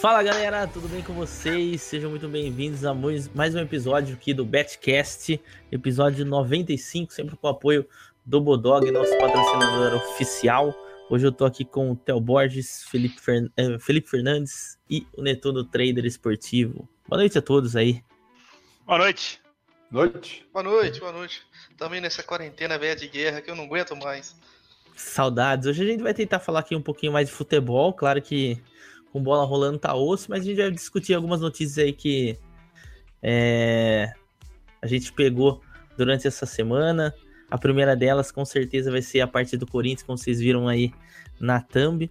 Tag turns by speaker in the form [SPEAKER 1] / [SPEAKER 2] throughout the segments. [SPEAKER 1] Fala galera, tudo bem com vocês? Sejam muito bem-vindos a mais um episódio aqui do Betcast, episódio 95, sempre com o apoio do Bodog, nosso patrocinador oficial. Hoje eu tô aqui com o Theo Borges, Felipe, Fern... eh, Felipe Fernandes e o Netuno Trader Esportivo. Boa noite a todos aí.
[SPEAKER 2] Boa noite.
[SPEAKER 3] Noite.
[SPEAKER 4] Boa noite, boa noite. Também nessa quarentena velha de guerra que eu não aguento mais.
[SPEAKER 1] Saudades. Hoje a gente vai tentar falar aqui um pouquinho mais de futebol, claro que com bola rolando tá osso, mas a gente vai discutir algumas notícias aí que é, a gente pegou durante essa semana. A primeira delas, com certeza, vai ser a parte do Corinthians, como vocês viram aí na thumb.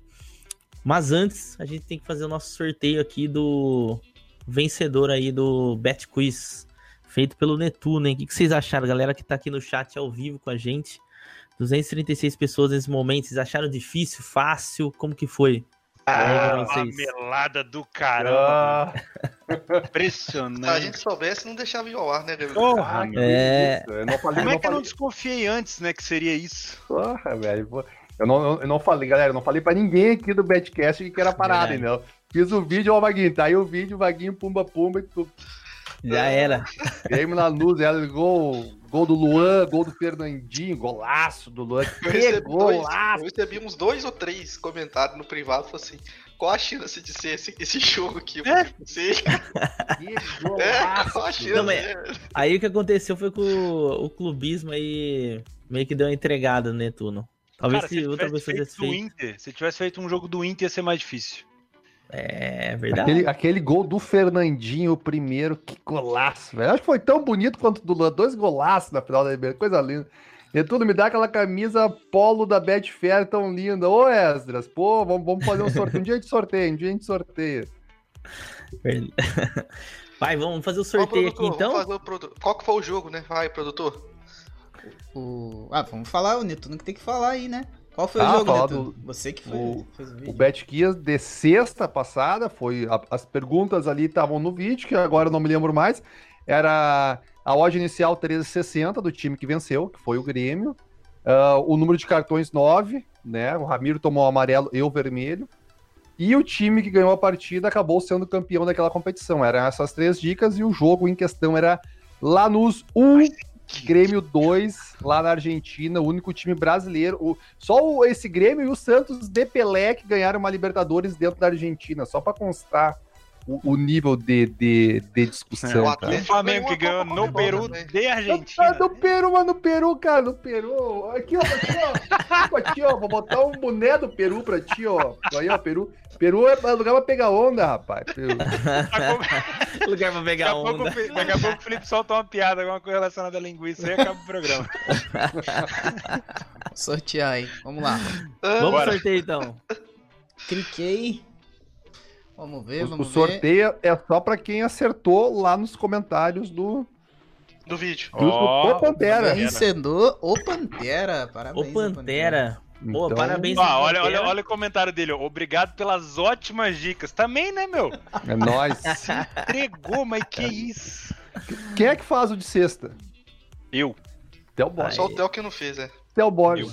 [SPEAKER 1] Mas antes, a gente tem que fazer o nosso sorteio aqui do vencedor aí do Bet Quiz, feito pelo Netuno, hein? O que vocês acharam, galera que tá aqui no chat ao vivo com a gente? 236 pessoas nesse momento, vocês acharam difícil, fácil? Como que foi?
[SPEAKER 2] Ah, uma melada do caramba. Impressionante.
[SPEAKER 4] Se a gente soubesse, não deixava ir ao ar, né, Gabriel?
[SPEAKER 2] Porra,
[SPEAKER 3] meu.
[SPEAKER 1] É,
[SPEAKER 3] Isso, eu não falei,
[SPEAKER 2] Como
[SPEAKER 3] eu
[SPEAKER 2] é
[SPEAKER 3] não
[SPEAKER 2] que eu não
[SPEAKER 3] falei.
[SPEAKER 2] desconfiei antes, né, que seria isso?
[SPEAKER 3] Porra, velho. pô. Eu não, eu não falei, galera, eu não falei pra ninguém aqui do Badcast que era parada,
[SPEAKER 1] Verdade.
[SPEAKER 3] entendeu? Fiz o vídeo, ó, Vaguinho, tá aí o vídeo, Vaguinho, pumba, pumba, e tu-
[SPEAKER 2] Ah,
[SPEAKER 1] já era.
[SPEAKER 3] game na luz, ela, gol, gol do Luan, gol do Fernandinho, golaço do Luan,
[SPEAKER 4] Eu
[SPEAKER 3] que
[SPEAKER 4] recebi, dois,
[SPEAKER 3] golaço!
[SPEAKER 4] eu recebi uns dois ou três comentários no privado, falei assim, qual a chance de ser esse, esse jogo aqui?
[SPEAKER 2] É?
[SPEAKER 4] Sim,
[SPEAKER 3] Que
[SPEAKER 4] é, qual a
[SPEAKER 3] golaço!
[SPEAKER 4] chance?
[SPEAKER 1] Não, mas-
[SPEAKER 4] né?
[SPEAKER 1] Aí o que aconteceu foi que o, o clubismo aí meio que deu uma entregada no Netuno. Talvez
[SPEAKER 2] Cara,
[SPEAKER 1] se outra
[SPEAKER 2] tivesse
[SPEAKER 1] pessoa tivesse
[SPEAKER 2] do
[SPEAKER 1] feito.
[SPEAKER 2] Inter, se tivesse feito um jogo do Inter, ia ser mais difícil.
[SPEAKER 1] É verdade.
[SPEAKER 3] Aquele, aquele gol do Fernandinho, o primeiro, que golaço, velho. Acho que foi tão bonito quanto o do Luan. Dois golaços na final da Libertadores, coisa linda. E tudo me dá aquela camisa polo da Betfair tão linda. Ô, Esdras, pô, vamos, vamos fazer um sorteio. Um dia a gente sorteia, um dia a gente sorteia.
[SPEAKER 1] Verd- Vai, vamos fazer o
[SPEAKER 4] Ó,
[SPEAKER 1] sorteio aqui
[SPEAKER 4] produtor, vamos
[SPEAKER 1] então.
[SPEAKER 4] fazer o produ- Qual que foi o jogo, né? Vai, produtor.
[SPEAKER 5] O... Ah, vamos falar, o Netuno que tem que falar aí, né? Qual foi
[SPEAKER 3] Ah,
[SPEAKER 5] o jogo,
[SPEAKER 3] falar
[SPEAKER 5] Netuno? Você que foi,
[SPEAKER 3] o-
[SPEAKER 5] fez o
[SPEAKER 3] O
[SPEAKER 5] vídeo.
[SPEAKER 3] BetKias de sexta passada, foi a- as perguntas ali estavam no vídeo, que agora eu não me lembro mais. Era a odd inicial 13,60 do time que venceu, que foi o Grêmio. Ah, o número de cartões 9, né? O Ramiro tomou o amarelo e o vermelho. E o time que ganhou a partida acabou sendo campeão daquela competição. Eram essas três dicas e o jogo em questão era Lanús 1, Grêmio 2, lá na Argentina, o único time brasileiro. o- só o- esse Grêmio e o Santos de Pelé que ganharam uma Libertadores dentro da Argentina, só pra constar o, o nível de, de, de
[SPEAKER 2] É,
[SPEAKER 3] discussão. cara.
[SPEAKER 2] O Flamengo que ganhou no Peru
[SPEAKER 4] né?
[SPEAKER 2] de
[SPEAKER 3] Ah,
[SPEAKER 1] né?
[SPEAKER 2] Argentina.
[SPEAKER 3] no Peru, mano, no Peru, cara, no Peru. Aqui, ó, aqui, ó. Desculpa, Aqui, ó, vou botar um boné do Peru pra ti, ó. Aí, ó, Peru. Peru é pra- lugar pra pegar onda, rapaz. Peru.
[SPEAKER 2] Tá com-
[SPEAKER 1] Lugar pra
[SPEAKER 2] Daqui a,
[SPEAKER 1] pegar
[SPEAKER 2] pouco, o
[SPEAKER 1] onda.
[SPEAKER 2] Fe- daqui a pouco o Felipe solta uma piada, alguma coisa relacionada à linguiça e acaba o programa.
[SPEAKER 5] Sortear aí, vamos lá.
[SPEAKER 4] Ah,
[SPEAKER 1] Vamos
[SPEAKER 2] Bora. Tá
[SPEAKER 1] pro sorteio então.
[SPEAKER 5] Cliquei. Vamos ver,
[SPEAKER 3] O, o
[SPEAKER 5] vamos ver.
[SPEAKER 3] sorteio é só pra quem acertou lá nos comentários do,
[SPEAKER 4] do vídeo.
[SPEAKER 3] do,
[SPEAKER 2] Ó,
[SPEAKER 3] do Pantera.
[SPEAKER 5] Vencedor, o Pantera. Parabéns,
[SPEAKER 1] Ô Pantera. Pô,
[SPEAKER 3] Então,
[SPEAKER 1] parabéns.
[SPEAKER 2] Ó, olha, olha,
[SPEAKER 1] Pantera.
[SPEAKER 2] olha o comentário dele. ó. Obrigado pelas ótimas dicas. Também, né, meu?
[SPEAKER 3] É nóis.
[SPEAKER 2] Se entregou, mas que isso?
[SPEAKER 3] Quem é que faz o de sexta?
[SPEAKER 2] Eu.
[SPEAKER 3] Theo Borges.
[SPEAKER 4] Só o Theo que não fez, é.
[SPEAKER 3] Theo Borges.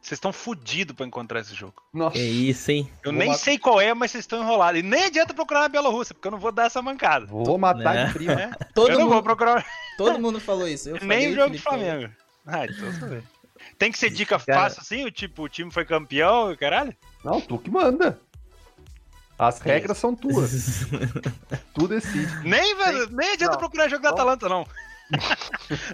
[SPEAKER 2] Vocês estão fodidos pra encontrar esse jogo.
[SPEAKER 3] Nossa.
[SPEAKER 1] É isso, hein?
[SPEAKER 2] Eu
[SPEAKER 3] Vou
[SPEAKER 2] nem
[SPEAKER 3] matar-
[SPEAKER 2] sei qual é, mas vocês estão enrolados. E nem adianta procurar na Bielorrússia, porque eu não vou dar essa mancada.
[SPEAKER 3] Vou matar
[SPEAKER 1] Né?
[SPEAKER 3] de prima.
[SPEAKER 5] Todo,
[SPEAKER 2] eu não vou
[SPEAKER 5] mundo,
[SPEAKER 2] procurar
[SPEAKER 5] todo mundo falou isso. né, Eu falei,
[SPEAKER 2] nem o jogo do
[SPEAKER 5] Felipe falou.
[SPEAKER 2] Flamengo. Ah, então tudo bem. Tem que ser dica
[SPEAKER 1] Cara-
[SPEAKER 2] fácil assim? O tipo, o time foi campeão, caralho?
[SPEAKER 3] Não, tu que manda. As regras são tuas. Tu decide.
[SPEAKER 2] Nem, velho, nem adianta
[SPEAKER 3] não.
[SPEAKER 2] procurar jogo da
[SPEAKER 3] Não.
[SPEAKER 2] Atalanta, não.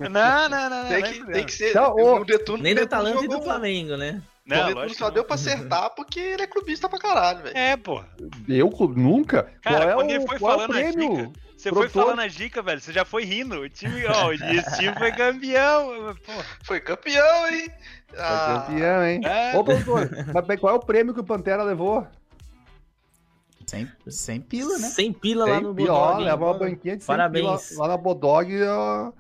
[SPEAKER 2] não, não, não.
[SPEAKER 4] Tem
[SPEAKER 2] não,
[SPEAKER 4] que,
[SPEAKER 2] nem
[SPEAKER 4] tem que ser.
[SPEAKER 3] Não, ô,
[SPEAKER 4] o Netuno,
[SPEAKER 1] Nem
[SPEAKER 4] o
[SPEAKER 1] do
[SPEAKER 4] Netuno
[SPEAKER 1] Atalanta e
[SPEAKER 4] jogou
[SPEAKER 1] do
[SPEAKER 4] mal.
[SPEAKER 1] Flamengo, né?
[SPEAKER 2] Não,
[SPEAKER 4] o Netuno
[SPEAKER 2] lógico
[SPEAKER 4] só
[SPEAKER 2] que
[SPEAKER 4] deu pra acertar porque ele é clubista pra caralho, velho.
[SPEAKER 2] não. É, pô.
[SPEAKER 3] Eu cu- nunca.
[SPEAKER 2] Cara,
[SPEAKER 3] qual
[SPEAKER 2] quando
[SPEAKER 3] é
[SPEAKER 2] ele
[SPEAKER 3] o,
[SPEAKER 2] foi
[SPEAKER 3] qual é o
[SPEAKER 2] falando as
[SPEAKER 3] prêmio?
[SPEAKER 2] dicas, Você foi
[SPEAKER 3] Protou-
[SPEAKER 2] falando a dica, velho. Você já foi rindo. O time, ó, esse time foi campeão. Porra.
[SPEAKER 4] Foi campeão, hein?
[SPEAKER 3] Vai
[SPEAKER 4] Ah,
[SPEAKER 3] Tá campeão, hein?
[SPEAKER 2] É.
[SPEAKER 3] Ô, produtor, mas pe- qual é o prêmio que o Pantera levou?
[SPEAKER 5] Sem, sem pila,
[SPEAKER 2] Tá
[SPEAKER 5] né?
[SPEAKER 1] Sem pila lá no
[SPEAKER 3] Cem pila, ó,
[SPEAKER 1] Bulldog, hein?
[SPEAKER 3] leva uma banquinha de 100
[SPEAKER 1] Parabéns.
[SPEAKER 3] pila lá na Bodog. ó.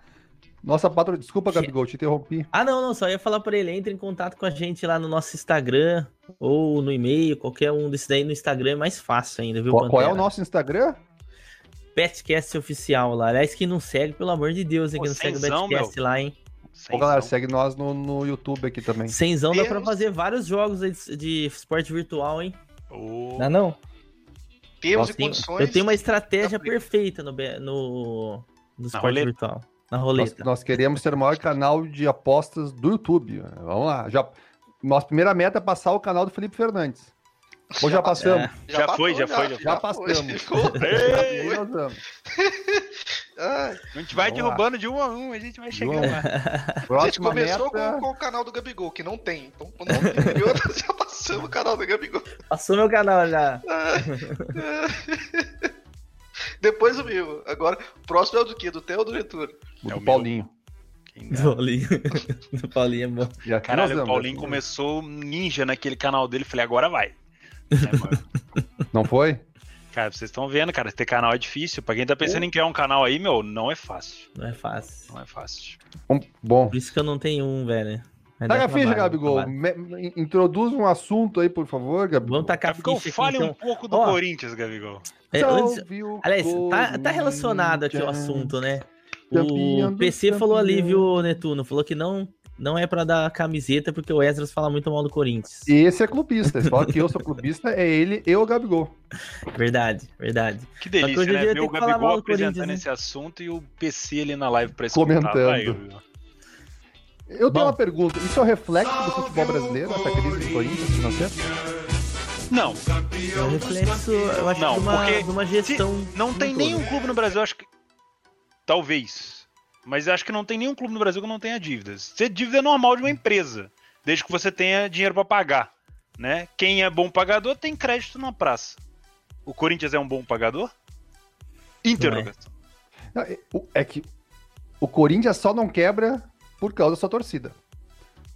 [SPEAKER 3] Nossa patrulha. Desculpa,
[SPEAKER 1] Que-
[SPEAKER 3] Gabigol, te interrompi.
[SPEAKER 1] Ah, não, não, só ia falar pra ele, entre em contato com a gente lá no nosso Instagram ou no e-mail, qualquer um desses daí no Instagram é mais fácil ainda, viu,
[SPEAKER 3] Qual, qual é o
[SPEAKER 1] Pantera?
[SPEAKER 3] nosso Instagram?
[SPEAKER 1] Petcast oficial lá. Aliás, quem não segue, pelo amor de Deus, hein,
[SPEAKER 2] Pô,
[SPEAKER 1] quem não segue o
[SPEAKER 2] cenzão,
[SPEAKER 1] Betcast lá, hein?
[SPEAKER 3] Ô,
[SPEAKER 2] então.
[SPEAKER 3] galera, segue nós no, no YouTube aqui também.
[SPEAKER 1] Cenzão dá pra
[SPEAKER 4] Deus.
[SPEAKER 1] fazer vários jogos aí de, de esporte virtual, hein?
[SPEAKER 2] Ô,
[SPEAKER 1] Não, não?
[SPEAKER 4] termos
[SPEAKER 1] Eu
[SPEAKER 4] e
[SPEAKER 1] tenho-
[SPEAKER 4] condições.
[SPEAKER 1] eu tenho uma estratégia
[SPEAKER 4] Aplica.
[SPEAKER 1] perfeita no, be- no, no esporte
[SPEAKER 2] Tá roleta.
[SPEAKER 1] virtual. Na
[SPEAKER 3] Nós,
[SPEAKER 1] roleta.
[SPEAKER 3] nós queremos ser o maior canal de apostas do YouTube. Vamos lá. Já, nossa primeira meta é passar o canal do Felipe Fernandes. Ou
[SPEAKER 1] É.
[SPEAKER 3] já passamos?
[SPEAKER 2] Já foi, já foi, já
[SPEAKER 3] Já passamos.
[SPEAKER 4] Ficou. Ah,
[SPEAKER 2] Ei,
[SPEAKER 3] Aí nós vamos.
[SPEAKER 4] Ai,
[SPEAKER 2] a gente vai
[SPEAKER 3] Vamos lá.
[SPEAKER 2] derrubando de um a um, a gente vai chegar
[SPEAKER 3] Vamos.
[SPEAKER 2] lá.
[SPEAKER 4] a gente
[SPEAKER 3] Próxima
[SPEAKER 4] começou
[SPEAKER 3] meta. é
[SPEAKER 4] com, com o canal do Gabigol, que não tem. Então, quando não tem outro, já passamos o canal do Gabigol.
[SPEAKER 1] Passou meu canal já.
[SPEAKER 4] Depois o meu. Agora, o próximo é o do quê? Do Theo ou do Getúlio?
[SPEAKER 3] O
[SPEAKER 2] É o
[SPEAKER 3] do
[SPEAKER 2] meu.
[SPEAKER 3] Paulinho.
[SPEAKER 2] Quem dá.
[SPEAKER 1] Do Paulinho. Do Paulinho é bom.
[SPEAKER 3] E aqui nós
[SPEAKER 2] Caralho, o
[SPEAKER 3] vamos.
[SPEAKER 2] Paulinho começou ninja naquele canal dele. Falei, agora vai. É, mano.
[SPEAKER 3] Não foi?
[SPEAKER 2] Cara, vocês estão vendo, cara, ter canal é difícil. Pra quem tá pensando em criar um canal aí, meu, não é fácil.
[SPEAKER 1] Não é fácil.
[SPEAKER 2] Não é fácil.
[SPEAKER 3] Bom, Um, Bom.
[SPEAKER 1] Por isso que eu não tenho um, velho. Vai dar
[SPEAKER 3] Taca a ficha,
[SPEAKER 1] trabalho,
[SPEAKER 3] Gabigol.
[SPEAKER 1] trabalho.
[SPEAKER 3] Me- Introduz um assunto aí, por favor, Gabigol.
[SPEAKER 1] Vamos tacar a ficha
[SPEAKER 2] Gabigol,
[SPEAKER 1] aqui,
[SPEAKER 2] fale um
[SPEAKER 1] então.
[SPEAKER 2] pouco do
[SPEAKER 1] Ó.
[SPEAKER 2] Corinthians, Gabigol.
[SPEAKER 1] É, antes-
[SPEAKER 3] Salve o
[SPEAKER 1] Aliás, tá, tá relacionado aqui o
[SPEAKER 3] Corinthians.
[SPEAKER 1] assunto, né?
[SPEAKER 3] Campeão
[SPEAKER 1] O
[SPEAKER 3] do
[SPEAKER 1] PC falou ali,
[SPEAKER 3] campeão.
[SPEAKER 1] viu, Netuno? Falou que não, não é pra dar camiseta porque o Ezra fala muito mal do Corinthians.
[SPEAKER 3] Esse é clubista. Ele fala que eu sou clubista, é ele e o Gabigol.
[SPEAKER 1] Verdade, verdade.
[SPEAKER 2] Que
[SPEAKER 1] Só que hoje em
[SPEAKER 2] delícia,
[SPEAKER 1] dia
[SPEAKER 2] né? Ver
[SPEAKER 1] tem
[SPEAKER 2] o
[SPEAKER 1] que falar mal
[SPEAKER 2] Gabigol
[SPEAKER 1] do
[SPEAKER 2] apresentando
[SPEAKER 1] Corinthians, né?
[SPEAKER 2] esse assunto e o PC ali na live pra escutar.
[SPEAKER 3] Comentando.
[SPEAKER 2] Vai, Gabigol.
[SPEAKER 3] Eu tenho
[SPEAKER 1] Bom.
[SPEAKER 3] uma pergunta. Isso é o reflexo do futebol brasileiro, essa crise do Corinthians financeira?
[SPEAKER 2] não,
[SPEAKER 1] É um reflexo, eu acho,
[SPEAKER 2] Não,
[SPEAKER 1] de, uma,
[SPEAKER 2] porque
[SPEAKER 1] de uma
[SPEAKER 2] se-
[SPEAKER 1] gestão.
[SPEAKER 2] não tem
[SPEAKER 1] todo.
[SPEAKER 2] nenhum clube no Brasil, acho que. Talvez. Mas acho que não tem nenhum clube no Brasil que não tenha dívidas. Ser dívida é normal de uma empresa, desde que você tenha dinheiro pra pagar. Né? Quem é bom pagador tem crédito na praça. O Corinthians é um bom pagador? Interrogação.
[SPEAKER 3] Não, é- o- É que o Corinthians só não quebra por causa da sua torcida.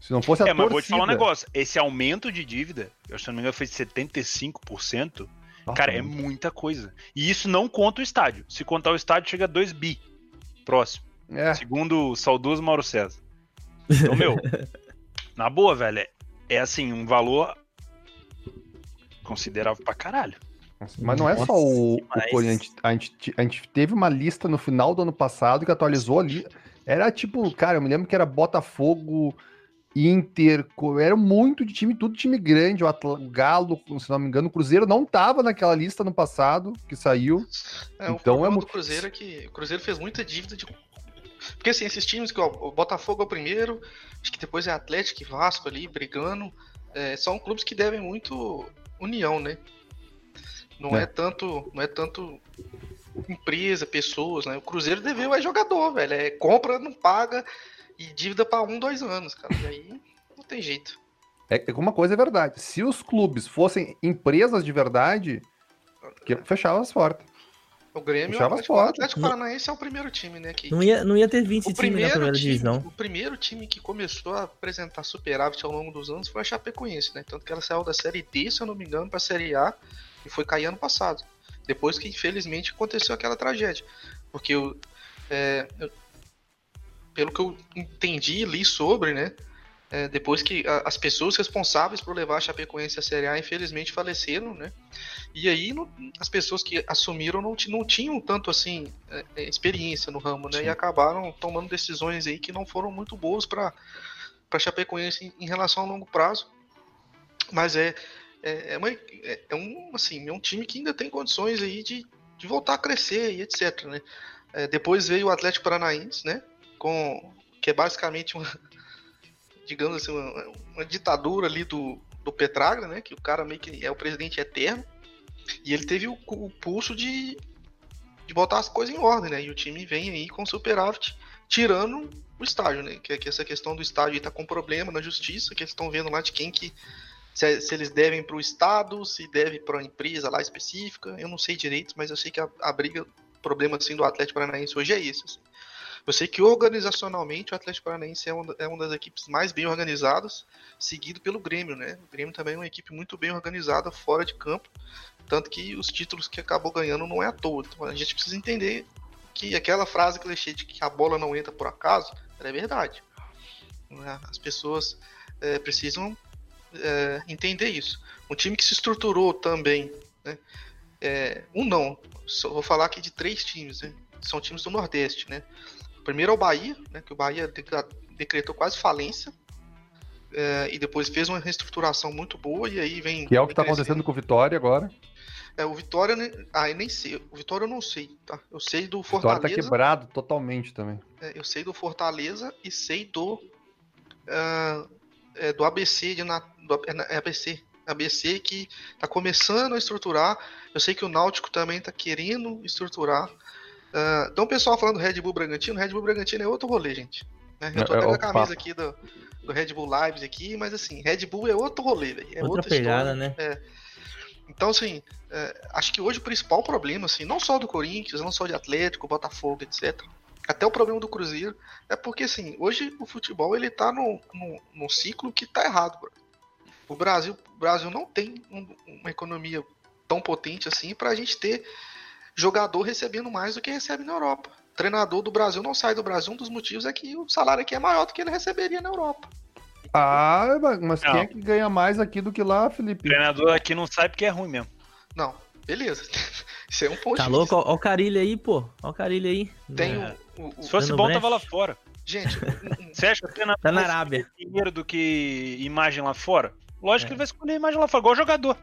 [SPEAKER 3] Se não fosse a
[SPEAKER 2] É, mas
[SPEAKER 3] Tá torcida...
[SPEAKER 2] vou te falar um negócio. Esse aumento de dívida, eu se não me engano, foi de 75%.
[SPEAKER 3] Nossa,
[SPEAKER 2] Cara, é muita coisa. E isso não conta o estádio. Se contar o estádio, chega a 2 bi. Próximo.
[SPEAKER 3] é.
[SPEAKER 2] Segundo o saudoso Mauro César. Então, meu, na boa, velho, é- é assim, um valor considerável pra caralho.
[SPEAKER 3] Mas não é
[SPEAKER 1] Nossa,
[SPEAKER 3] só o, o
[SPEAKER 1] demais.
[SPEAKER 3] Corinthians. A gente, a gente teve uma lista no final do ano passado que atualizou ali. Era tipo, cara, eu me lembro que era Botafogo, Inter, co- era muito de time, tudo time grande. O, Atla- o Galo, se não me engano, o Cruzeiro não tava naquela lista no passado que saiu.
[SPEAKER 4] É, o
[SPEAKER 3] Então é
[SPEAKER 4] problema
[SPEAKER 3] mu-
[SPEAKER 4] do Cruzeiro é que o Cruzeiro fez muita dívida de. Porque assim, esses times que ó, o Botafogo é o primeiro, acho que depois é Atlético e Vasco ali, brigando. é, são clubes que devem muito união, né? Não é,
[SPEAKER 3] É.
[SPEAKER 4] tanto. Não é tanto empresa, pessoas, né? O Cruzeiro deveu é jogador, velho. É compra, não paga e dívida pra um, dois anos, cara. E aí não tem jeito.
[SPEAKER 3] É, é uma coisa é verdade. Se os clubes fossem empresas de verdade, que- fechava as portas.
[SPEAKER 4] O Grêmio, o
[SPEAKER 3] Puxava as
[SPEAKER 4] Atlético, o
[SPEAKER 3] portas.
[SPEAKER 4] Atlético
[SPEAKER 1] Não-
[SPEAKER 4] Paranaense é o primeiro time, né? Que,
[SPEAKER 1] Não ia, não ia ter 20
[SPEAKER 4] O
[SPEAKER 1] times na
[SPEAKER 4] primeiro,
[SPEAKER 1] primeira
[SPEAKER 4] time,
[SPEAKER 1] divisão.
[SPEAKER 4] o primeiro time que começou a apresentar superávit ao longo dos anos foi a Chapecoense, né? Tanto que ela saiu da Série D, se eu não me engano, pra Série A e foi cair ano passado. Depois que, infelizmente, aconteceu aquela tragédia. Porque eu, é, eu- pelo que eu entendi e li sobre, né? é, depois que a- as pessoas responsáveis por levar a Chapecoense à Série A, infelizmente, faleceram, né? E aí não- as pessoas que assumiram não, ti- não tinham tanto assim é, é, experiência no ramo, né?
[SPEAKER 2] Sim.
[SPEAKER 4] E acabaram tomando decisões aí que não foram muito boas para para Chapecoense em, em relação a longo prazo. Mas é é, é uma- é- é um assim é um time que ainda tem condições aí de, de voltar a crescer e etc, né? É, depois veio o Atlético Paranaense, né? Com que é basicamente uma digamos assim uma, uma ditadura ali do do Petraga, né? Que o cara meio que é o presidente eterno. E ele teve o, cu- o pulso de, de botar as coisas em ordem, né? E o time vem aí com superávit, tirando o estádio, né? Que, que essa questão do estádio aí tá com problema na justiça, que eles estão vendo lá de quem que. Se, se eles devem pro Estado, se deve pra uma empresa lá específica, eu não sei direito, mas eu sei que a, a briga, o problema assim, do Atlético Paranaense hoje é esse. assim. Eu sei que organizacionalmente o Atlético Paranaense é uma, da- é uma das equipes mais bem organizadas, seguido pelo Grêmio, né? O Grêmio também é uma equipe muito bem organizada fora de campo. Tanto que os títulos que acabou ganhando não é à toa. Então a gente precisa entender que aquela frase clichê de que a bola não entra por acaso, ela é verdade. Né? As pessoas eh, precisam eh, entender isso. Um time que se estruturou também, né? Eh, um não, só vou falar aqui de três times, né? são times do Nordeste. Né? O primeiro é o Bahia, né? que o Bahia deca- decretou quase falência. é, eh, e depois fez uma reestruturação muito boa e aí vem
[SPEAKER 3] Que é o que tá
[SPEAKER 4] crescendo.
[SPEAKER 3] acontecendo com o Vitória agora.
[SPEAKER 4] É, o Vitória. né? Ah, eu nem sei. O Vitória eu não sei, tá? Eu sei do
[SPEAKER 3] Vitória tá
[SPEAKER 4] Fortaleza.
[SPEAKER 3] quebrado totalmente também.
[SPEAKER 4] é, eu sei do Fortaleza e sei do. ah, é, do ABC de Na- do, é, na- é ABC. ABC que tá começando a estruturar. Eu sei que o Náutico também tá querendo estruturar. Ah, então, o pessoal falando do Red Bull Bragantino, Red Bull Bragantino é outro rolê, gente. Né? Eu tô
[SPEAKER 3] É,
[SPEAKER 4] até
[SPEAKER 3] é
[SPEAKER 4] com a
[SPEAKER 3] outro
[SPEAKER 4] camisa
[SPEAKER 3] papo.
[SPEAKER 4] aqui do, do Red Bull Lives aqui, mas assim, Red Bull é outro rolê, velho. É
[SPEAKER 1] Outra
[SPEAKER 4] outra história.
[SPEAKER 1] pegada, né?
[SPEAKER 4] Então, assim, é, acho que hoje o principal problema, assim, não só do Corinthians, não só de Atlético, Botafogo, etc. Até o problema do Cruzeiro é porque, assim, hoje o futebol ele tá num, num, num ciclo que tá errado, bro. O Brasil, o Brasil não tem um- uma economia tão potente assim pra gente ter jogador recebendo mais do que recebe na Europa. Treinador do Brasil não sai do Brasil, um dos motivos é que o salário aqui é maior do que ele receberia na Europa.
[SPEAKER 3] Ah, mas
[SPEAKER 2] Não.
[SPEAKER 3] quem é que ganha mais aqui do que lá, Felipe?
[SPEAKER 2] treinador aqui não sai porque é ruim mesmo.
[SPEAKER 4] Não, beleza. Isso é um ponto
[SPEAKER 1] Tá
[SPEAKER 4] de
[SPEAKER 1] louco? Ó, ó o Carilho aí, pô. Ó o Carilho aí.
[SPEAKER 4] vista. Tem
[SPEAKER 2] É.
[SPEAKER 4] o- o-
[SPEAKER 2] Se
[SPEAKER 4] o,
[SPEAKER 2] fosse
[SPEAKER 1] Dando
[SPEAKER 2] bom,
[SPEAKER 1] brecha.
[SPEAKER 2] tava lá fora.
[SPEAKER 4] Gente, um- um-
[SPEAKER 2] Você acha que o treinador
[SPEAKER 1] Tá na
[SPEAKER 2] vai
[SPEAKER 1] Arábia.
[SPEAKER 2] escolher dinheiro do que imagem lá fora? Lógico
[SPEAKER 1] É.
[SPEAKER 2] que ele vai escolher imagem lá fora, igual jogador.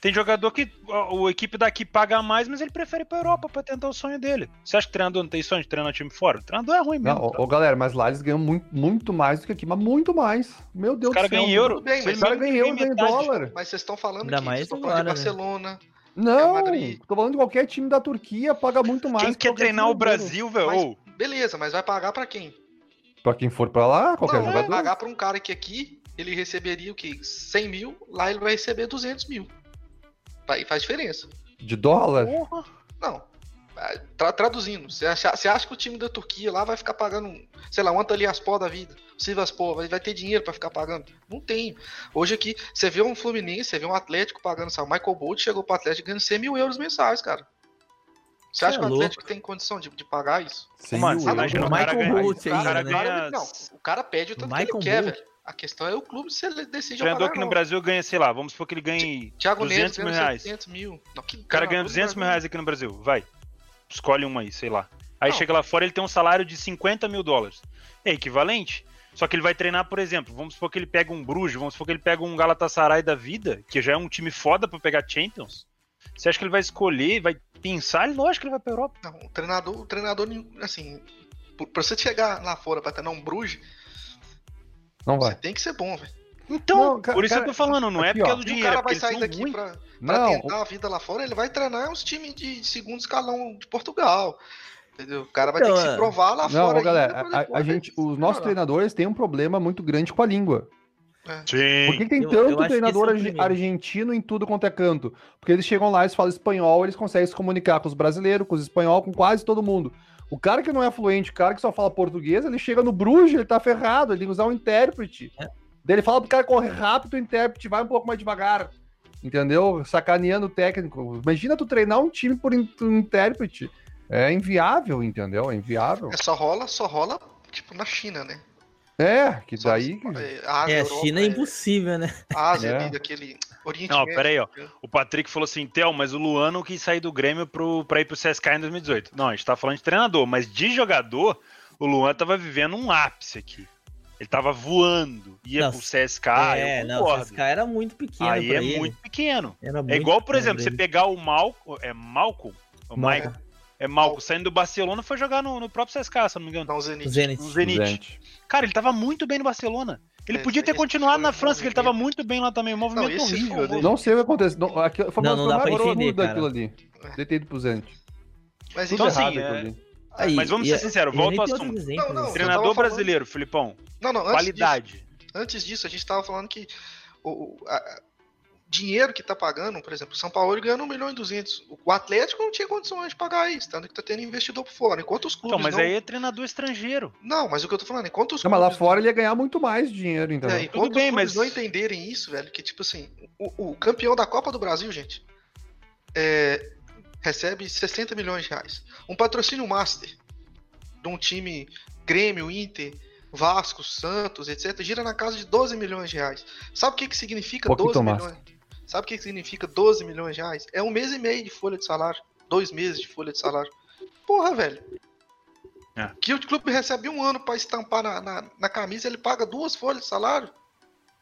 [SPEAKER 2] Tem jogador que a, a equipe daqui paga mais, mas ele prefere ir pra Europa pra tentar o sonho dele. Você acha que o treinador não tem sonho de treinar um time fora? O treinador é ruim
[SPEAKER 3] Não,
[SPEAKER 2] mesmo.
[SPEAKER 3] ô, ô, galera, mas lá eles ganham muito, muito mais do que aqui, mas muito mais. Meu Deus
[SPEAKER 2] Os caras
[SPEAKER 3] do céu.
[SPEAKER 2] ganham em euro.
[SPEAKER 4] tudo bem,
[SPEAKER 2] Se
[SPEAKER 4] mas
[SPEAKER 2] ele
[SPEAKER 3] Os caras
[SPEAKER 2] mesmo
[SPEAKER 3] ganham em euro,
[SPEAKER 2] ganha
[SPEAKER 3] ganham em
[SPEAKER 2] metade.
[SPEAKER 3] dólar.
[SPEAKER 4] Mas vocês estão falando
[SPEAKER 1] Ainda
[SPEAKER 4] que
[SPEAKER 1] mais
[SPEAKER 4] vocês estão falando de
[SPEAKER 1] agora, né?
[SPEAKER 4] Barcelona. Real
[SPEAKER 3] Não,
[SPEAKER 4] Madrid.
[SPEAKER 3] tô falando de qualquer time da Turquia, paga muito mais.
[SPEAKER 2] Quem
[SPEAKER 3] que
[SPEAKER 2] quer
[SPEAKER 3] qualquer
[SPEAKER 2] treinar
[SPEAKER 3] time
[SPEAKER 2] o Brasil, velho?
[SPEAKER 4] Mas-
[SPEAKER 2] Ô,
[SPEAKER 4] Beleza, mas vai pagar pra quem?
[SPEAKER 3] brasileiro. Pra quem for pra lá, qualquer
[SPEAKER 4] não, vai
[SPEAKER 3] jogador.
[SPEAKER 4] pagar pra um cara que aqui ele receberia o quê? 100 mil, lá ele vai receber 200 mil. Aí faz diferença.
[SPEAKER 3] De dólar.
[SPEAKER 4] Não. Ah, Tra- traduzindo, você acha, você acha que o time da Turquia lá vai ficar pagando, sei lá, um Antaliaspor da vida, o Sivaspor, vai, vai ter dinheiro pra ficar pagando? Não tem. Hoje aqui, você vê um Fluminense, você vê um Atlético pagando, sabe? O Michael Bolt chegou pro Atlético ganhando 100 mil euros mensais, cara. Você
[SPEAKER 1] Cê
[SPEAKER 4] acha
[SPEAKER 1] é
[SPEAKER 4] que o
[SPEAKER 1] louco.
[SPEAKER 4] Atlético tem condição de, de pagar isso?
[SPEAKER 3] Sim,
[SPEAKER 2] Mano, você
[SPEAKER 3] o-
[SPEAKER 2] imagina
[SPEAKER 1] o
[SPEAKER 3] o
[SPEAKER 1] Michael
[SPEAKER 3] cara ganha-
[SPEAKER 1] Bolt
[SPEAKER 4] O cara,
[SPEAKER 1] ainda,
[SPEAKER 2] ganha-
[SPEAKER 1] né?
[SPEAKER 4] ele- não, o cara pede o tanto que ele
[SPEAKER 1] Michael
[SPEAKER 4] quer,
[SPEAKER 1] Moore.
[SPEAKER 4] velho. A questão é o clube se ele decide ou
[SPEAKER 2] treinador
[SPEAKER 4] pagar,
[SPEAKER 2] aqui no
[SPEAKER 4] não.
[SPEAKER 2] Brasil ganha, sei lá, vamos supor que ele ganhe
[SPEAKER 4] Thiago
[SPEAKER 2] 200
[SPEAKER 4] Neves
[SPEAKER 2] mil
[SPEAKER 4] ganha
[SPEAKER 2] reais.
[SPEAKER 4] 700 mil. Não, que
[SPEAKER 2] O cara ganha
[SPEAKER 4] treinador do
[SPEAKER 2] 200 mil
[SPEAKER 4] Brasil.
[SPEAKER 2] reais aqui no Brasil, vai. Escolhe um aí, sei lá. Aí
[SPEAKER 4] Não.
[SPEAKER 2] chega lá fora, ele tem um salário de 50 mil dólares. É equivalente. Só que ele vai treinar, por exemplo, vamos supor que ele pega um Bruges, vamos supor que ele pega um Galatasaray da vida, que já é um time foda pra pegar Champions. Você acha que ele vai escolher, vai pensar? Lógico que ele vai pra Europa.
[SPEAKER 4] Não, o treinador, o treinador, assim, por- pra você chegar lá fora pra treinar um Bruges,
[SPEAKER 3] Não
[SPEAKER 4] você
[SPEAKER 3] vai.
[SPEAKER 4] tem que ser bom, velho.
[SPEAKER 2] Então,
[SPEAKER 3] Não, ca-
[SPEAKER 2] por isso
[SPEAKER 3] cara,
[SPEAKER 2] que eu tô falando, não é
[SPEAKER 3] aqui,
[SPEAKER 2] porque
[SPEAKER 3] ó.
[SPEAKER 2] é do
[SPEAKER 4] E o
[SPEAKER 2] dinheiro,
[SPEAKER 4] cara
[SPEAKER 2] é porque
[SPEAKER 4] vai
[SPEAKER 2] eles
[SPEAKER 4] sair
[SPEAKER 2] são
[SPEAKER 4] daqui
[SPEAKER 2] ruins.
[SPEAKER 4] pra, pra
[SPEAKER 3] Não,
[SPEAKER 4] tentar a vida lá fora, ele vai treinar uns times de segundo escalão de Portugal. Entendeu? O cara vai
[SPEAKER 1] Então,
[SPEAKER 4] ter que se
[SPEAKER 1] é.
[SPEAKER 4] provar lá
[SPEAKER 3] não,
[SPEAKER 4] fora.
[SPEAKER 3] ô, galera,
[SPEAKER 4] ainda pra
[SPEAKER 3] a- a,
[SPEAKER 4] depois
[SPEAKER 3] gente, os
[SPEAKER 4] melhorar.
[SPEAKER 3] nossos treinadores têm um problema muito grande com a língua. Por
[SPEAKER 2] Sim.
[SPEAKER 3] que que tem
[SPEAKER 1] Eu- eu acho
[SPEAKER 3] tanto
[SPEAKER 1] que esse
[SPEAKER 3] treinador
[SPEAKER 1] é o
[SPEAKER 3] arge-
[SPEAKER 1] primeiro.
[SPEAKER 3] argentino em tudo quanto é canto? Porque eles chegam lá, eles falam espanhol, eles conseguem se comunicar com os brasileiros, com os espanhol, com quase todo mundo. O cara que não é fluente, o cara que só fala português, ele chega no Bruges, ele tá ferrado, ele tem que usar um intérprete.
[SPEAKER 1] É.
[SPEAKER 3] Daí ele fala pro cara correr rápido, o intérprete vai um pouco mais devagar. Entendeu? Sacaneando o técnico. Imagina tu treinar um time por in- por intérprete. É inviável, entendeu? É inviável.
[SPEAKER 4] É, só rola, só rola, tipo, na China, né?
[SPEAKER 3] É, que
[SPEAKER 4] Só-
[SPEAKER 3] daí.
[SPEAKER 4] é, a Ásia,
[SPEAKER 1] É, a
[SPEAKER 4] Europa,
[SPEAKER 1] China é impossível, né?
[SPEAKER 4] Ásia,
[SPEAKER 3] É.
[SPEAKER 4] ali, daquele Oriente
[SPEAKER 2] Não,
[SPEAKER 4] Médio.
[SPEAKER 2] pera aí, ó. O Patrick falou assim, Theo, mas o Luano quis sair do Grêmio pro, pra ir pro CSK em 2018. Não, a gente tá falando de treinador, mas de jogador, o Luan tava vivendo um ápice aqui. Ele tava voando. Ia
[SPEAKER 1] Não,
[SPEAKER 2] pro CSK,
[SPEAKER 1] é,
[SPEAKER 2] Ah, eu
[SPEAKER 1] não,
[SPEAKER 2] concordo.
[SPEAKER 1] o CSK era muito pequeno
[SPEAKER 2] Aí
[SPEAKER 1] pra
[SPEAKER 2] é
[SPEAKER 1] ele.
[SPEAKER 2] muito pequeno.
[SPEAKER 1] Era
[SPEAKER 2] É
[SPEAKER 1] muito
[SPEAKER 2] igual, por
[SPEAKER 1] pequeno
[SPEAKER 2] exemplo,
[SPEAKER 1] pra
[SPEAKER 2] você
[SPEAKER 1] ele.
[SPEAKER 2] pegar o Malco, é Malco? É
[SPEAKER 1] Malco.
[SPEAKER 2] Malco. É Malco, saindo do Barcelona foi jogar no, no próprio CSK, se eu não me engano.
[SPEAKER 4] Não, Zenit.
[SPEAKER 1] O Zenit.
[SPEAKER 2] No Zenit.
[SPEAKER 3] Gente.
[SPEAKER 2] Cara, ele tava muito bem no Barcelona. Ele
[SPEAKER 4] É,
[SPEAKER 2] podia ter
[SPEAKER 4] esse
[SPEAKER 2] continuado
[SPEAKER 4] foi
[SPEAKER 2] na
[SPEAKER 4] um
[SPEAKER 2] França, que ele tava muito bem lá também. O movimento é
[SPEAKER 4] esse foi um
[SPEAKER 2] horrível né? dele.
[SPEAKER 3] Não sei o que aconteceu. Não, aquilo- foi
[SPEAKER 1] Não,
[SPEAKER 3] uma-
[SPEAKER 1] não
[SPEAKER 3] foi
[SPEAKER 1] dá
[SPEAKER 3] uma
[SPEAKER 1] pra
[SPEAKER 3] horror
[SPEAKER 1] entender, cara.
[SPEAKER 3] daquilo ali. Detido pro Zenit.
[SPEAKER 4] Mas
[SPEAKER 2] Então,
[SPEAKER 4] então,
[SPEAKER 3] Tudo
[SPEAKER 2] assim,
[SPEAKER 3] errado
[SPEAKER 2] é-
[SPEAKER 3] aquilo ali.
[SPEAKER 1] Aí,
[SPEAKER 2] Mas vamos
[SPEAKER 1] e- é-
[SPEAKER 2] ser sinceros,
[SPEAKER 1] e
[SPEAKER 2] volta
[SPEAKER 1] nem
[SPEAKER 2] ao
[SPEAKER 1] tem
[SPEAKER 2] assunto.
[SPEAKER 1] outros exemplos,
[SPEAKER 4] Não, não,
[SPEAKER 1] assim.
[SPEAKER 4] eu
[SPEAKER 2] Treinador
[SPEAKER 4] tava falando-
[SPEAKER 2] brasileiro, Filipão.
[SPEAKER 4] não, não, antes
[SPEAKER 2] Qualidade.
[SPEAKER 4] Disso, antes disso, a gente tava falando que o, o- a- a- dinheiro que tá pagando, por exemplo, o São Paulo ganhando 1 milhão e 200. O Atlético não tinha condições de pagar isso, tanto que tá tendo investidor por fora. Enquanto os clubes
[SPEAKER 2] Então, mas
[SPEAKER 4] não...
[SPEAKER 2] aí é treinador estrangeiro.
[SPEAKER 4] Não, mas o que eu tô falando, enquanto os
[SPEAKER 3] Não, mas lá
[SPEAKER 4] clubes
[SPEAKER 3] fora ele ia ganhar muito mais dinheiro, então.
[SPEAKER 4] É,
[SPEAKER 3] É,
[SPEAKER 4] enquanto
[SPEAKER 2] Tudo bem,
[SPEAKER 4] os
[SPEAKER 2] mas-
[SPEAKER 4] clubes não entenderem isso, velho, que tipo assim, o, o campeão da Copa do Brasil, gente, é, recebe 60 milhões de reais. Um patrocínio master de um time Grêmio, Inter, Vasco, Santos, etc., gira na casa de 12 milhões de reais. Sabe o que, que significa
[SPEAKER 3] Pouquinho
[SPEAKER 4] 12
[SPEAKER 3] master.
[SPEAKER 4] milhões? Sabe o que, que significa 12 milhões de reais? É um mês e meio de folha de salário. Dois meses de folha de salário. Porra, velho.
[SPEAKER 2] É.
[SPEAKER 4] Que o clube recebe um ano pra estampar na, na, na camisa, ele paga duas folhas de salário.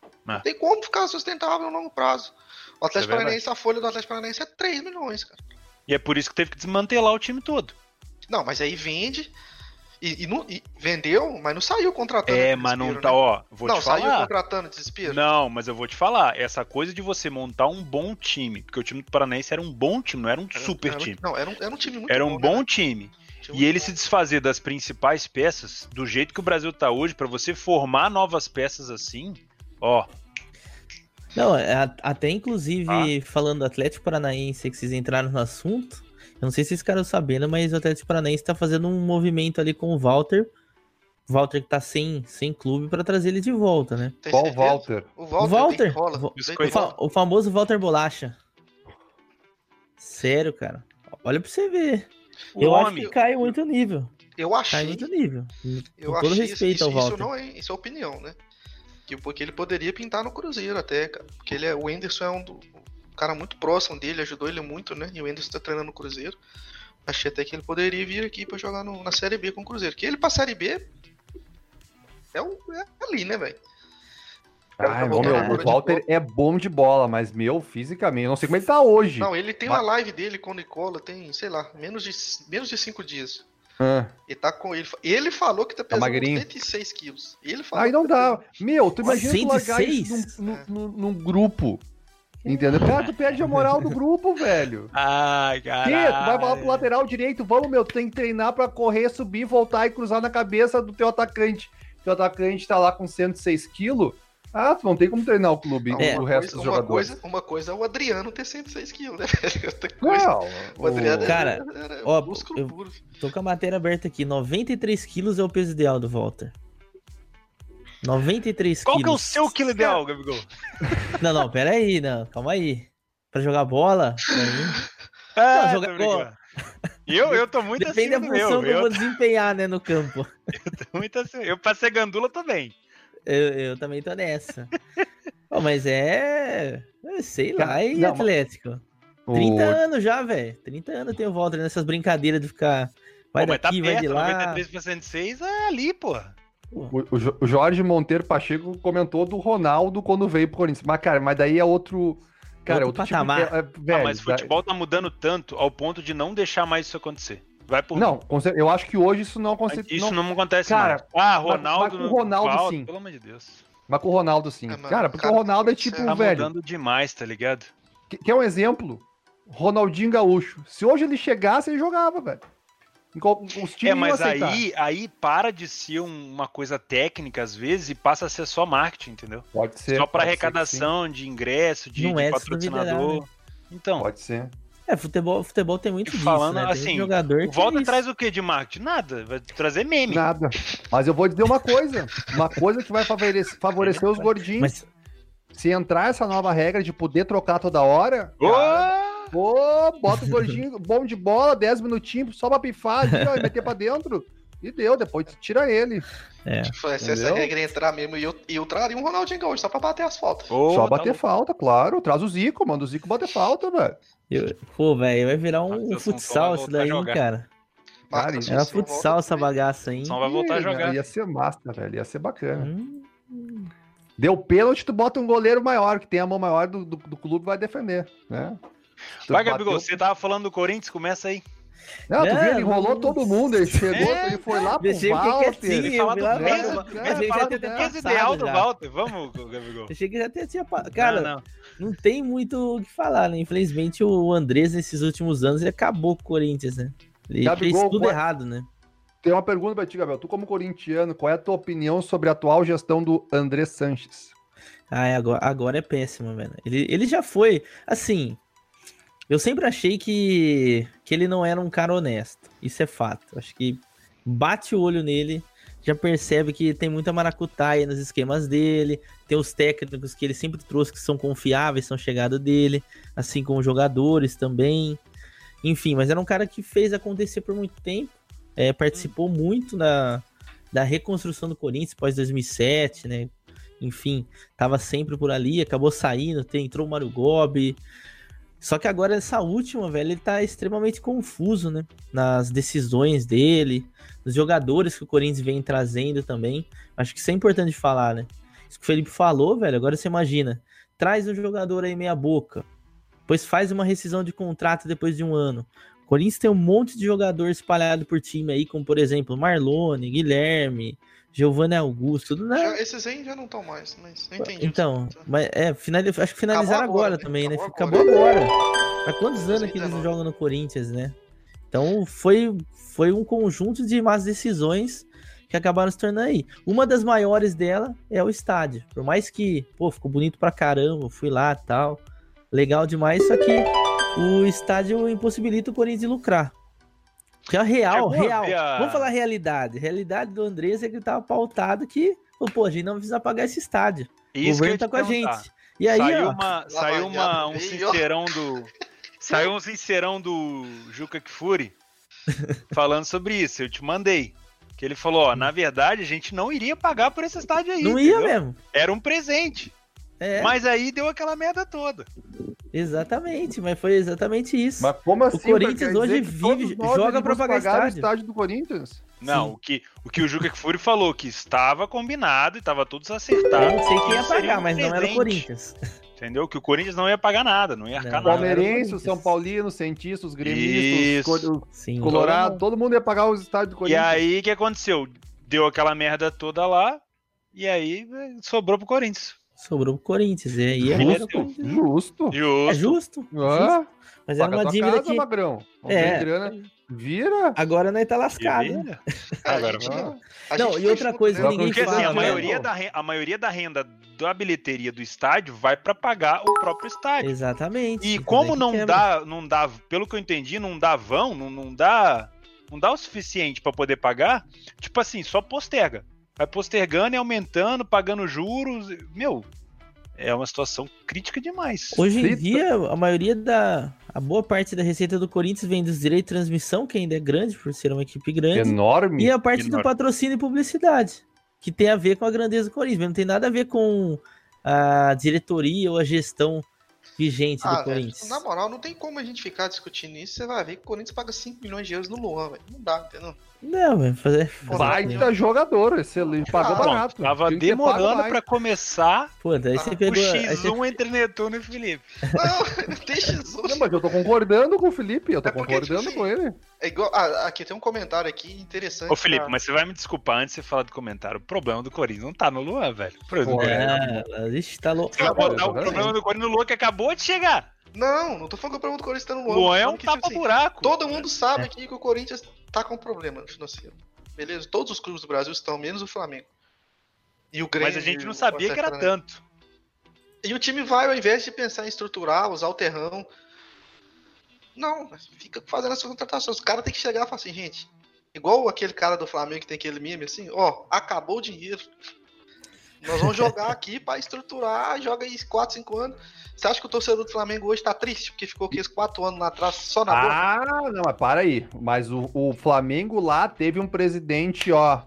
[SPEAKER 2] É.
[SPEAKER 4] Não tem como ficar sustentável a longo prazo. O Atlético
[SPEAKER 2] é
[SPEAKER 4] Paranaense, a folha do Atlético Paranaense é 3 milhões, cara.
[SPEAKER 2] E é por isso que teve que desmantelar o time todo.
[SPEAKER 4] Não, mas aí vende e, e não- e vendeu, mas não saiu contratando.
[SPEAKER 2] É,
[SPEAKER 4] no
[SPEAKER 2] mas não
[SPEAKER 4] desespero,
[SPEAKER 2] tá,
[SPEAKER 4] né?
[SPEAKER 2] ó, vou
[SPEAKER 4] Não,
[SPEAKER 2] te
[SPEAKER 4] saiu
[SPEAKER 2] falar.
[SPEAKER 4] contratando desespero.
[SPEAKER 2] Não, é mas eu vou te falar, essa coisa de você montar um bom time, porque o time do Paranaense era um bom time, não era um
[SPEAKER 4] Era-
[SPEAKER 2] super
[SPEAKER 4] era-
[SPEAKER 2] time.
[SPEAKER 4] Não, era um, era um time muito
[SPEAKER 2] Era um bom
[SPEAKER 4] né?
[SPEAKER 2] time.
[SPEAKER 4] Tinha
[SPEAKER 2] E
[SPEAKER 4] um-
[SPEAKER 2] ele se desfazer das principais peças, do jeito que o Brasil tá hoje, pra você formar novas peças assim, ó,
[SPEAKER 1] Não, é, a- até inclusive
[SPEAKER 2] Ah.
[SPEAKER 1] falando do Atlético Paranaense, que vocês entraram no assunto. Eu não sei se vocês ficaram sabendo, mas o Atlético Paranaense tá fazendo um movimento ali com o Walter. O Walter que tá sem, sem clube pra trazer ele de volta, né?
[SPEAKER 4] Tem
[SPEAKER 3] Qual o
[SPEAKER 4] certeza?
[SPEAKER 3] Walter?
[SPEAKER 4] O Walter,
[SPEAKER 1] Walter?
[SPEAKER 4] Walter. rola.
[SPEAKER 1] Vo-
[SPEAKER 4] Deita e
[SPEAKER 1] O, fa-
[SPEAKER 4] rola.
[SPEAKER 1] o famoso Walter Bolacha. Sério, cara. Olha pra você ver.
[SPEAKER 2] o
[SPEAKER 1] eu acho
[SPEAKER 2] homem.
[SPEAKER 1] que cai muito nível.
[SPEAKER 4] Eu
[SPEAKER 1] Cai
[SPEAKER 4] achei,
[SPEAKER 1] muito nível.
[SPEAKER 4] eu
[SPEAKER 1] com todo
[SPEAKER 4] achei
[SPEAKER 1] respeito
[SPEAKER 4] isso,
[SPEAKER 1] ao
[SPEAKER 4] isso
[SPEAKER 1] Walter.
[SPEAKER 4] não é, isso é opinião, né? Que porque ele poderia pintar no Cruzeiro até, cara. Porque ele é, o Enderson é um, do, um cara muito próximo dele, ajudou ele muito, né? E o Enderson tá treinando no Cruzeiro. Achei até que ele poderia vir aqui pra jogar no- na Série B com o Cruzeiro. Que ele pra Série B é, o, é ali, né, velho? Cara, tá
[SPEAKER 3] Ai, meu,
[SPEAKER 4] voltando
[SPEAKER 3] o
[SPEAKER 4] agora de
[SPEAKER 3] Walter é bom de bola, mas, meu, fisicamente, eu não sei como ele tá hoje.
[SPEAKER 4] Não, ele tem
[SPEAKER 3] Mas-
[SPEAKER 4] uma live dele com o Nicola, tem, sei lá, menos de, menos de cinco dias.
[SPEAKER 3] Ah.
[SPEAKER 4] Ele tá com ele. Ele falou que tá pesando
[SPEAKER 3] magrinho. então
[SPEAKER 4] 86 quilos. Ele falou.
[SPEAKER 3] Aí não
[SPEAKER 4] que tá
[SPEAKER 3] dá. Meu, tu imagina tu largar
[SPEAKER 1] 106?
[SPEAKER 3] isso num, num- num- num grupo. Entendeu? Cara, tu perde a moral do grupo, velho.
[SPEAKER 2] Ai,
[SPEAKER 3] Que? Tu vai falar
[SPEAKER 2] cara.
[SPEAKER 3] pro lateral direito, vamos, meu, tu tem que treinar pra correr, subir, voltar e cruzar na cabeça do teu atacante. Teu atacante tá lá com 106 quilos. Ah, tu não tem como treinar o clube
[SPEAKER 4] Não,
[SPEAKER 3] e
[SPEAKER 1] É.
[SPEAKER 3] o
[SPEAKER 4] uma,
[SPEAKER 3] resto
[SPEAKER 4] coisa, uma,
[SPEAKER 3] dos jogadores.
[SPEAKER 4] coisa, uma coisa é o Adriano ter 106 quilos, né, velho? Outra coisa-
[SPEAKER 3] Não,
[SPEAKER 4] o Adriano é era-
[SPEAKER 3] o-
[SPEAKER 1] Cara,
[SPEAKER 4] era, era
[SPEAKER 1] ó,
[SPEAKER 4] músculo
[SPEAKER 1] eu-
[SPEAKER 4] puro.
[SPEAKER 1] Tô com a matéria aberta aqui. 93 quilos é o peso ideal do Walter. 93
[SPEAKER 2] Qual que é o
[SPEAKER 1] quilos.
[SPEAKER 2] seu quilo ideal, Gabigol?
[SPEAKER 1] Não, não, pera aí, não. Calma aí. Pra jogar bola, pra mim,
[SPEAKER 2] Ah,
[SPEAKER 1] joga
[SPEAKER 2] tô
[SPEAKER 1] bola.
[SPEAKER 2] brincando. Eu, eu tô muito
[SPEAKER 1] depende da
[SPEAKER 2] acima do meu.
[SPEAKER 1] função que eu
[SPEAKER 2] Eu
[SPEAKER 1] vou desempenhar, né, no campo.
[SPEAKER 2] tô muito acima. Eu pra ser gandula também.
[SPEAKER 1] Eu, eu também tô nessa. Pô, mas é. é, Sei lá, e
[SPEAKER 3] Não, mas-
[SPEAKER 1] Atlético?
[SPEAKER 3] o-
[SPEAKER 1] 30 anos já, velho. 30 anos tem o Walter nessas brincadeiras de ficar. Vai
[SPEAKER 2] Pô, mas tá
[SPEAKER 1] daqui, vai de lá.
[SPEAKER 2] 93 pra 106 é ali, pô.
[SPEAKER 3] O, o Jo- o Jorge Monteiro Pacheco comentou do Ronaldo quando veio pro Corinthians. Mas, cara, mas daí é outro. Cara, é
[SPEAKER 1] Outro
[SPEAKER 3] outro, tipo de-
[SPEAKER 1] patamar.
[SPEAKER 3] é- é-
[SPEAKER 2] Ah,
[SPEAKER 3] velho,
[SPEAKER 2] mas
[SPEAKER 3] da-
[SPEAKER 2] futebol tá mudando tanto ao ponto de não deixar mais isso acontecer. Vai por
[SPEAKER 3] Não, com cer- eu acho que hoje isso não
[SPEAKER 2] mim.
[SPEAKER 3] acontece.
[SPEAKER 2] Isso
[SPEAKER 3] não-
[SPEAKER 2] não, acontece
[SPEAKER 3] Cara,
[SPEAKER 2] mais. Ah,
[SPEAKER 3] mas- mas
[SPEAKER 2] Ronaldo.
[SPEAKER 3] com
[SPEAKER 2] não-
[SPEAKER 3] o Ronaldo,
[SPEAKER 2] Falta,
[SPEAKER 3] sim.
[SPEAKER 2] Pelo amor de Deus.
[SPEAKER 3] Mas com o Ronaldo, sim.
[SPEAKER 4] É, mano,
[SPEAKER 3] cara, porque
[SPEAKER 4] cara,
[SPEAKER 3] o Ronaldo é
[SPEAKER 4] tá
[SPEAKER 3] tipo,
[SPEAKER 2] Tá
[SPEAKER 3] velho.
[SPEAKER 2] mudando demais, tá ligado?
[SPEAKER 3] Que, que é um exemplo? Ronaldinho Gaúcho. Se hoje ele chegasse, ele jogava, velho. Em qual- Os times
[SPEAKER 2] É,
[SPEAKER 3] iam
[SPEAKER 2] mas
[SPEAKER 3] aceitar.
[SPEAKER 2] aí, aí para de ser um- uma coisa técnica às vezes e passa a ser só marketing, entendeu?
[SPEAKER 3] Pode ser.
[SPEAKER 2] só pra
[SPEAKER 3] pode ser que
[SPEAKER 2] arrecadação de ingresso, de,
[SPEAKER 1] Não
[SPEAKER 2] de
[SPEAKER 1] é de se duvidar,
[SPEAKER 2] patrocinador.
[SPEAKER 3] sim.
[SPEAKER 2] Então,
[SPEAKER 3] Pode ser.
[SPEAKER 1] É, futebol, futebol tem muito
[SPEAKER 2] E
[SPEAKER 1] disso,
[SPEAKER 2] falando
[SPEAKER 1] né? Tem
[SPEAKER 2] assim,
[SPEAKER 1] jogador
[SPEAKER 2] o
[SPEAKER 1] que
[SPEAKER 2] Volta
[SPEAKER 1] é isso.
[SPEAKER 2] traz o que de marketing? Nada. Vai trazer meme.
[SPEAKER 3] Nada. Mas eu vou dizer uma coisa. Uma coisa que vai favorecer, favorecer os gordinhos.
[SPEAKER 1] Mas
[SPEAKER 3] Se entrar essa nova regra de poder trocar toda hora.
[SPEAKER 2] Ô!
[SPEAKER 3] cara, Pô, bota o gordinho bom de bola, 10 minutinhos, só pra pifar ali, ó, e meter pra dentro. E deu, depois tu tira ele.
[SPEAKER 1] É.
[SPEAKER 4] Se essa
[SPEAKER 3] Entendeu?
[SPEAKER 4] regra entrar mesmo, e eu, e eu traria um Ronaldinho Gaúcho só pra bater as faltas.
[SPEAKER 2] Ô,
[SPEAKER 3] Só
[SPEAKER 2] tá
[SPEAKER 3] bater falta, claro. Traz o Zico, manda o Zico bater falta, velho.
[SPEAKER 1] eu- pô, velho, vai virar
[SPEAKER 2] Mas o
[SPEAKER 1] um
[SPEAKER 2] Sansão
[SPEAKER 1] futsal
[SPEAKER 2] vai
[SPEAKER 1] isso
[SPEAKER 2] voltar a
[SPEAKER 1] daí,
[SPEAKER 2] jogar.
[SPEAKER 1] cara.
[SPEAKER 3] Cara, é
[SPEAKER 4] Marcos
[SPEAKER 1] Era
[SPEAKER 4] Assunção volta
[SPEAKER 1] futsal essa
[SPEAKER 4] também.
[SPEAKER 1] bagaça, hein?
[SPEAKER 2] Só um vai voltar a
[SPEAKER 3] Ih,
[SPEAKER 2] jogar.
[SPEAKER 3] não, Ia ser massa, velho. Ia ser bacana.
[SPEAKER 1] Hum,
[SPEAKER 3] Deu pênalti, tu bota um goleiro maior, que tem a mão maior do, do, do clube, vai defender, né? Tu
[SPEAKER 2] Vai, Gabigol,
[SPEAKER 3] bateu-
[SPEAKER 2] você tava falando do Corinthians, começa aí.
[SPEAKER 3] Não, tu
[SPEAKER 1] É,
[SPEAKER 3] viu, ele enrolou
[SPEAKER 1] vamos-
[SPEAKER 3] todo mundo, ele chegou, ele foi lá pro
[SPEAKER 1] É, Deixei o que
[SPEAKER 3] Walter.
[SPEAKER 1] quietinho,
[SPEAKER 2] Ele fala
[SPEAKER 1] fui
[SPEAKER 2] do
[SPEAKER 1] lá,
[SPEAKER 3] peso,
[SPEAKER 1] mas-
[SPEAKER 3] cara,
[SPEAKER 1] mas ele já
[SPEAKER 2] Fala do
[SPEAKER 1] tinha
[SPEAKER 2] peso
[SPEAKER 1] passado
[SPEAKER 2] ideal do
[SPEAKER 1] já.
[SPEAKER 2] Walter. Vamos, Gabigol.
[SPEAKER 1] Achei que já tinha tinha pa- Cara,
[SPEAKER 2] Não, não.
[SPEAKER 1] não tem muito o que falar, né? Infelizmente, o Andrés, nesses últimos anos, ele acabou com o Corinthians, né? Ele
[SPEAKER 3] Gabigol,
[SPEAKER 1] fez tudo
[SPEAKER 3] qual-
[SPEAKER 1] errado, né?
[SPEAKER 3] Tem uma pergunta pra ti, Gabriel. Tu, como corintiano, qual é a tua opinião sobre a atual gestão do André Sanches?
[SPEAKER 1] Ah, é, agora, agora é péssimo, velho. Ele, ele já foi. Assim, eu sempre achei que, que ele não era um cara honesto. Isso é fato. Acho que bate o olho nele, já percebe que tem muita maracutaia nos esquemas dele. Tem os técnicos que ele sempre trouxe que são confiáveis, são chegado dele, assim como jogadores também. Enfim, mas era um cara que fez acontecer por muito tempo, é, participou muito na, da reconstrução do Corinthians pós 2007, né? Enfim, tava sempre por ali, acabou saindo, tem- entrou o Mário Gobi. Só que agora essa última, velho, ele tá extremamente confuso, né? Nas decisões dele, nos jogadores que o Corinthians vem trazendo também. Acho que isso é importante falar, né? Isso que o Felipe falou, velho. Agora você imagina. Traz um jogador aí meia boca. Depois faz uma rescisão de contrato depois de um ano. O Corinthians tem um monte de jogador espalhado por time aí, como por exemplo Marlone, Guilherme, Giovanni Augusto. né, Tudo na...
[SPEAKER 4] Já- esses aí já não estão mais, mas não entendi.
[SPEAKER 1] Então, mas é, finali... acho que finalizaram
[SPEAKER 4] Acabou agora,
[SPEAKER 1] agora
[SPEAKER 4] né?
[SPEAKER 1] também, né?
[SPEAKER 4] Acabou
[SPEAKER 1] Acabou agora. Há quantos anos que eles
[SPEAKER 4] 2019.
[SPEAKER 1] não jogam no Corinthians, né? Então foi, foi um conjunto de más decisões que acabaram se tornando aí. Uma das maiores dela é o estádio. Por mais que, pô, ficou bonito pra caramba, fui lá tal. Legal demais, só que o estádio impossibilita o Corinthians de lucrar. Porque é real,
[SPEAKER 2] Chegou a
[SPEAKER 1] real.
[SPEAKER 2] ver a-
[SPEAKER 1] Vamos falar a realidade. A realidade do Andrés é que ele tava pautado que, pô, a gente não precisa pagar esse estádio. O
[SPEAKER 2] que eu
[SPEAKER 1] governo
[SPEAKER 2] ia
[SPEAKER 1] tá
[SPEAKER 2] te
[SPEAKER 1] com a
[SPEAKER 2] perguntar.
[SPEAKER 1] gente. E aí,
[SPEAKER 2] saiu
[SPEAKER 1] ó,
[SPEAKER 2] uma, saiu uma, um sincerão do. Saiu um sincerão do Juca Kfouri falando sobre isso. Eu te mandei. Que ele falou, ó, na verdade a gente não iria pagar por esse estádio aí.
[SPEAKER 1] não ia
[SPEAKER 2] entendeu?
[SPEAKER 1] mesmo.
[SPEAKER 2] Era um presente.
[SPEAKER 1] É,
[SPEAKER 2] Mas aí deu aquela merda toda.
[SPEAKER 1] exatamente, mas foi exatamente isso.
[SPEAKER 3] Mas como assim?
[SPEAKER 1] Corinthians
[SPEAKER 3] Quer dizer
[SPEAKER 1] hoje
[SPEAKER 3] que todos
[SPEAKER 1] vive-
[SPEAKER 3] nós
[SPEAKER 1] joga pra
[SPEAKER 3] devíamos
[SPEAKER 1] pagar
[SPEAKER 3] pagar o
[SPEAKER 1] estádio?
[SPEAKER 3] estádio do Corinthians?
[SPEAKER 2] Não,
[SPEAKER 1] Sim.
[SPEAKER 2] o que, o que o Juca Kfouri falou, que estava combinado e estava tudo acertado.
[SPEAKER 1] Eu não sei quem ia
[SPEAKER 2] Seria
[SPEAKER 1] pagar,
[SPEAKER 2] um
[SPEAKER 1] mas não era o
[SPEAKER 2] presente,
[SPEAKER 1] Corinthians.
[SPEAKER 2] Entendeu? Que o Corinthians não ia pagar nada, não ia arcar
[SPEAKER 1] Ah, Não,
[SPEAKER 2] nada.
[SPEAKER 1] era o
[SPEAKER 3] Palmeirenses,
[SPEAKER 1] Corinthians.
[SPEAKER 3] São Paulinos, cientistas, gremistas,
[SPEAKER 2] Isso.
[SPEAKER 3] cor-
[SPEAKER 1] Sim.
[SPEAKER 3] Colorado, todo mundo ia pagar os estádios do
[SPEAKER 2] E
[SPEAKER 3] Corinthians.
[SPEAKER 2] aí, o que aconteceu? Deu aquela merda toda lá, e aí eh, sobrou pro Corinthians.
[SPEAKER 1] Sobrou o Corinthians. E aí era-
[SPEAKER 2] Justo,
[SPEAKER 3] Justo.
[SPEAKER 1] é
[SPEAKER 2] Justo.
[SPEAKER 1] justo.
[SPEAKER 3] Ah,
[SPEAKER 1] Mas era
[SPEAKER 3] paga
[SPEAKER 1] uma
[SPEAKER 3] tua
[SPEAKER 1] dívida
[SPEAKER 3] casa,
[SPEAKER 1] que
[SPEAKER 3] magrão. Não
[SPEAKER 1] É.
[SPEAKER 3] tem grana. Vira.
[SPEAKER 1] agora nós tá lascado. né?
[SPEAKER 2] Maravilha.
[SPEAKER 4] A
[SPEAKER 2] Agora,
[SPEAKER 4] gente
[SPEAKER 3] vai lá.
[SPEAKER 4] não, a
[SPEAKER 1] Não,
[SPEAKER 4] gente
[SPEAKER 1] e
[SPEAKER 4] foi
[SPEAKER 1] outra
[SPEAKER 4] junto,
[SPEAKER 1] coisa,
[SPEAKER 4] né?
[SPEAKER 1] ninguém
[SPEAKER 2] Porque
[SPEAKER 1] fala,
[SPEAKER 2] assim, a
[SPEAKER 1] né?
[SPEAKER 2] maioria, da renda, a maioria da renda da bilheteria do estádio vai pra pagar o próprio estádio.
[SPEAKER 1] Exatamente.
[SPEAKER 2] é E
[SPEAKER 1] Isso
[SPEAKER 2] como
[SPEAKER 1] daí
[SPEAKER 2] não
[SPEAKER 1] quebra.
[SPEAKER 2] dá, não dá, pelo que eu entendi, não dá vão, não, não dá, não dá o suficiente pra poder pagar, tipo assim, só posterga. Vai postergando e aumentando, pagando juros. e- Meu, é uma situação crítica demais.
[SPEAKER 1] Hoje em
[SPEAKER 3] Fita.
[SPEAKER 1] dia, a maioria da. A boa parte da receita do Corinthians vem dos direitos de transmissão, que ainda é grande, por ser uma equipe grande.
[SPEAKER 3] Enorme.
[SPEAKER 1] E a parte do
[SPEAKER 2] Enorme.
[SPEAKER 1] patrocínio e publicidade, que tem a ver com a grandeza do Corinthians, mas não tem nada a ver com a diretoria ou a gestão vigente
[SPEAKER 4] Ah,
[SPEAKER 1] do
[SPEAKER 4] velho,
[SPEAKER 1] Corinthians.
[SPEAKER 4] na moral, não tem como a gente ficar discutindo isso. Você vai ver que o Corinthians paga 5 milhões de euros no Luan, velho. Não dá, entendeu?
[SPEAKER 1] Não, vai fazer. né?
[SPEAKER 3] Baita jogador, excelente. Pagou
[SPEAKER 4] Não,
[SPEAKER 3] Tá barato.
[SPEAKER 2] Tava
[SPEAKER 3] Tinha que ter pago
[SPEAKER 2] demorando
[SPEAKER 3] mais.
[SPEAKER 2] pra começar
[SPEAKER 1] Pô, daí você
[SPEAKER 4] Ah,
[SPEAKER 1] pegou.
[SPEAKER 2] o
[SPEAKER 1] aí você-
[SPEAKER 2] X1 entre Netuno e Felipe.
[SPEAKER 4] Não, não tem Jesus.
[SPEAKER 3] Não, mas eu tô concordando com o Felipe, eu tô
[SPEAKER 4] É porque,
[SPEAKER 3] concordando
[SPEAKER 4] tipo
[SPEAKER 3] com ele.
[SPEAKER 4] É igual. ah, aqui tem um comentário aqui interessante.
[SPEAKER 2] Ô, Felipe,
[SPEAKER 4] pra-
[SPEAKER 2] mas você vai me desculpar antes de você falar do comentário. O problema do Corinthians não tá no Luan, velho. O problema do
[SPEAKER 3] Pô,
[SPEAKER 2] Corinthians-
[SPEAKER 1] Ah, ixi, tá louco.
[SPEAKER 2] Você vai botar o
[SPEAKER 3] Exatamente.
[SPEAKER 2] problema do Corinthians no Luan que acabou de chegar.
[SPEAKER 4] Não, não tô falando que o problema do Corinthians tá no
[SPEAKER 2] O
[SPEAKER 4] Luan.
[SPEAKER 2] Luan
[SPEAKER 4] tô
[SPEAKER 2] é
[SPEAKER 4] falando
[SPEAKER 2] um né?
[SPEAKER 4] que, tipo assim,
[SPEAKER 2] tapa-buraco.
[SPEAKER 4] Todo mundo
[SPEAKER 2] É.
[SPEAKER 4] sabe aqui que o Corinthians tá com problema financeiro. Beleza? Todos os clubes do Brasil estão, menos o Flamengo. E o Grêmio.
[SPEAKER 2] Mas a gente não
[SPEAKER 4] o
[SPEAKER 2] sabia que era
[SPEAKER 4] Atlético
[SPEAKER 2] tanto.
[SPEAKER 4] E o time vai, ao invés de pensar em estruturar, usar o terrão. Não, fica fazendo essas contratações. Os caras têm que chegar e falar assim, gente. Igual aquele cara do Flamengo que tem aquele meme assim, ó, acabou o dinheiro. Nós vamos jogar aqui pra estruturar, joga aí 4, 5 anos. Você acha que o torcedor do Flamengo hoje tá triste? Porque ficou aqueles 4 anos lá atrás só na boca?
[SPEAKER 3] Ah, não, mas para aí. Mas o, o Flamengo lá teve um presidente, ó.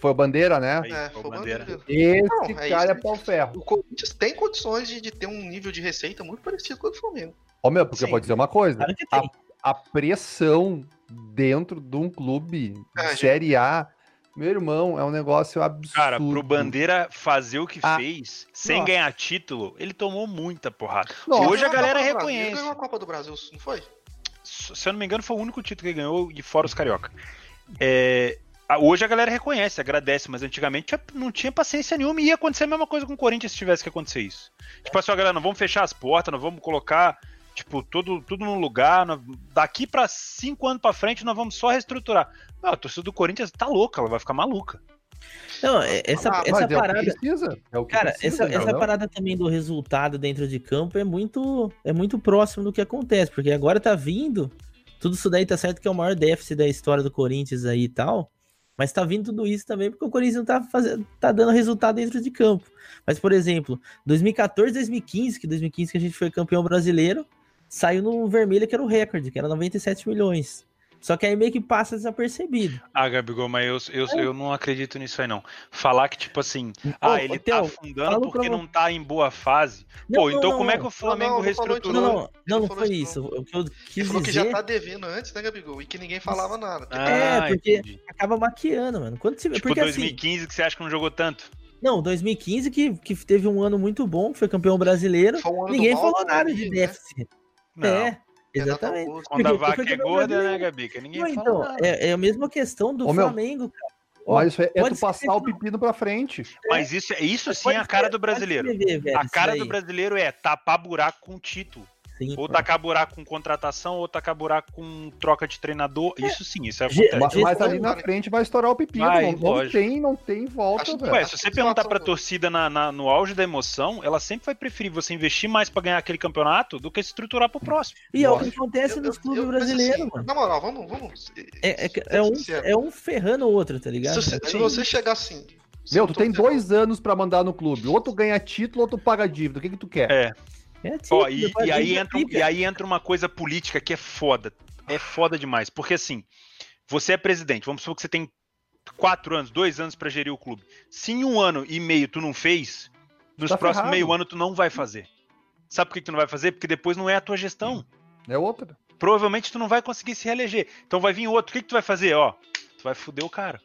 [SPEAKER 3] Foi o Bandeira, né?
[SPEAKER 2] Aí,
[SPEAKER 4] É,
[SPEAKER 2] ó,
[SPEAKER 4] foi
[SPEAKER 2] o bandeira.
[SPEAKER 4] bandeira.
[SPEAKER 3] Esse
[SPEAKER 4] Não, é
[SPEAKER 3] cara é
[SPEAKER 4] isso.
[SPEAKER 3] pau ferro.
[SPEAKER 4] O Corinthians tem condições de, de ter um nível de receita muito parecido com o do Flamengo.
[SPEAKER 3] Ó, meu, porque
[SPEAKER 4] Sim.
[SPEAKER 3] eu vou dizer uma coisa.
[SPEAKER 1] Claro que tem.
[SPEAKER 3] A pressão dentro de um clube de
[SPEAKER 4] É, gente.
[SPEAKER 3] Série A, meu irmão, é um negócio absurdo.
[SPEAKER 2] Cara, pro Bandeira fazer o que
[SPEAKER 3] Ah,
[SPEAKER 2] fez, sem
[SPEAKER 3] nossa.
[SPEAKER 2] ganhar título, ele tomou muita porrada.
[SPEAKER 3] Nossa,
[SPEAKER 2] Hoje a
[SPEAKER 4] Ele ganhou
[SPEAKER 2] galera
[SPEAKER 4] Copa do Brasil,
[SPEAKER 2] reconhece.
[SPEAKER 4] Ele ganhou a Copa do Brasil, não foi?
[SPEAKER 2] Se se eu não me engano, foi o único título que ele ganhou, e fora os carioca. É, a- Hoje a galera reconhece, agradece, mas antigamente tinha- não tinha paciência nenhuma e ia acontecer a mesma coisa com o Corinthians se tivesse que acontecer isso. Tipo assim, ó, galera, não vamos fechar as portas, não vamos colocar tipo tudo, tudo num lugar. nós- daqui pra cinco anos pra frente nós vamos só reestruturar. Não, a torcida do Corinthians tá louca, ela vai ficar maluca.
[SPEAKER 1] Não, é- essa,
[SPEAKER 4] Ah,
[SPEAKER 1] essa
[SPEAKER 3] mas é o que
[SPEAKER 1] parada.
[SPEAKER 3] precisa, é o que
[SPEAKER 1] Cara,
[SPEAKER 3] precisa,
[SPEAKER 1] essa,
[SPEAKER 3] não,
[SPEAKER 1] essa
[SPEAKER 3] não?
[SPEAKER 1] parada também do resultado dentro de campo é muito, é muito próximo do que acontece, porque agora tá vindo. Tudo isso daí tá certo que é o maior déficit da história do Corinthians aí e tal. Mas tá vindo tudo isso também porque o Corinthians não tá, fazendo, tá dando resultado dentro de campo. Mas, por exemplo, 2014, 2015, que 2015 que a gente foi campeão brasileiro, saiu no vermelho que era o recorde, que era 97 milhões. Só que aí meio que passa desapercebido.
[SPEAKER 2] Ah, Gabigol, mas eu, eu, eu não acredito nisso aí, não. Falar que, tipo assim,
[SPEAKER 1] É. Ô,
[SPEAKER 2] ah, ele tá
[SPEAKER 1] Theo,
[SPEAKER 2] afundando
[SPEAKER 1] fala o
[SPEAKER 2] porque
[SPEAKER 1] crono-
[SPEAKER 2] não tá em boa fase.
[SPEAKER 1] Não,
[SPEAKER 2] Pô,
[SPEAKER 1] não,
[SPEAKER 2] então
[SPEAKER 1] não,
[SPEAKER 2] como é
[SPEAKER 1] não.
[SPEAKER 2] que o Flamengo
[SPEAKER 4] não, não falou isso,
[SPEAKER 1] Não,
[SPEAKER 2] reestruturou?
[SPEAKER 1] não,
[SPEAKER 4] Ele
[SPEAKER 1] não, não,
[SPEAKER 4] falou
[SPEAKER 1] foi isso.
[SPEAKER 4] isso,
[SPEAKER 1] O que eu
[SPEAKER 4] Ele
[SPEAKER 1] quis
[SPEAKER 4] falou
[SPEAKER 1] dizer...
[SPEAKER 4] que já tá devendo antes, né, Gabigol? E que ninguém falava nada.
[SPEAKER 2] Ah.
[SPEAKER 1] É, porque-
[SPEAKER 2] entendi.
[SPEAKER 1] acaba maquiando, mano. Quando tiver,
[SPEAKER 2] Tipo
[SPEAKER 1] porque
[SPEAKER 2] 2015 que você acha que não jogou tanto.
[SPEAKER 1] assim, Não, 2015 que, que teve um ano muito bom, que foi campeão brasileiro.
[SPEAKER 4] Foi um ano do
[SPEAKER 1] Ninguém
[SPEAKER 4] mal
[SPEAKER 1] falou
[SPEAKER 4] do
[SPEAKER 1] nada de
[SPEAKER 4] Gabi, né?
[SPEAKER 1] déficit.
[SPEAKER 2] Não,
[SPEAKER 1] É,
[SPEAKER 4] Renato
[SPEAKER 1] exatamente.
[SPEAKER 4] Augusto.
[SPEAKER 2] Quando a
[SPEAKER 1] Porque o
[SPEAKER 2] vaca é
[SPEAKER 1] campeão
[SPEAKER 2] gorda, né,
[SPEAKER 1] brasileiro-
[SPEAKER 2] Gabi? Que ninguém
[SPEAKER 1] Não,
[SPEAKER 2] fala
[SPEAKER 1] então,
[SPEAKER 2] nada.
[SPEAKER 1] é, é a mesma questão do
[SPEAKER 3] Ô, meu,
[SPEAKER 1] Flamengo, cara. Ó,
[SPEAKER 3] Mas isso é, é
[SPEAKER 1] pode
[SPEAKER 3] tu passar
[SPEAKER 1] escrever-
[SPEAKER 3] o pepino pra frente.
[SPEAKER 2] Mas isso, é- isso sim
[SPEAKER 1] pode
[SPEAKER 2] é a cara do
[SPEAKER 1] escrever-
[SPEAKER 2] brasileiro.
[SPEAKER 1] pode escrever, velho,
[SPEAKER 2] A cara
[SPEAKER 1] isso daí.
[SPEAKER 2] do brasileiro é tapar buraco com título.
[SPEAKER 1] Sim,
[SPEAKER 2] Ou
[SPEAKER 1] mano.
[SPEAKER 2] tacar buraco com contratação, ou tacar buraco com troca de treinador. Isso sim, isso
[SPEAKER 1] É. Ge-
[SPEAKER 2] acontece.
[SPEAKER 1] É,
[SPEAKER 3] Mas,
[SPEAKER 1] disso
[SPEAKER 3] mas ali
[SPEAKER 4] eu-
[SPEAKER 3] na frente vai estourar o pepino.
[SPEAKER 2] Vai,
[SPEAKER 3] não, não
[SPEAKER 2] lógico.
[SPEAKER 3] tem, não tem volta,
[SPEAKER 4] Acho que-
[SPEAKER 3] velho.
[SPEAKER 2] Ué, se você
[SPEAKER 4] que
[SPEAKER 2] perguntar
[SPEAKER 4] É, situação
[SPEAKER 2] pra
[SPEAKER 4] do-
[SPEAKER 2] torcida na, na- no auge da emoção, ela sempre vai preferir você investir mais pra ganhar aquele campeonato do que se estruturar pro próximo.
[SPEAKER 1] E é o que
[SPEAKER 3] lógico.
[SPEAKER 1] acontece
[SPEAKER 4] Eu-
[SPEAKER 1] nos
[SPEAKER 4] eu-
[SPEAKER 1] clubes
[SPEAKER 4] eu- mas
[SPEAKER 1] brasileiros,
[SPEAKER 4] assim,
[SPEAKER 1] mano.
[SPEAKER 4] Na moral, vamos. vamos
[SPEAKER 1] É, é, que-
[SPEAKER 4] ser
[SPEAKER 1] é, um,
[SPEAKER 4] sincero.
[SPEAKER 1] é um ferrando o outro, tá ligado?
[SPEAKER 4] Se, você- se
[SPEAKER 1] Assim,
[SPEAKER 4] você chegar assim. se
[SPEAKER 3] Meu,
[SPEAKER 4] eu
[SPEAKER 3] tu
[SPEAKER 4] tô
[SPEAKER 3] tem
[SPEAKER 4] dizendo-
[SPEAKER 3] dois anos pra mandar no clube. Ou tu ganha título, ou tu paga dívida. O que que tu quer?
[SPEAKER 2] É.
[SPEAKER 1] é tipo,
[SPEAKER 2] Ó, e,
[SPEAKER 1] depois
[SPEAKER 2] e
[SPEAKER 1] vem
[SPEAKER 2] aí
[SPEAKER 1] a
[SPEAKER 2] entra, um-
[SPEAKER 1] pica.
[SPEAKER 2] e aí entra uma coisa política que é foda. É foda demais. Porque assim, você é presidente, vamos supor que você tem quatro anos, dois anos pra gerir o clube. Se em um ano e meio tu não fez, nos
[SPEAKER 3] Tá
[SPEAKER 2] próximos
[SPEAKER 3] ferrado.
[SPEAKER 2] meio ano tu não vai fazer. Sabe por que que tu não vai fazer? Porque depois não é a tua gestão
[SPEAKER 3] É outra.
[SPEAKER 2] provavelmente tu não vai conseguir se reeleger. Então vai vir outro. O que, que tu vai fazer? Ó, tu vai foder o cara.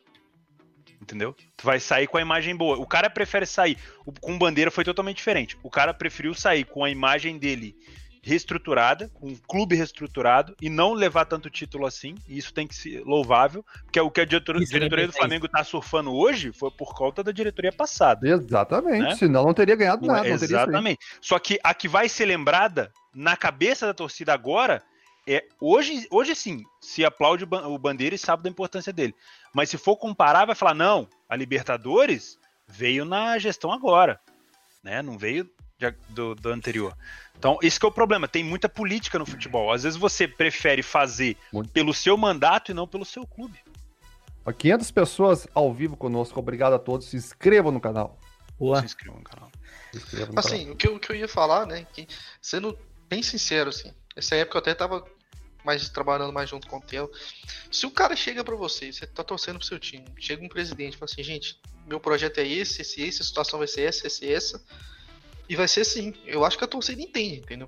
[SPEAKER 2] Entendeu? Tu vai sair com a imagem boa. O cara prefere sair. O- com bandeira foi totalmente diferente. O cara preferiu sair com a imagem dele reestruturada, com o clube reestruturado, e não levar tanto título assim. E isso tem que ser louvável. Porque é o que a diretor-
[SPEAKER 1] Isso,
[SPEAKER 2] diretoria do
[SPEAKER 1] lembrei,
[SPEAKER 2] Flamengo tá surfando hoje foi por conta da diretoria passada.
[SPEAKER 3] Exatamente.
[SPEAKER 2] Né?
[SPEAKER 3] Senão não teria ganhado
[SPEAKER 2] Não é-
[SPEAKER 3] nada. Não teria feito.
[SPEAKER 2] exatamente. Só que a que vai ser lembrada na cabeça da torcida agora é hoje, hoje sim, se aplaude o Ban- o Bandeira e sabe da importância dele. Mas se for comparar, vai falar não, a Libertadores veio na gestão agora, né? Não veio de- do, do anterior. Então, esse que é o problema. Tem muita política no futebol. Às vezes você prefere fazer
[SPEAKER 3] Muito.
[SPEAKER 2] pelo seu mandato e não pelo seu clube.
[SPEAKER 3] Ó, 500 pessoas ao vivo conosco. Obrigado a todos. Se inscrevam no canal.
[SPEAKER 1] Boa.
[SPEAKER 2] Se inscreva no um canal.
[SPEAKER 3] Se inscrevam no canal.
[SPEAKER 4] Assim, o que, eu- o que eu ia falar, né? Que, sendo bem sincero, assim, essa época eu até tava mais trabalhando mais junto com o Theo. Se o cara chega pra você, você tá torcendo pro seu time, chega um presidente e fala assim, gente, meu projeto é esse, esse, esse, a situação vai ser essa, esse, essa. E vai ser assim. Eu acho que a torcida entende, entendeu?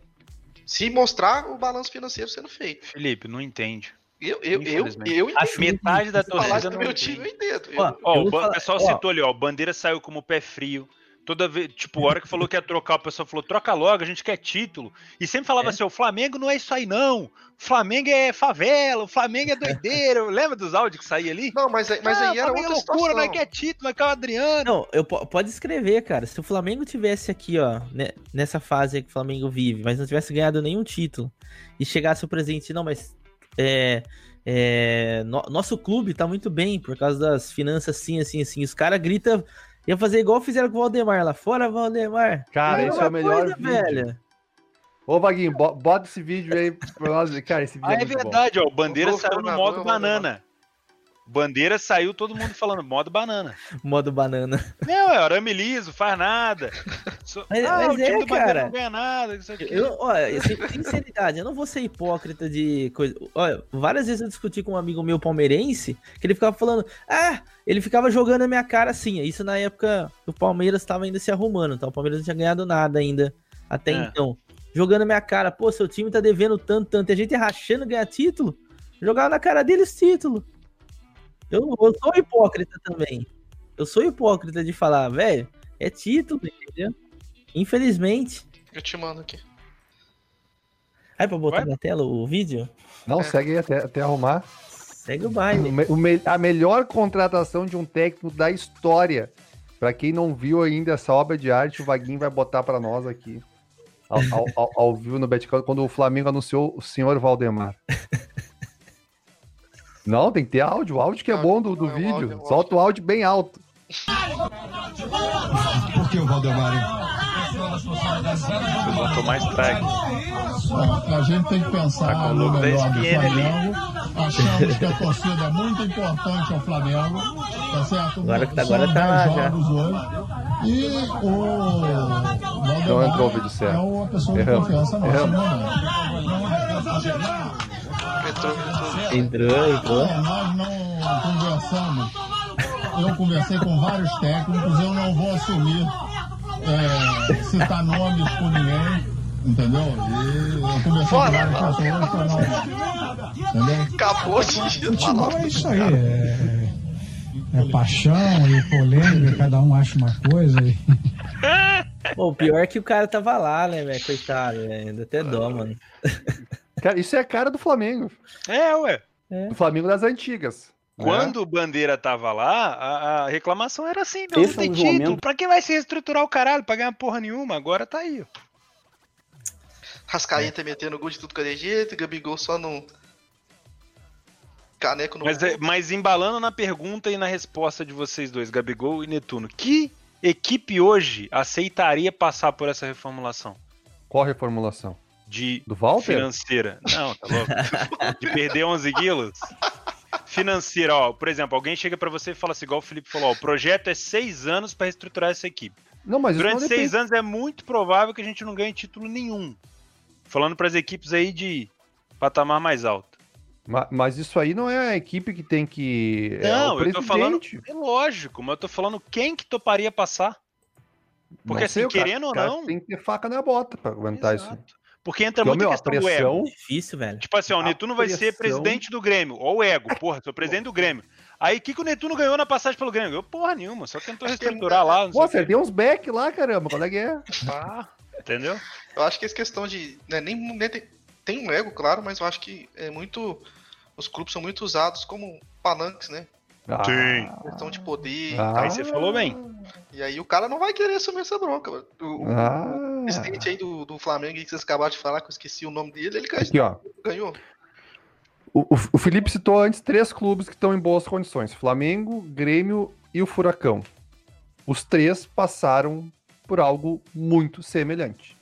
[SPEAKER 4] Se mostrar o balanço financeiro sendo feito.
[SPEAKER 2] Felipe, não entende.
[SPEAKER 4] Eu, eu, eu,
[SPEAKER 2] Infelizmente.
[SPEAKER 4] eu entendo.
[SPEAKER 1] Acho
[SPEAKER 2] Metade
[SPEAKER 1] muito
[SPEAKER 2] da
[SPEAKER 1] difícil.
[SPEAKER 2] torcida
[SPEAKER 4] Falar
[SPEAKER 2] Torcida
[SPEAKER 4] do
[SPEAKER 2] não
[SPEAKER 4] meu
[SPEAKER 2] entende.
[SPEAKER 4] time, eu entendo.
[SPEAKER 1] Ó,
[SPEAKER 4] Eu-
[SPEAKER 2] Ó,
[SPEAKER 1] Eu
[SPEAKER 2] o
[SPEAKER 1] vou
[SPEAKER 2] ban-
[SPEAKER 1] falar-
[SPEAKER 2] pessoal
[SPEAKER 1] ó.
[SPEAKER 2] citou ali, ó. o Bandeira saiu como pé frio. Toda vez, tipo, a hora que falou que ia trocar, o pessoal falou: troca logo, a gente quer título. E sempre
[SPEAKER 1] É.
[SPEAKER 2] falava assim: o Flamengo não é isso aí, não. O Flamengo é favela, o Flamengo é doideira. Lembra dos áudios que saía ali?
[SPEAKER 4] Não, mas, aí- mas
[SPEAKER 2] Ah,
[SPEAKER 4] aí era
[SPEAKER 2] Flamengo é
[SPEAKER 4] outra
[SPEAKER 2] loucura,
[SPEAKER 4] situação.
[SPEAKER 2] nós quer título, nós quer o Adriano.
[SPEAKER 1] Não, eu po- pode escrever, cara. Se o Flamengo tivesse aqui, ó, né, nessa fase aí que o Flamengo vive, mas não tivesse ganhado nenhum título e chegasse o presidente, não, mas é, é, no- nosso clube tá muito bem por causa das finanças, assim, assim, assim. Os caras gritam, ia fazer igual fizeram com o Valdemar lá fora, Valdemar.
[SPEAKER 3] Cara,
[SPEAKER 1] Mesma
[SPEAKER 3] esse é o melhor
[SPEAKER 1] coisa,
[SPEAKER 3] vídeo.
[SPEAKER 1] velho.
[SPEAKER 3] Ô, Vaguinho, bo- bota esse vídeo aí pra nós. Cara, esse vídeo
[SPEAKER 2] Ah,
[SPEAKER 3] é,
[SPEAKER 2] é
[SPEAKER 3] muito bom.
[SPEAKER 2] verdade, ó. O Bandeira
[SPEAKER 4] O novo
[SPEAKER 2] saiu no
[SPEAKER 4] treinador é
[SPEAKER 2] modo
[SPEAKER 4] o Valdemar.
[SPEAKER 2] banana. Bandeira saiu, todo mundo falando modo banana.
[SPEAKER 1] Modo banana.
[SPEAKER 2] Não, é arame liso, faz nada. Só-
[SPEAKER 1] Mas-
[SPEAKER 2] ah,
[SPEAKER 1] mas
[SPEAKER 2] o time
[SPEAKER 1] é,
[SPEAKER 2] do Bandeira
[SPEAKER 1] cara.
[SPEAKER 2] não ganha nada. Isso aqui.
[SPEAKER 1] Eu, olha, assim, sinceridade, eu não vou ser hipócrita de coisa. Olha, várias vezes eu discuti com um amigo meu palmeirense que ele ficava falando, ah, ele ficava jogando na minha cara assim. Isso na época que o Palmeiras estava ainda se arrumando, tá? O Palmeiras não tinha ganhado nada ainda até
[SPEAKER 2] É.
[SPEAKER 1] então. Jogando na minha cara, pô, seu time tá devendo tanto, tanto, e a gente rachando ganhar título, jogava na cara deles título. Eu, eu sou hipócrita também. Eu sou hipócrita de falar, velho, é título, entendeu? Infelizmente.
[SPEAKER 2] é-
[SPEAKER 4] Eu te mando aqui.
[SPEAKER 1] Aí pra botar
[SPEAKER 2] Vai.
[SPEAKER 1] na tela o vídeo?
[SPEAKER 3] Não, segue aí até, até arrumar.
[SPEAKER 1] Segue o
[SPEAKER 3] O
[SPEAKER 1] baile.
[SPEAKER 3] me- o me- a melhor contratação de um técnico da história. Pra quem não viu ainda essa obra de arte, o Vaguinho vai botar pra nós aqui. Ao, ao- ao- ao vivo no Betcamp, quando o Flamengo anunciou o senhor Valdemar. Não, tem que ter áudio. O áudio que é
[SPEAKER 4] Não,
[SPEAKER 3] bom do, do
[SPEAKER 4] não, é o
[SPEAKER 3] vídeo.
[SPEAKER 4] áudio, é o
[SPEAKER 3] Solta o áudio bem alto.
[SPEAKER 6] Por que o Valdemar? hein?
[SPEAKER 2] Eu vou tomar strike.
[SPEAKER 6] A a gente tem que pensar
[SPEAKER 2] Tá com o
[SPEAKER 6] no
[SPEAKER 2] look da
[SPEAKER 6] melhor do
[SPEAKER 2] SPN ali.
[SPEAKER 6] Flamengo. Achamos que a torcida é muito importante ao Flamengo. Tá certo?
[SPEAKER 1] Agora que tá-
[SPEAKER 6] São
[SPEAKER 1] agora tá lá
[SPEAKER 6] 10
[SPEAKER 1] já.
[SPEAKER 6] jogos hoje. E o
[SPEAKER 3] Não
[SPEAKER 6] Valdemar
[SPEAKER 3] entrou o vídeo certo.
[SPEAKER 6] é uma pessoa de
[SPEAKER 3] Erramos.
[SPEAKER 6] confiança nossa né, no
[SPEAKER 3] Erramos.
[SPEAKER 6] momento.
[SPEAKER 4] Entrou, entrou.
[SPEAKER 1] Entrou, entrou.
[SPEAKER 6] É, nós não conversamos. Eu conversei com vários técnicos, eu não vou assumir é, citar nomes com ninguém, entendeu? E eu conversei com várias pessoas pra não. Entendeu?
[SPEAKER 4] Acabou de
[SPEAKER 6] Futebol é isso aí. É...
[SPEAKER 7] é paixão e polêmica, cada um acha uma coisa. E...
[SPEAKER 1] Pô, o pior é que o cara tava lá, né, velho? Coitado, velho. Dá até dó, mano.
[SPEAKER 3] Cara, isso é a cara do Flamengo.
[SPEAKER 2] É, ué.
[SPEAKER 3] Do Flamengo das antigas.
[SPEAKER 8] É.
[SPEAKER 3] né?
[SPEAKER 2] Quando o Bandeira tava lá, a, a reclamação era assim, meu,
[SPEAKER 8] Esse
[SPEAKER 2] não
[SPEAKER 8] é
[SPEAKER 2] tem
[SPEAKER 8] um
[SPEAKER 2] título.
[SPEAKER 8] momento-
[SPEAKER 2] Pra que vai se reestruturar o caralho? Pra ganhar porra nenhuma, agora tá aí. ó.
[SPEAKER 4] Rascaeta metendo gol de tudo que é jeito, Gabigol só num. Caneco no.
[SPEAKER 2] Mas, é- mas embalando na pergunta e na resposta de vocês dois, Gabigol e Netuno, que equipe hoje aceitaria passar por essa reformulação?
[SPEAKER 3] Qual a reformulação?
[SPEAKER 2] De
[SPEAKER 3] Do Walter?
[SPEAKER 2] financeira. Não, tá louco. De perder 11 quilos? Financeira, ó. Por exemplo, alguém chega pra você e fala assim, igual o Felipe falou, ó, o projeto é seis anos pra reestruturar essa equipe.
[SPEAKER 3] Não, mas isso
[SPEAKER 2] Durante
[SPEAKER 3] não
[SPEAKER 2] seis
[SPEAKER 3] depende.
[SPEAKER 2] anos é muito provável que a gente não ganhe título nenhum. Falando pras equipes aí de patamar mais alto.
[SPEAKER 3] Ma- Mas isso aí não é a equipe que tem que. é
[SPEAKER 2] não,
[SPEAKER 3] o
[SPEAKER 2] eu tô falando.
[SPEAKER 3] presidente.
[SPEAKER 2] É lógico, mas eu tô falando quem que toparia passar.
[SPEAKER 3] Não
[SPEAKER 2] Porque, assim,
[SPEAKER 3] o cara-
[SPEAKER 2] querendo ou
[SPEAKER 3] o cara
[SPEAKER 2] não-
[SPEAKER 3] Tem que ter faca na bota pra aguentar isso.
[SPEAKER 2] Exato. Porque entra
[SPEAKER 3] Porque,
[SPEAKER 2] muito
[SPEAKER 3] meu,
[SPEAKER 2] a
[SPEAKER 3] a
[SPEAKER 2] questão do ego.
[SPEAKER 3] pressão.
[SPEAKER 1] Difícil, velho.
[SPEAKER 2] Tipo assim, ó, o
[SPEAKER 3] a
[SPEAKER 2] Netuno vai ser
[SPEAKER 3] pressão-
[SPEAKER 2] presidente do Grêmio. Ó o ego, porra, sou presidente do Grêmio. Aí o que, que o Netuno ganhou na passagem pelo Grêmio? Eu, porra nenhuma, só tentou
[SPEAKER 4] Acho que é
[SPEAKER 2] reestruturar lá. Não
[SPEAKER 3] Pô,
[SPEAKER 2] sei o quê.
[SPEAKER 3] acertei uns back lá, caramba. Qual é que é?
[SPEAKER 2] Pá, Entendeu?
[SPEAKER 4] Eu acho que essa questão de. né, nem, nem tem, tem um ego, claro, mas eu acho que é muito. Os clubes são muito usados como palanques, né?
[SPEAKER 2] Sim.
[SPEAKER 4] Questão de poder.
[SPEAKER 3] Ah.
[SPEAKER 2] Aí você falou bem.
[SPEAKER 4] E aí o cara não vai querer assumir essa bronca. mano. O, o
[SPEAKER 3] Ah.
[SPEAKER 4] presidente aí do, do Flamengo aí que vocês acabaram de falar, que eu esqueci o nome dele, ele ganhou.
[SPEAKER 3] Aqui, ó.
[SPEAKER 4] ganhou.
[SPEAKER 3] O, o- o Felipe citou antes três clubes que estão em boas condições: Flamengo, Grêmio e o Furacão. Os três passaram por algo muito semelhante.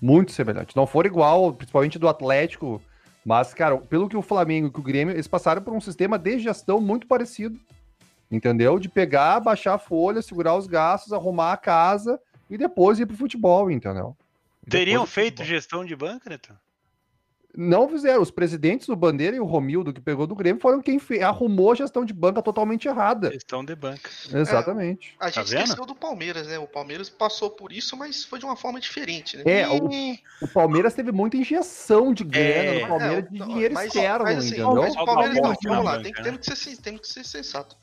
[SPEAKER 3] Muito semelhante. Não foram igual, principalmente do Atlético, mas, cara, pelo que o Flamengo e o Grêmio, eles passaram por um sistema de gestão muito parecido. Entendeu? De pegar, baixar a folha, segurar os gastos, arrumar a casa e depois ir pro futebol, entendeu? E
[SPEAKER 2] Teriam
[SPEAKER 3] depois ir pro
[SPEAKER 2] feito
[SPEAKER 3] futebol.
[SPEAKER 2] gestão de banca, Netuno?
[SPEAKER 3] Não fizeram. Os presidentes do Bandeira e o Romildo, que pegou do Grêmio, foram quem fe- arrumou a gestão de banca totalmente errada.
[SPEAKER 2] Gestão de banca.
[SPEAKER 4] Tá
[SPEAKER 3] É. Exatamente.
[SPEAKER 4] A
[SPEAKER 2] Tá
[SPEAKER 4] gente
[SPEAKER 2] vendo?
[SPEAKER 4] esqueceu do Palmeiras, né? O Palmeiras passou por isso, mas foi de uma forma diferente, né?
[SPEAKER 3] É, o, o Palmeiras teve muita injeção de grana
[SPEAKER 2] É.
[SPEAKER 3] no Palmeiras, de
[SPEAKER 4] não,
[SPEAKER 3] dinheiro
[SPEAKER 4] mas-
[SPEAKER 3] externo,
[SPEAKER 4] mas assim,
[SPEAKER 3] entendeu?
[SPEAKER 4] Mas o Palmeiras,
[SPEAKER 2] Falta
[SPEAKER 4] não,
[SPEAKER 2] bola
[SPEAKER 4] vamos
[SPEAKER 2] na
[SPEAKER 4] lá,
[SPEAKER 2] banca,
[SPEAKER 4] tem que,
[SPEAKER 2] né?
[SPEAKER 4] temos, que ser, sen- temos que ser sensato.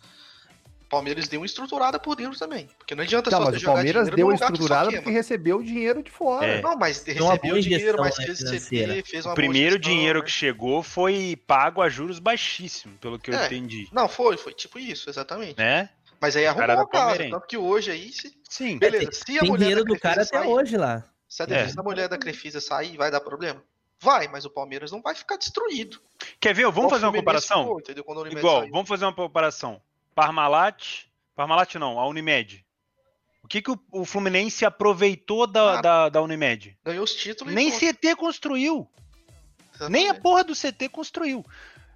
[SPEAKER 4] O Palmeiras deu uma estruturada por dentro também. Porque não adianta
[SPEAKER 3] Tá,
[SPEAKER 4] só
[SPEAKER 3] mas o Palmeiras
[SPEAKER 4] dinheiro
[SPEAKER 3] deu
[SPEAKER 4] num
[SPEAKER 3] a
[SPEAKER 4] lugar que só
[SPEAKER 3] estruturada
[SPEAKER 4] queima.
[SPEAKER 3] porque recebeu o dinheiro de fora.
[SPEAKER 2] É.
[SPEAKER 4] Não, mas
[SPEAKER 1] uma
[SPEAKER 4] recebeu
[SPEAKER 1] boa
[SPEAKER 4] dinheiro, mas
[SPEAKER 1] injeção,
[SPEAKER 4] fez
[SPEAKER 1] né,
[SPEAKER 4] CP,
[SPEAKER 1] financeira.
[SPEAKER 4] fez uma
[SPEAKER 2] O
[SPEAKER 4] boa
[SPEAKER 2] primeiro
[SPEAKER 4] gestão,
[SPEAKER 2] dinheiro
[SPEAKER 4] né?
[SPEAKER 2] que chegou foi pago a juros baixíssimos, pelo que eu
[SPEAKER 4] É.
[SPEAKER 2] entendi.
[SPEAKER 4] Não, foi, foi tipo isso, exatamente.
[SPEAKER 2] Né?
[SPEAKER 4] Mas aí arrumou
[SPEAKER 2] cara
[SPEAKER 4] a
[SPEAKER 2] do
[SPEAKER 4] casa,
[SPEAKER 2] Palmeirense.
[SPEAKER 4] tanto que hoje aí, se,
[SPEAKER 2] Sim.
[SPEAKER 4] beleza, se a
[SPEAKER 1] Tem
[SPEAKER 4] mulher tá
[SPEAKER 1] dinheiro
[SPEAKER 4] da
[SPEAKER 1] do cara
[SPEAKER 4] Crefisa
[SPEAKER 1] até
[SPEAKER 4] sair,
[SPEAKER 1] hoje lá.
[SPEAKER 4] se a
[SPEAKER 2] É.
[SPEAKER 4] defesa da mulher da Crefisa sair, vai dar problema? Vai, mas o Palmeiras não vai ficar destruído.
[SPEAKER 2] Quer ver? Vamos
[SPEAKER 4] Igual
[SPEAKER 2] fazer uma
[SPEAKER 4] o Fluminense
[SPEAKER 2] comparação?
[SPEAKER 4] ficou, entendeu? Quando o Unimed
[SPEAKER 2] Igual,
[SPEAKER 4] saiu.
[SPEAKER 2] vamos fazer uma comparação. Parmalat, Parmalat não, a Unimed. O que, que o, o Fluminense aproveitou da,
[SPEAKER 4] Ah.
[SPEAKER 2] da, da Unimed?
[SPEAKER 4] Ganhou os títulos e
[SPEAKER 2] Nem
[SPEAKER 4] pronto,
[SPEAKER 2] CT construiu. Nem a
[SPEAKER 4] exatamente.
[SPEAKER 2] porra do CT construiu.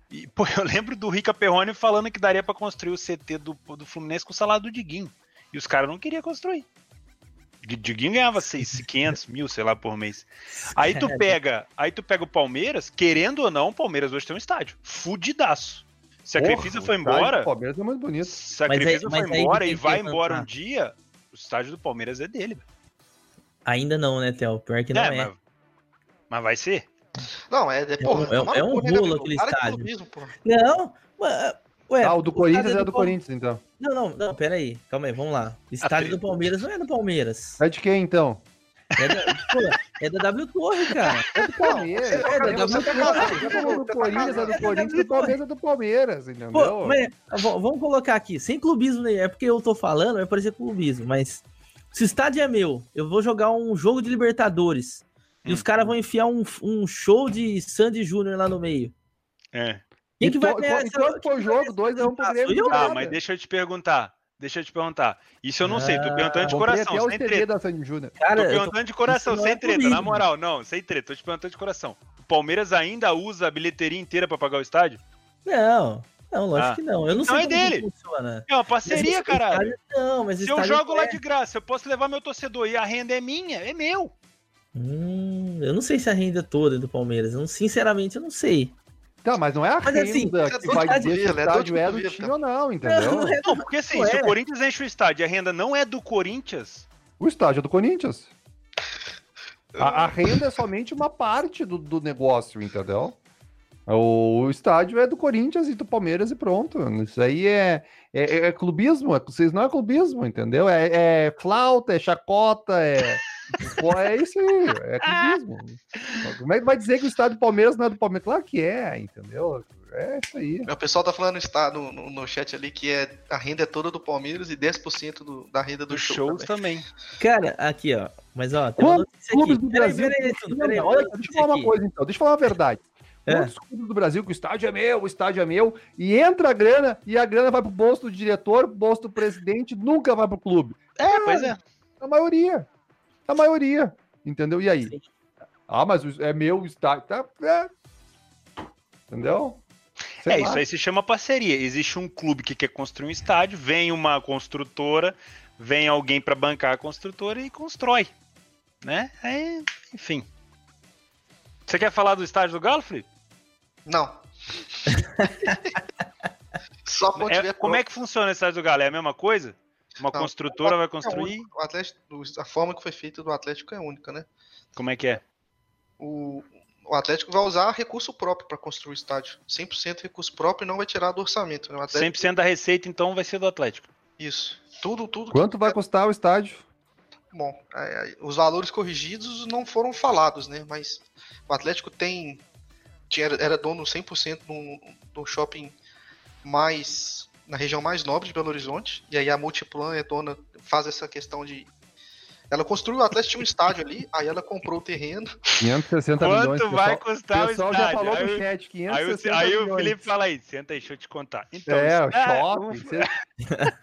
[SPEAKER 2] E, pô, eu lembro do Rica Perrone falando que daria pra construir o CT do, do Fluminense com o salário do Diguinho. E os caras não queriam construir. O Diguinho ganhava seis, 500 mil, sei lá, por mês. Aí
[SPEAKER 1] É,
[SPEAKER 2] tu pega, aí tu pega o Palmeiras, querendo ou não, o Palmeiras hoje tem um estádio. Fudidaço. Se a
[SPEAKER 3] Porra,
[SPEAKER 2] Crefisa foi
[SPEAKER 3] o estádio do
[SPEAKER 2] embora,
[SPEAKER 3] Palmeiras é muito bonito.
[SPEAKER 2] se a
[SPEAKER 1] Mas aí-
[SPEAKER 2] Crefisa
[SPEAKER 1] mas
[SPEAKER 2] foi
[SPEAKER 1] aí
[SPEAKER 2] embora
[SPEAKER 1] tem
[SPEAKER 2] e
[SPEAKER 1] que
[SPEAKER 2] vai embora
[SPEAKER 1] levantar.
[SPEAKER 2] um dia, o estádio do Palmeiras é dele.
[SPEAKER 1] Ainda não, né, Theo? Pior que não
[SPEAKER 2] É,
[SPEAKER 1] é.
[SPEAKER 2] Mas, mas vai ser?
[SPEAKER 4] Não, é, é, porra,
[SPEAKER 1] um- é um-
[SPEAKER 4] tomar
[SPEAKER 1] é
[SPEAKER 4] no
[SPEAKER 1] um
[SPEAKER 4] cu,
[SPEAKER 1] rolo
[SPEAKER 4] né, Gabigol?
[SPEAKER 1] aquele
[SPEAKER 4] Para de
[SPEAKER 1] estádio.
[SPEAKER 4] clubismo, porra.
[SPEAKER 1] Não, ué, ué,
[SPEAKER 3] Ah, o do Corinthians
[SPEAKER 1] estádio
[SPEAKER 3] é do
[SPEAKER 1] Palme-
[SPEAKER 3] Corinthians, então.
[SPEAKER 1] Não, não, não, pera aí. Calma aí, vamos lá. Estádio do Palmeiras não é do Palmeiras.
[SPEAKER 3] É de quem, então?
[SPEAKER 1] É da, pô, é da W Torre, cara.
[SPEAKER 3] É do Palmeiras. É,
[SPEAKER 1] cara,
[SPEAKER 3] do
[SPEAKER 1] você tá
[SPEAKER 3] Palmeiras. Você falou do Corinthians, é do Corinthians, do Palmeiras é do Palmeiras, entendeu?
[SPEAKER 1] Pô, mas, v- vamos colocar aqui, sem clubismo, né? é porque eu tô falando, vai parecer clubismo, mas se o estádio é meu, eu vou jogar um jogo de Libertadores e
[SPEAKER 2] Hum.
[SPEAKER 1] os caras vão enfiar um, um show de Sandy Júnior lá no meio.
[SPEAKER 2] É.
[SPEAKER 1] Quem que
[SPEAKER 3] E
[SPEAKER 1] vai
[SPEAKER 3] to-
[SPEAKER 1] ganhar
[SPEAKER 3] e
[SPEAKER 1] essa-
[SPEAKER 3] quanto foi o
[SPEAKER 1] quem vai
[SPEAKER 3] jogo?
[SPEAKER 1] ganhar essa
[SPEAKER 3] 2x1 pro
[SPEAKER 1] taça?
[SPEAKER 3] Grêmio,
[SPEAKER 1] Eu?
[SPEAKER 3] cara.
[SPEAKER 2] Ah,
[SPEAKER 3] Nada.
[SPEAKER 2] mas deixa eu te perguntar. Deixa eu te perguntar. Isso eu não sei,
[SPEAKER 1] Ah,
[SPEAKER 2] tô perguntando de
[SPEAKER 3] Comprei
[SPEAKER 2] coração,
[SPEAKER 3] até o
[SPEAKER 2] sem
[SPEAKER 3] CD
[SPEAKER 2] treta.
[SPEAKER 3] da Sandy Júnior.
[SPEAKER 1] Cara,
[SPEAKER 2] tô
[SPEAKER 1] eu tô-
[SPEAKER 2] perguntando de coração,
[SPEAKER 1] isso não
[SPEAKER 2] sem
[SPEAKER 1] é
[SPEAKER 2] treta, na
[SPEAKER 1] clubismo.
[SPEAKER 2] moral. Não, sem treta, tô te perguntando de coração. O Palmeiras ainda usa a bilheteria inteira pra pagar o estádio?
[SPEAKER 1] Não, não, lógico
[SPEAKER 2] Ah.
[SPEAKER 1] que não. Eu não
[SPEAKER 2] Então
[SPEAKER 1] sei
[SPEAKER 2] é
[SPEAKER 1] como
[SPEAKER 2] dele.
[SPEAKER 1] que funciona.
[SPEAKER 2] É uma
[SPEAKER 1] Mas
[SPEAKER 2] parceria,
[SPEAKER 1] esse
[SPEAKER 2] caralho.
[SPEAKER 1] estádio- Não, mas
[SPEAKER 2] Se eu
[SPEAKER 1] estádio
[SPEAKER 2] jogo
[SPEAKER 1] é-
[SPEAKER 2] lá de graça, eu posso levar meu torcedor e a renda é minha, é meu.
[SPEAKER 1] Hum, eu não sei se a renda toda é do Palmeiras. Eu, não- sinceramente, eu não sei.
[SPEAKER 3] Tá, mas não é a
[SPEAKER 1] Mas assim,
[SPEAKER 3] renda
[SPEAKER 4] é
[SPEAKER 3] que
[SPEAKER 4] dor
[SPEAKER 3] vai
[SPEAKER 4] de
[SPEAKER 3] dizer se
[SPEAKER 4] cotovelo,
[SPEAKER 3] o
[SPEAKER 4] é dor
[SPEAKER 3] estádio
[SPEAKER 4] de
[SPEAKER 3] é do
[SPEAKER 4] cotovelo,
[SPEAKER 3] time
[SPEAKER 4] cara.
[SPEAKER 3] ou não,
[SPEAKER 1] Não, não
[SPEAKER 3] entendeu?
[SPEAKER 1] é
[SPEAKER 2] Não, porque assim,
[SPEAKER 1] Não
[SPEAKER 2] se
[SPEAKER 1] é.
[SPEAKER 2] o Corinthians enche o estádio e a renda não é do Corinthians,
[SPEAKER 3] O estádio é do Corinthians. A, a renda é somente uma parte do, do negócio, entendeu? O estádio é do Corinthians e do Palmeiras e pronto. Isso aí é, é, é clubismo. é- vocês não é clubismo, entendeu? É, é flauta, é chacota, é. Pô, é isso aí, é clubismo. Como é que vai dizer que o estádio do Palmeiras não é do Palmeiras? Claro que é, entendeu? É isso aí.
[SPEAKER 4] O pessoal tá falando no, está- no, no- no chat ali que é, a renda é toda do Palmeiras e 10% do, da renda do
[SPEAKER 2] Dos
[SPEAKER 4] show.
[SPEAKER 2] shows
[SPEAKER 4] também.
[SPEAKER 2] também.
[SPEAKER 1] Cara, aqui, ó. Mas, ó, tem uma
[SPEAKER 3] Quantos
[SPEAKER 1] notícia
[SPEAKER 3] clubes do
[SPEAKER 1] aqui. Peraí,
[SPEAKER 3] Brasil
[SPEAKER 1] peraí, Netuno, peraí.
[SPEAKER 3] Olha,
[SPEAKER 1] uma
[SPEAKER 3] deixa eu
[SPEAKER 1] notícia
[SPEAKER 3] falar uma
[SPEAKER 1] aqui.
[SPEAKER 3] coisa então, deixa eu falar a verdade.
[SPEAKER 1] É.
[SPEAKER 3] Muitos clubes do Brasil que o estádio é meu, o estádio é meu, e entra a grana, e a grana vai pro bolso do diretor, pro bolso do presidente, nunca vai pro clube.
[SPEAKER 2] É, pois é.
[SPEAKER 3] A maioria. A maioria. Entendeu? E aí?
[SPEAKER 1] Sim.
[SPEAKER 3] Ah, mas o- é meu estádio. Tá, é. Entendeu? Sei
[SPEAKER 2] é,
[SPEAKER 3] lá.
[SPEAKER 2] isso aí se chama parceria. Existe um clube que quer construir um estádio, vem uma construtora, vem alguém pra bancar a construtora e constrói. Né? Aí, enfim. Você quer falar do estádio do Galo, Felipe?
[SPEAKER 4] Não. Só quando
[SPEAKER 2] É,
[SPEAKER 4] tiver
[SPEAKER 2] como é que funciona o estádio do Galo? É a mesma coisa? Uma
[SPEAKER 4] Não.
[SPEAKER 2] construtora vai
[SPEAKER 4] pronto, é
[SPEAKER 2] construir?
[SPEAKER 4] único. O Atlético- a forma que foi feita do Atlético é única, né?
[SPEAKER 2] Como é que é?
[SPEAKER 4] O, o Atlético vai usar recurso próprio para construir o estádio. 100% recurso próprio e não vai tirar do orçamento. Né? O Atlético,
[SPEAKER 2] 100% da receita, então, vai ser do Atlético.
[SPEAKER 4] Isso. Tudo, tudo que-
[SPEAKER 3] Quanto vai custar o estádio?
[SPEAKER 4] Bom, é, é, os valores corrigidos não foram falados, né? Mas o Atlético tem. tinha- era dono 100% num- do um, shopping mais. na região mais nobre de Belo Horizonte. E aí a Multiplan é dona, faz essa questão de. Ela construiu, o Atlético tinha um estádio ali, aí ela comprou o terreno.
[SPEAKER 3] 560 milhões.
[SPEAKER 2] Quanto vai
[SPEAKER 3] pessoal,
[SPEAKER 2] custar o
[SPEAKER 3] pessoal
[SPEAKER 2] estádio?
[SPEAKER 3] já falou no
[SPEAKER 2] Aí o-
[SPEAKER 3] chat,
[SPEAKER 2] Aí,
[SPEAKER 3] 560
[SPEAKER 2] o, aí o
[SPEAKER 3] milhões.
[SPEAKER 2] Felipe fala aí, senta aí, deixa eu te contar. Então,
[SPEAKER 3] É, o
[SPEAKER 2] ah,
[SPEAKER 3] shopping. cê-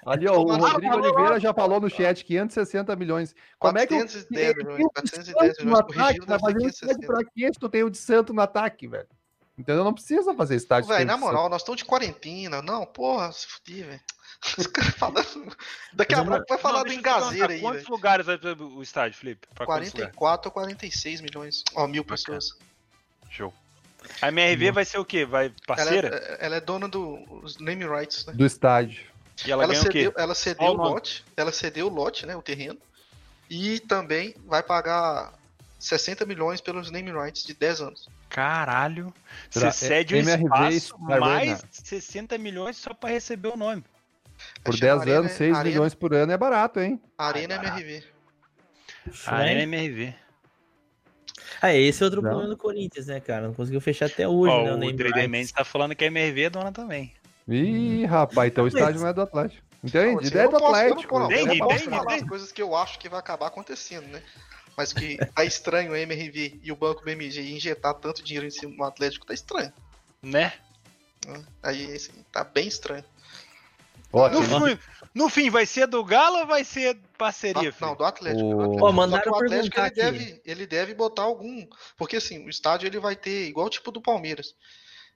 [SPEAKER 3] Ali, ó, o
[SPEAKER 4] Ah,
[SPEAKER 3] Rodrigo
[SPEAKER 4] falou
[SPEAKER 3] Oliveira já falou no chat, 560 milhões. Como é que o
[SPEAKER 4] 410 milhões, 410
[SPEAKER 3] no
[SPEAKER 4] milhões
[SPEAKER 3] ataque
[SPEAKER 4] corrigidos,
[SPEAKER 3] tá
[SPEAKER 4] deve ser
[SPEAKER 3] fazendo isso
[SPEAKER 4] 560.
[SPEAKER 3] pra quê se tu tem o de santo no ataque, velho? Entendeu? Não precisa fazer estádio.
[SPEAKER 4] Véi,
[SPEAKER 3] sem o
[SPEAKER 4] na
[SPEAKER 3] de Santo.
[SPEAKER 4] moral, nós estamos de quarentena. Não, porra, se fudir, velho. Os caras falando. Daqui a
[SPEAKER 3] é
[SPEAKER 1] Mas,
[SPEAKER 4] pouco vai falar
[SPEAKER 2] Não,
[SPEAKER 4] do
[SPEAKER 2] deixa eu te perguntar,
[SPEAKER 4] engazeira aí, velho.
[SPEAKER 2] Quantos lugares vai ter o estádio, Felipe? Pra quantos lugares?
[SPEAKER 4] 44 a 46 milhões. Ó, mil
[SPEAKER 2] Bacana.
[SPEAKER 4] pessoas.
[SPEAKER 2] Show. A MRV vai ser o quê? Vai
[SPEAKER 4] Ela,
[SPEAKER 2] parceira?
[SPEAKER 4] é- ela é dona dos name rights, né?
[SPEAKER 3] Do estádio.
[SPEAKER 2] E é- ela,
[SPEAKER 4] Ela,
[SPEAKER 2] ganha
[SPEAKER 4] cedeu,
[SPEAKER 2] o quê?
[SPEAKER 4] ela cedeu
[SPEAKER 2] Qual
[SPEAKER 4] o
[SPEAKER 2] o nome?
[SPEAKER 4] lote, ela cedeu o lote, né, o terreno, e também vai pagar 60 milhões pelos name rights de 10 anos.
[SPEAKER 2] Caralho.
[SPEAKER 3] Será-
[SPEAKER 2] Você cede o
[SPEAKER 3] MRV
[SPEAKER 2] espaço
[SPEAKER 3] Arena.
[SPEAKER 2] mais 60 milhões só pra receber o nome.
[SPEAKER 3] Por
[SPEAKER 4] Acho
[SPEAKER 3] 10
[SPEAKER 4] que a
[SPEAKER 3] anos,
[SPEAKER 4] Arena-
[SPEAKER 3] 6
[SPEAKER 4] Arena-
[SPEAKER 3] milhões por ano é barato, hein?
[SPEAKER 4] Arena MRV.
[SPEAKER 1] Puxa,
[SPEAKER 2] A
[SPEAKER 1] né?
[SPEAKER 2] MRV.
[SPEAKER 1] Ah, esse é outro
[SPEAKER 3] Não.
[SPEAKER 1] problema do Corinthians, né, cara? Não conseguiu fechar até hoje,
[SPEAKER 2] Ó,
[SPEAKER 1] né? O
[SPEAKER 2] o
[SPEAKER 1] name
[SPEAKER 2] Trader
[SPEAKER 1] rights.
[SPEAKER 2] Mendes tá falando que a MRV é dona também.
[SPEAKER 3] Ih, rapaz, então o
[SPEAKER 1] Mas-
[SPEAKER 3] estádio não é do Atlético.
[SPEAKER 4] Não,
[SPEAKER 3] Entende?
[SPEAKER 4] assim,
[SPEAKER 3] Ideia
[SPEAKER 4] eu
[SPEAKER 3] do
[SPEAKER 4] não posso- eu não
[SPEAKER 3] Atlético.
[SPEAKER 4] posso- eu
[SPEAKER 3] ideia
[SPEAKER 4] não
[SPEAKER 2] Entendi,
[SPEAKER 3] do
[SPEAKER 4] posso
[SPEAKER 2] entendi,
[SPEAKER 4] falar
[SPEAKER 2] entendi.
[SPEAKER 4] as coisas que eu acho que vai acabar acontecendo, né? Mas que tá estranho a MRV e o Banco BMG injetar tanto dinheiro em cima do Atlético, tá estranho.
[SPEAKER 2] Né?
[SPEAKER 4] né? Aí, assim, tá bem estranho.
[SPEAKER 3] Ó,
[SPEAKER 2] No,
[SPEAKER 3] tem-
[SPEAKER 2] fim- no fim, vai ser do Galo ou vai ser parceria?
[SPEAKER 4] Ah, Não,
[SPEAKER 2] Felipe?
[SPEAKER 4] do Atlético.
[SPEAKER 3] O-
[SPEAKER 4] do Atlético.
[SPEAKER 1] Ó, mandaram
[SPEAKER 4] Só que o Atlético ele
[SPEAKER 1] perguntar
[SPEAKER 4] deve, ele deve botar algum. Porque assim, o estádio ele vai ter, igual tipo do Palmeiras.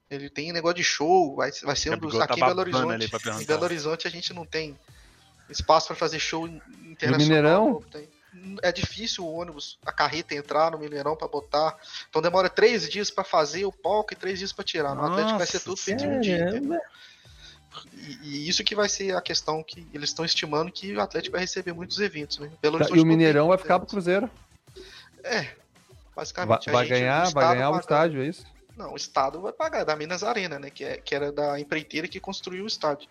[SPEAKER 4] Ele tem negócio de show, vai, vai ser um dos.
[SPEAKER 2] Gabigol tá
[SPEAKER 4] Aqui em Belo
[SPEAKER 2] babando ali
[SPEAKER 4] Horizonte.
[SPEAKER 2] pra perguntar.
[SPEAKER 4] Em Belo Horizonte a gente não tem espaço para fazer show in- internacional.
[SPEAKER 3] Mineirão?
[SPEAKER 4] não tem. É difícil o ônibus, a carreta entrar no Mineirão para botar. Então demora três dias para fazer o palco e três dias para tirar. No Atlético vai ser
[SPEAKER 2] Nossa,
[SPEAKER 4] tudo feito em um dia. entendeu?
[SPEAKER 1] Caramba.
[SPEAKER 4] E, e isso que vai ser a questão que eles estão estimando que o Atlético vai receber muitos eventos, né? Belo
[SPEAKER 3] tá,
[SPEAKER 4] Horizonte
[SPEAKER 3] e
[SPEAKER 4] não
[SPEAKER 3] o
[SPEAKER 4] tem
[SPEAKER 3] Mineirão vai
[SPEAKER 4] muitos
[SPEAKER 3] ficar
[SPEAKER 4] eventos,
[SPEAKER 3] pro Cruzeiro. Vai,
[SPEAKER 4] Basicamente, A
[SPEAKER 3] vai
[SPEAKER 4] gente-
[SPEAKER 3] ganhar, vai
[SPEAKER 4] Estado
[SPEAKER 3] ganhar o
[SPEAKER 4] paga-
[SPEAKER 3] estádio, é isso?
[SPEAKER 4] Não, o Estado vai pagar, da Minas Arena, né? Que, é, que era da empreiteira que construiu o estádio.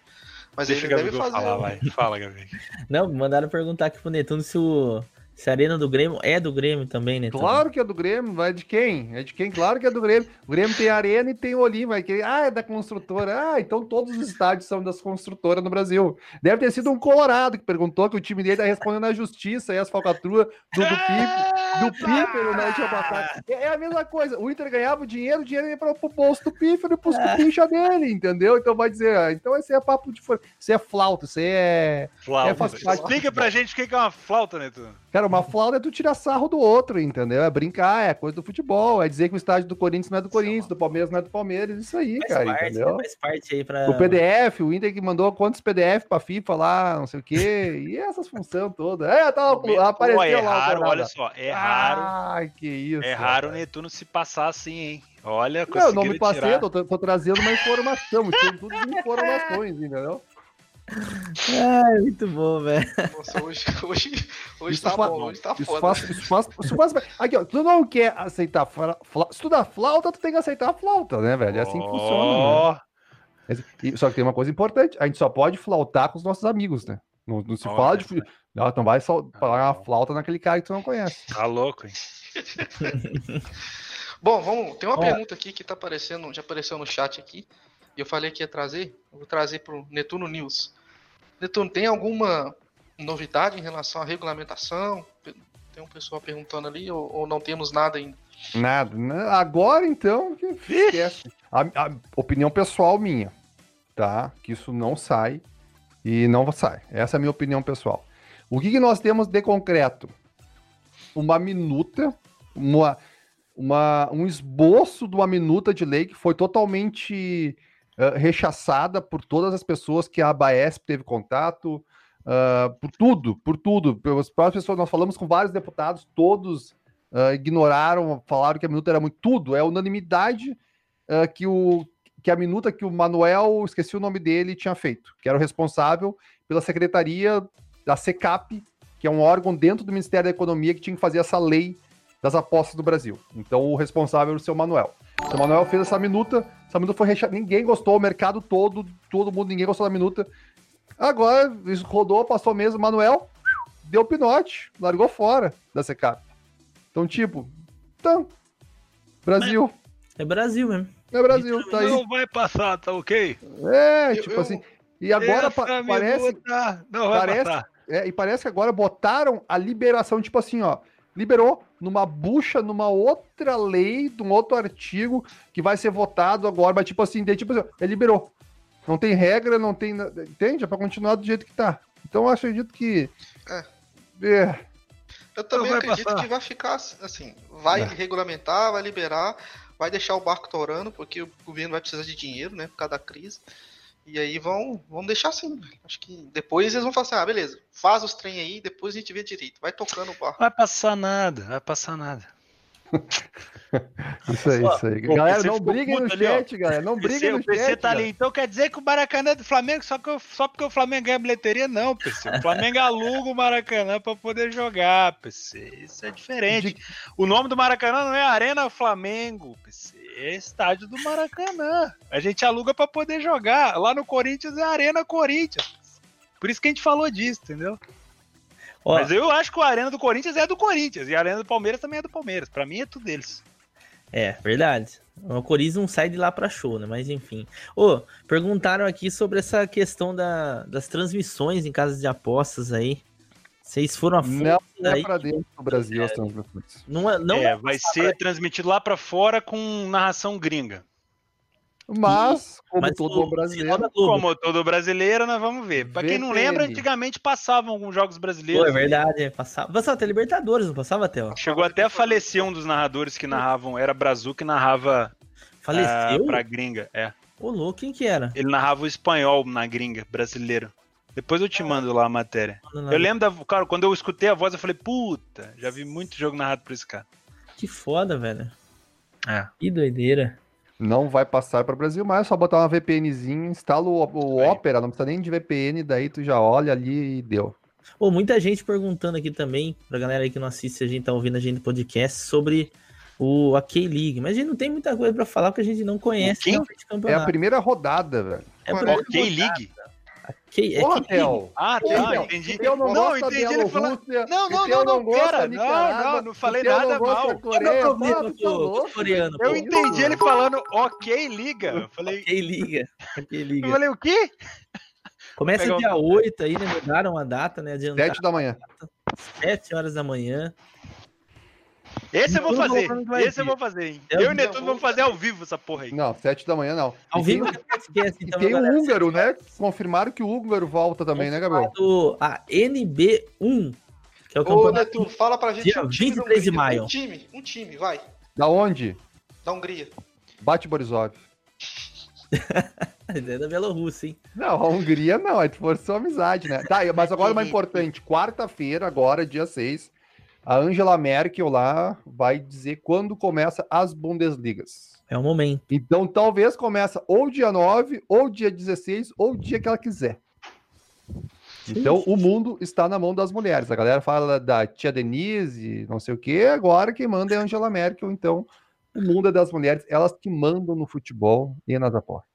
[SPEAKER 4] Mas
[SPEAKER 2] Deixa o
[SPEAKER 4] ele deve
[SPEAKER 2] Gabigol
[SPEAKER 4] fazer. né?
[SPEAKER 2] falar, vai. Fala, Gabriel.
[SPEAKER 1] Não, mandaram perguntar aqui pro Netuno se, o, se a Arena do Grêmio é do Grêmio também, Netuno.
[SPEAKER 3] Claro que é do Grêmio, vai de quem? É de quem? Claro que é do Grêmio. O Grêmio tem a arena e tem o Olim, vai querer. Ah, é da construtora. Ah, então todos os estádios são das construtoras no Brasil. Deve ter sido um Colorado que perguntou que o time dele tá respondendo à justiça e as falcatruas
[SPEAKER 2] É!
[SPEAKER 3] do, do Pipe. Do Pífero, né? De Abacaxi. é, é a mesma coisa. O Inter ganhava o dinheiro, o dinheiro ia para o bolso do Pífero e pros cupincha dele, entendeu? Então vai dizer, ah, então esse é papo de fora. Isso é flauta, isso é
[SPEAKER 2] Flauta.
[SPEAKER 3] É, faz parte.
[SPEAKER 2] Explica pra gente o que que é uma flauta, Netuno.
[SPEAKER 3] Cara, uma flauta é tu tirar sarro do outro, entendeu? É brincar, é coisa do futebol, é dizer que o estádio do Corinthians não é do Corinthians, do Palmeiras não é do Palmeiras, isso aí,
[SPEAKER 1] faz
[SPEAKER 3] cara,
[SPEAKER 1] parte, né?
[SPEAKER 3] entendeu?
[SPEAKER 1] faz parte aí pra...
[SPEAKER 3] O PDF, o Inter que mandou quantos PDF pra FIFA lá, não sei o quê, e essas funções todas. É, tá,
[SPEAKER 2] Pô,
[SPEAKER 3] apareceu
[SPEAKER 2] é
[SPEAKER 3] lá o
[SPEAKER 2] raro,
[SPEAKER 3] Colorado.
[SPEAKER 2] olha só, é raro.
[SPEAKER 3] Ai, que isso.
[SPEAKER 2] É raro o Netuno se passar assim, hein? Olha,
[SPEAKER 3] Não, eu não
[SPEAKER 2] conseguiram
[SPEAKER 3] me passei,
[SPEAKER 2] tirar.
[SPEAKER 3] tô, tô trazendo uma informação, tem tudo de informações, entendeu?
[SPEAKER 1] Ai, Ah, muito bom, velho.
[SPEAKER 4] Nossa, hoje, hoje, hoje
[SPEAKER 3] Isso
[SPEAKER 4] tá
[SPEAKER 3] fa-
[SPEAKER 4] bom, hoje tá
[SPEAKER 3] Isso
[SPEAKER 4] foda.
[SPEAKER 3] faz, isso faz, isso faz- Aqui, ó, tu não quer aceitar fra- fla- Se tu dá flauta, tu tem que aceitar a flauta, né, velho? É assim que funciona. né?
[SPEAKER 2] Ó,
[SPEAKER 3] Mas- e- Só que tem uma coisa importante, a gente só pode flautar com os nossos amigos, né? Não, não se
[SPEAKER 2] Olha.
[SPEAKER 4] é
[SPEAKER 3] fala de. fu- Não, tu não vai sal- falar uma flauta naquele cara que tu não conhece.
[SPEAKER 2] Tá louco, hein?
[SPEAKER 4] Bom, vamos. Tem uma
[SPEAKER 1] Ó.
[SPEAKER 4] pergunta aqui que tá aparecendo, já apareceu no chat aqui. E eu falei que ia trazer. Eu vou trazer pro Netuno News. Netuno, tem alguma novidade em relação à regulamentação? Tem um pessoal perguntando ali, ou, ou não temos nada ainda?
[SPEAKER 3] Nada. né? Agora, então, que- esquece. A, a opinião pessoal minha, tá? Que isso não sai e não sai. Essa é a minha opinião pessoal. O que, que nós temos de concreto? Uma minuta, uma, uma- um esboço de uma minuta de lei que foi totalmente eh, rechaçada por todas as pessoas que a Abaesp teve contato, ah, por tudo, por tudo. Pelas próprias pessoas, nós falamos com vários deputados, todos ah, ignoraram, falaram que a minuta era muito tudo, é unanimidade ah, que, o, que a minuta que o Manuel, esqueci o nome dele, tinha feito, que era o responsável pela secretaria da SECAP, que é um órgão dentro do Ministério da Economia que tinha que fazer essa lei das apostas do Brasil. Então o responsável era o seu Manuel. O seu Manuel fez essa minuta, essa minuta foi recheada, ninguém gostou, o mercado todo, todo mundo, ninguém gostou da minuta. Agora, isso rodou, passou mesmo, Manuel deu pinote, largou fora da secap. Então, tipo, então, Brasil,
[SPEAKER 1] É Brasil mesmo.
[SPEAKER 3] é Brasil, tá aí.
[SPEAKER 2] então, Não vai passar, tá ok?
[SPEAKER 3] É,
[SPEAKER 4] Eu-
[SPEAKER 3] tipo
[SPEAKER 4] eu-
[SPEAKER 3] assim. E agora pa-
[SPEAKER 2] Essa é
[SPEAKER 3] parece,
[SPEAKER 2] minuta Não vai
[SPEAKER 3] parece-
[SPEAKER 2] passar.
[SPEAKER 3] é, e parece que agora botaram a liberação, tipo assim, ó. Liberou numa bucha, numa outra lei, de um outro artigo que vai ser votado agora, mas tipo assim, daí, tipo assim, ó, ele liberou. Não tem regra, não tem. na- Entende? É pra continuar do jeito que tá. Então eu acredito que. é,
[SPEAKER 4] Eu também
[SPEAKER 2] vai
[SPEAKER 4] acredito
[SPEAKER 2] passar. É.
[SPEAKER 4] que vai ficar assim. Vai regulamentar, vai liberar, vai deixar o barco torando, porque o governo vai precisar de dinheiro, né? Por causa da crise. E aí vão, vão deixar assim. velho. Acho que depois eles vão falar assim, ah, beleza, faz os trem aí, depois a gente vê direito. Vai tocando o barco.
[SPEAKER 2] Vai passar nada, vai passar nada.
[SPEAKER 3] Isso aí,
[SPEAKER 2] Ó,
[SPEAKER 3] isso aí.
[SPEAKER 2] o
[SPEAKER 3] Galera,
[SPEAKER 2] PC
[SPEAKER 3] não
[SPEAKER 2] ficou
[SPEAKER 3] briguem no
[SPEAKER 2] puto ali, ó.
[SPEAKER 3] chat, galera. Não briguem
[SPEAKER 2] PC,
[SPEAKER 3] no
[SPEAKER 2] o PC
[SPEAKER 3] chat.
[SPEAKER 2] tá
[SPEAKER 3] galera.
[SPEAKER 2] ali. Então quer dizer que o Maracanã é do Flamengo só, que eu- só porque o Flamengo ganha bilheteria? Não, PC. O Flamengo aluga o Maracanã pra poder jogar, PC. Isso é diferente. O nome do Maracanã não é Arena Flamengo, PC. É estádio do Maracanã. A gente aluga pra poder jogar. Lá no Corinthians é Arena Corinthians. Por isso que a gente falou disso, entendeu?
[SPEAKER 1] Ó,
[SPEAKER 2] Mas eu acho que a Arena do Corinthians é do Corinthians e a Arena do Palmeiras também é do Palmeiras. Pra mim é tudo deles.
[SPEAKER 1] É, verdade. O Corinthians não sai de lá pra show, né? Mas enfim. Ô, perguntaram aqui sobre essa questão da- das transmissões em casas de apostas aí. Vocês foram a fundo
[SPEAKER 3] Não,
[SPEAKER 1] nisso
[SPEAKER 3] É
[SPEAKER 2] né?
[SPEAKER 1] aí?
[SPEAKER 3] pra dentro do Brasil assim, as transmissões.
[SPEAKER 1] Não, é- não
[SPEAKER 2] é, vai ser transmitido lá pra fora com narração gringa.
[SPEAKER 3] Mas, como
[SPEAKER 1] mas
[SPEAKER 3] todo
[SPEAKER 1] o-
[SPEAKER 3] bom brasileiro,
[SPEAKER 1] da Globo.
[SPEAKER 2] Como todo brasileiro, nós vamos ver. Pra quem não
[SPEAKER 3] VPN.
[SPEAKER 2] lembra, antigamente passavam alguns jogos brasileiros.
[SPEAKER 1] Pô, é verdade. é, Passava, passava até Libertadores, não passava até, ó.
[SPEAKER 2] Chegou até a falecer um dos narradores que narravam, era Brasil que narrava
[SPEAKER 1] Faleceu?
[SPEAKER 2] ah, pra gringa. É.
[SPEAKER 1] Ô, louco, quem que era?
[SPEAKER 2] Ele narrava o espanhol na gringa, brasileiro. Depois eu te mando lá a matéria. Eu lembro da. Cara, quando eu escutei a voz, eu falei, puta, já vi muito jogo narrado por esse cara.
[SPEAKER 1] Que foda, velho.
[SPEAKER 2] É.
[SPEAKER 1] Que doideira.
[SPEAKER 3] não vai passar para o Brasil, mas é só botar uma VPNzinha, instala o, o
[SPEAKER 2] Aí.
[SPEAKER 3] Opera, não precisa nem de VPN, daí tu já olha ali e deu.
[SPEAKER 1] Ô, muita gente perguntando aqui também, pra galera aí que não assiste, a gente tá ouvindo a gente no podcast, sobre o, a K-League. Mas a gente não tem muita coisa pra falar porque a gente não conhece
[SPEAKER 2] Quem?
[SPEAKER 1] realmente o
[SPEAKER 3] É a
[SPEAKER 2] Ah.
[SPEAKER 1] campeonato.
[SPEAKER 3] primeira rodada, velho.
[SPEAKER 1] É a primeira
[SPEAKER 2] Ok, ligue.
[SPEAKER 1] K- é
[SPEAKER 3] Ô,
[SPEAKER 1] K-League.
[SPEAKER 3] Theo,
[SPEAKER 2] Ah,
[SPEAKER 3] Ô,
[SPEAKER 2] tá,
[SPEAKER 3] Theo,
[SPEAKER 2] entendi.
[SPEAKER 3] Theo não gosta da Bielorrússia,
[SPEAKER 2] Não, não,
[SPEAKER 3] e Theo
[SPEAKER 2] não, não,
[SPEAKER 3] gosta da
[SPEAKER 2] pera,
[SPEAKER 3] Nicarágua,
[SPEAKER 2] não, não, não falei
[SPEAKER 3] e Theo
[SPEAKER 2] nada
[SPEAKER 3] gosta da
[SPEAKER 2] mal.
[SPEAKER 1] Qual que é o
[SPEAKER 3] Coreia,
[SPEAKER 1] problema
[SPEAKER 3] mano,
[SPEAKER 1] do-
[SPEAKER 3] tu tá louco.
[SPEAKER 1] do coreano?
[SPEAKER 2] Eu
[SPEAKER 1] pô?
[SPEAKER 2] entendi ele falando, ok, liga. Eu falei,
[SPEAKER 1] K-Liga. É
[SPEAKER 2] eu
[SPEAKER 1] K-Liga.
[SPEAKER 2] falei o quê?
[SPEAKER 1] Começa
[SPEAKER 2] Pegar o-
[SPEAKER 1] dia 8 aí, né? Mudaram a data, né? Adiantaram
[SPEAKER 3] Sete da manhã.
[SPEAKER 1] 7 horas da manhã.
[SPEAKER 2] Esse eu vou
[SPEAKER 1] Não, não,
[SPEAKER 2] fazer,
[SPEAKER 1] não vai
[SPEAKER 2] esse eu
[SPEAKER 1] vir.
[SPEAKER 2] vou fazer, hein.
[SPEAKER 1] Eu
[SPEAKER 2] Eu e o
[SPEAKER 1] não
[SPEAKER 2] Netuno
[SPEAKER 4] vou.
[SPEAKER 2] vamos fazer ao vivo essa porra aí.
[SPEAKER 3] Não, sete da manhã não.
[SPEAKER 1] Ao
[SPEAKER 3] e
[SPEAKER 1] vivo
[SPEAKER 3] tem, um-
[SPEAKER 1] no podcast,
[SPEAKER 3] e
[SPEAKER 1] então,
[SPEAKER 3] tem
[SPEAKER 1] né,
[SPEAKER 3] o
[SPEAKER 1] galera?
[SPEAKER 3] húngaro, né? Confirmaram que o húngaro volta também, né, Gabriel?
[SPEAKER 1] Do, a NB1, que é o
[SPEAKER 4] Ô,
[SPEAKER 1] campeonato
[SPEAKER 4] Netuno, fala pra gente
[SPEAKER 1] Dia
[SPEAKER 4] um time. da
[SPEAKER 1] 23 de
[SPEAKER 4] Hungria.
[SPEAKER 1] maio.
[SPEAKER 4] Um time, um time, vai.
[SPEAKER 3] Da onde?
[SPEAKER 4] Da Hungria.
[SPEAKER 3] Bate Borisov.
[SPEAKER 1] é da Bielorrússia, hein?
[SPEAKER 3] Não, a Hungria não, aí tu forçou a amizade, né? Tá, mas agora o mais importante, quarta-feira, agora, dia 6, a Angela Merkel lá vai dizer quando começa as Bundesligas.
[SPEAKER 1] É o momento.
[SPEAKER 3] Então talvez começa ou dia 9, ou dia 16, ou o dia que ela quiser. Então, o mundo está na mão das mulheres. A galera fala da tia Denise, não sei o quê. Agora quem manda é a Angela Merkel. Então, o mundo é das mulheres. Elas que mandam no futebol e nas apostas.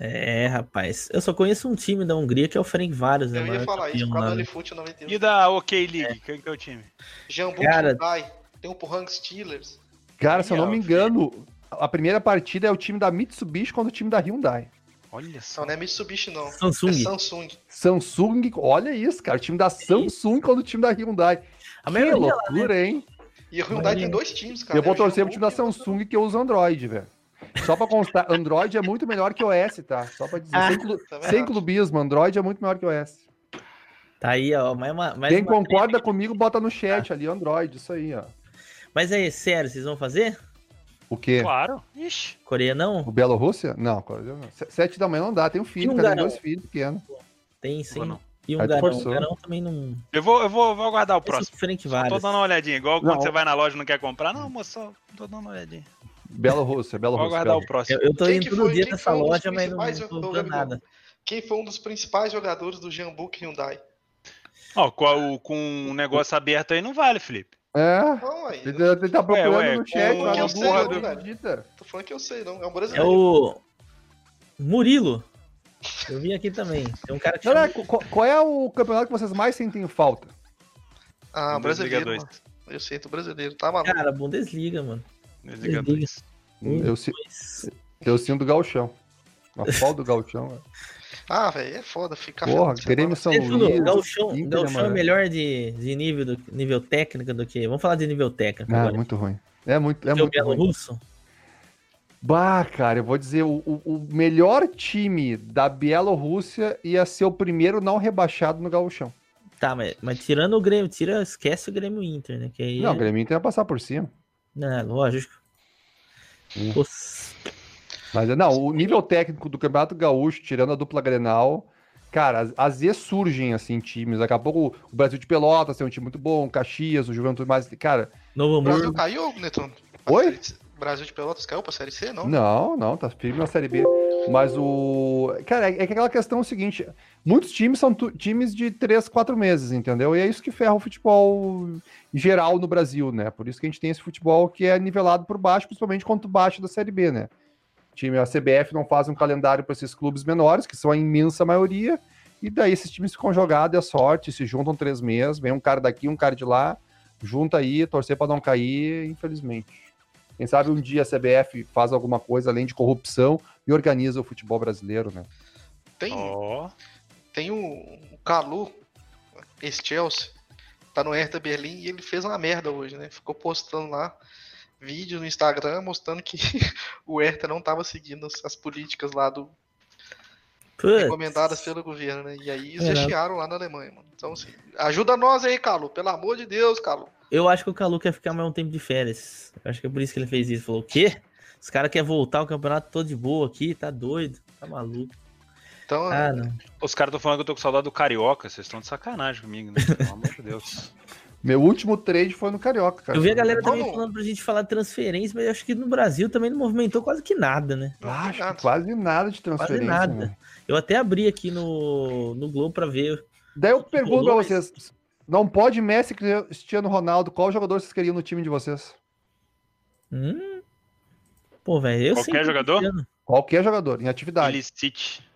[SPEAKER 1] É, rapaz. Eu só conheço um time da Hungria que é o Ferencváros. né,
[SPEAKER 4] Eu
[SPEAKER 1] maior
[SPEAKER 4] ia falar
[SPEAKER 1] campeão
[SPEAKER 4] isso, por causa
[SPEAKER 1] lá,
[SPEAKER 4] do
[SPEAKER 1] né?
[SPEAKER 4] Alifute 91.
[SPEAKER 2] E da OK League, quem que é o time?
[SPEAKER 4] Jambu
[SPEAKER 1] Cara-
[SPEAKER 4] Hyundai, tem o Pohang Steelers.
[SPEAKER 3] Cara, se eu não me
[SPEAKER 2] Aí, ó,
[SPEAKER 3] engano, a primeira partida é o time da Mitsubishi contra o time da Hyundai.
[SPEAKER 2] Olha só.
[SPEAKER 4] Não, não é Mitsubishi, não. É
[SPEAKER 1] Samsung.
[SPEAKER 4] Samsung.
[SPEAKER 3] Samsung, olha isso, cara. O time da Samsung contra o time da Hyundai.
[SPEAKER 1] A
[SPEAKER 3] Que
[SPEAKER 1] maioria lá,
[SPEAKER 3] loucura, hein?
[SPEAKER 4] E o Hyundai tem dois times, cara.
[SPEAKER 3] Eu vou
[SPEAKER 4] É o
[SPEAKER 3] torcer pro time da
[SPEAKER 4] Jambu e o-
[SPEAKER 3] Samsung que eu uso Android, velho. Só pra constar, Android é muito melhor que OS, tá? Só pra dizer. sem, clu-
[SPEAKER 4] Tá
[SPEAKER 3] sem
[SPEAKER 4] errado.
[SPEAKER 3] clubismo, Android é muito melhor que OS.
[SPEAKER 1] Tá aí, ó. Mais uma, mais
[SPEAKER 3] Quem
[SPEAKER 1] uma
[SPEAKER 3] concorda comigo, bota no chat ali, Android, isso aí, ó.
[SPEAKER 1] Mas aí, sério, vocês vão fazer?
[SPEAKER 3] O quê?
[SPEAKER 2] Claro. Ixi.
[SPEAKER 1] Coreia não?
[SPEAKER 3] O Bielorrússia? Não, claro, não. Se- sete da manhã não dá, tem um filho,
[SPEAKER 1] um
[SPEAKER 3] cara, tem
[SPEAKER 1] garão.
[SPEAKER 3] dois filhos pequenos.
[SPEAKER 1] Tem
[SPEAKER 2] Vou
[SPEAKER 1] sim.
[SPEAKER 2] não.
[SPEAKER 1] E um
[SPEAKER 3] Aí tu
[SPEAKER 1] garão. O
[SPEAKER 3] forçou.
[SPEAKER 1] garão também não.
[SPEAKER 2] Eu vou, eu vou, vou aguardar o próximo.
[SPEAKER 1] Esse Frank
[SPEAKER 2] Só tô
[SPEAKER 1] Varas.
[SPEAKER 2] dando uma olhadinha, igual quando
[SPEAKER 3] Não.
[SPEAKER 2] você vai na loja e não quer comprar. Não, moço, só tô dando uma olhadinha.
[SPEAKER 3] Bielorrússia,
[SPEAKER 2] Vou
[SPEAKER 3] Bielorrússia.
[SPEAKER 2] aguardar o
[SPEAKER 3] Bielorrússia.
[SPEAKER 2] próximo.
[SPEAKER 1] Eu, eu tô
[SPEAKER 4] Quem
[SPEAKER 1] indo
[SPEAKER 4] que
[SPEAKER 1] todo
[SPEAKER 4] foi-
[SPEAKER 1] dia
[SPEAKER 4] quem
[SPEAKER 1] nessa
[SPEAKER 4] foi um dos
[SPEAKER 1] loja, mas não
[SPEAKER 4] principais
[SPEAKER 1] não compra
[SPEAKER 4] jogadores do-
[SPEAKER 1] nada.
[SPEAKER 4] Quem foi um dos principais jogadores do Jambu Hyundai?
[SPEAKER 2] Ó, com, a- o- com um negócio aberto aí não vale, Felipe.
[SPEAKER 3] É,
[SPEAKER 4] Não, aí.
[SPEAKER 3] ele,
[SPEAKER 4] eu
[SPEAKER 3] ele tá procurando
[SPEAKER 2] É, ué,
[SPEAKER 3] no chat,
[SPEAKER 2] com-
[SPEAKER 3] lá
[SPEAKER 4] com
[SPEAKER 3] na
[SPEAKER 4] o
[SPEAKER 3] porra
[SPEAKER 4] Senna,
[SPEAKER 2] né?
[SPEAKER 3] do
[SPEAKER 4] velho.
[SPEAKER 3] Dita.
[SPEAKER 4] Tô falando que eu sei, não. É um
[SPEAKER 1] É
[SPEAKER 4] brasileiro.
[SPEAKER 1] o. Murilo. Eu vi aqui também. Tem um cara que chama
[SPEAKER 3] Cara, qual, qual é o campeonato que vocês mais sentem falta?
[SPEAKER 4] Ah,
[SPEAKER 2] Bundesliga
[SPEAKER 4] brasileiro.
[SPEAKER 2] dois.
[SPEAKER 4] mano. Eu sei, tô brasileiro. Tá maluco.
[SPEAKER 1] cara, Bundesliga, mano. Desliga.
[SPEAKER 2] Desliga dois.
[SPEAKER 1] Hum.
[SPEAKER 3] Eu, si- eu sinto o Galchão. A falta do Galchão. velho.
[SPEAKER 4] Ah, velho, é foda ficar
[SPEAKER 3] Porra,
[SPEAKER 4] falando
[SPEAKER 3] queremos São
[SPEAKER 1] Você
[SPEAKER 3] Luís.
[SPEAKER 1] falou, Galchão,
[SPEAKER 3] Então, Inter,
[SPEAKER 1] Galchão é
[SPEAKER 3] Amarelo.
[SPEAKER 1] melhor de, de nível, do, nível técnico do que. Vamos falar de nível técnico
[SPEAKER 3] Ah,
[SPEAKER 1] agora. um
[SPEAKER 3] muito ruim. É muito, é
[SPEAKER 1] Porque o
[SPEAKER 3] muito ruim.
[SPEAKER 1] Bielorrusso?
[SPEAKER 3] Bah, cara, eu vou dizer, o, o- o melhor time da Bielorrússia ia ser o primeiro não rebaixado no Gauchão.
[SPEAKER 1] Tá, mas, mas tirando o Grêmio, tira, esquece o Grêmio Inter, né? Que aí
[SPEAKER 3] Não, o Grêmio Inter ia passar por cima.
[SPEAKER 1] Não, lógico.
[SPEAKER 3] Hum.
[SPEAKER 1] Poxa,
[SPEAKER 3] Mas não, o nível técnico do Campeonato Gaúcho, tirando a dupla Grenal, cara, às- às vezes surgem, assim, times. Daqui a pouco o Brasil de Pelotas tem um time muito bom, o Caxias, o Juventude mais... Cara,
[SPEAKER 1] Novo
[SPEAKER 4] O
[SPEAKER 1] Hamburgo.
[SPEAKER 4] Brasil caiu, Netuno?
[SPEAKER 3] Oi?
[SPEAKER 4] A Série C- Brasil de Pelotas caiu pra Série C, não?
[SPEAKER 3] Não, não, tá firme na Série B. Mas o. Cara, é que aquela questão é o seguinte: muitos times são tu- times de três, quatro meses, entendeu? E é isso que ferra o futebol geral no Brasil, né? Por isso que a gente tem esse futebol que é nivelado por baixo, principalmente quanto baixo da Série B, né? O time, a CBF não faz um calendário para esses clubes menores, que são a imensa maioria, e daí esses times ficam jogados e a sorte, se juntam três meses, vem um cara daqui, um cara de lá, junta aí, torcer para não cair, infelizmente. Quem sabe um dia a CBF faz alguma coisa além de corrupção e organiza o futebol brasileiro, né?
[SPEAKER 4] Tem,
[SPEAKER 2] Ó.
[SPEAKER 4] tem o, o Calu, esse Chelsea, tá no Hertha Berlim e ele fez uma merda hoje, né? Ficou postando lá vídeo no Instagram mostrando que o Hertha não tava seguindo as, as políticas lá do, é
[SPEAKER 1] Putz.
[SPEAKER 4] recomendadas pelo governo, né? E aí eles
[SPEAKER 1] É.
[SPEAKER 4] rechearam lá na Alemanha, mano. Então, assim, ajuda nós aí, Calu. Pelo amor de Deus, Calu.
[SPEAKER 1] Eu acho que o Calu quer ficar mais um tempo de férias. Eu acho que é por isso que ele fez isso. Falou, o quê? Os caras querem voltar o campeonato todo de boa aqui, tá doido, tá maluco.
[SPEAKER 4] Então,
[SPEAKER 1] Ah, não.
[SPEAKER 2] Os caras estão falando que eu tô com saudade do Carioca. Vocês estão de sacanagem comigo, né? Pelo amor de Deus.
[SPEAKER 3] Meu último trade foi no Carioca, cara.
[SPEAKER 1] Eu vi a galera
[SPEAKER 4] Vamos.
[SPEAKER 1] também falando pra gente falar de transferência, mas eu acho que no Brasil também não movimentou quase que nada, né?
[SPEAKER 3] Ah, acho que quase nada de transferência.
[SPEAKER 1] nada.
[SPEAKER 3] né?
[SPEAKER 1] Eu até abri aqui no, no Globo pra ver.
[SPEAKER 3] Daí eu pergunto pra
[SPEAKER 1] Rolou,
[SPEAKER 3] vocês: não pode Messi, Cristiano Ronaldo, qual jogador vocês queriam no time de vocês?
[SPEAKER 1] Hum. Pô, velho, eu
[SPEAKER 2] Qualquer
[SPEAKER 1] sempre
[SPEAKER 2] jogador?
[SPEAKER 1] Cristiano.
[SPEAKER 3] Qualquer jogador, em
[SPEAKER 2] Tá.
[SPEAKER 3] atividade.
[SPEAKER 2] Ilicite.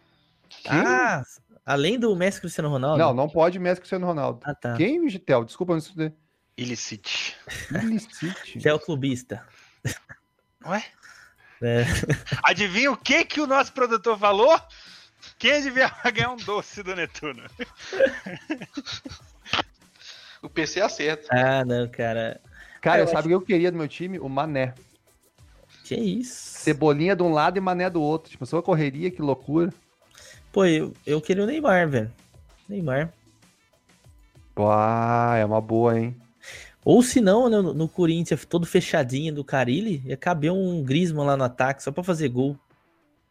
[SPEAKER 1] Ah, além do Messi e Cristiano Ronaldo?
[SPEAKER 3] Não, não pode Messi, Cristiano Ronaldo.
[SPEAKER 1] né? Ah, tá.
[SPEAKER 3] Quem, Vigitel? Desculpa, é eu não estudei.
[SPEAKER 2] Ilicite.
[SPEAKER 3] Ilicite.
[SPEAKER 1] Você é o clubista.
[SPEAKER 2] Ué?
[SPEAKER 1] É.
[SPEAKER 2] Adivinha o que que o nosso produtor falou? Quem adivinha vai ganhar um doce do Netuno?
[SPEAKER 4] o PC acerta.
[SPEAKER 1] Ah, não, cara.
[SPEAKER 3] Cara,
[SPEAKER 1] Eu
[SPEAKER 3] sabe o que eu queria do meu time? O Mané.
[SPEAKER 1] Que isso?
[SPEAKER 3] Cebolinha de um lado e Mané do outro. Tipo, só uma correria, que loucura.
[SPEAKER 1] Pô, eu, eu queria o Neymar, velho. Neymar.
[SPEAKER 3] Ah, é uma boa, hein?
[SPEAKER 1] Ou se não, né, no, no Corinthians, todo fechadinho do Carilli, ia caber um Grisman lá no ataque só pra fazer gol.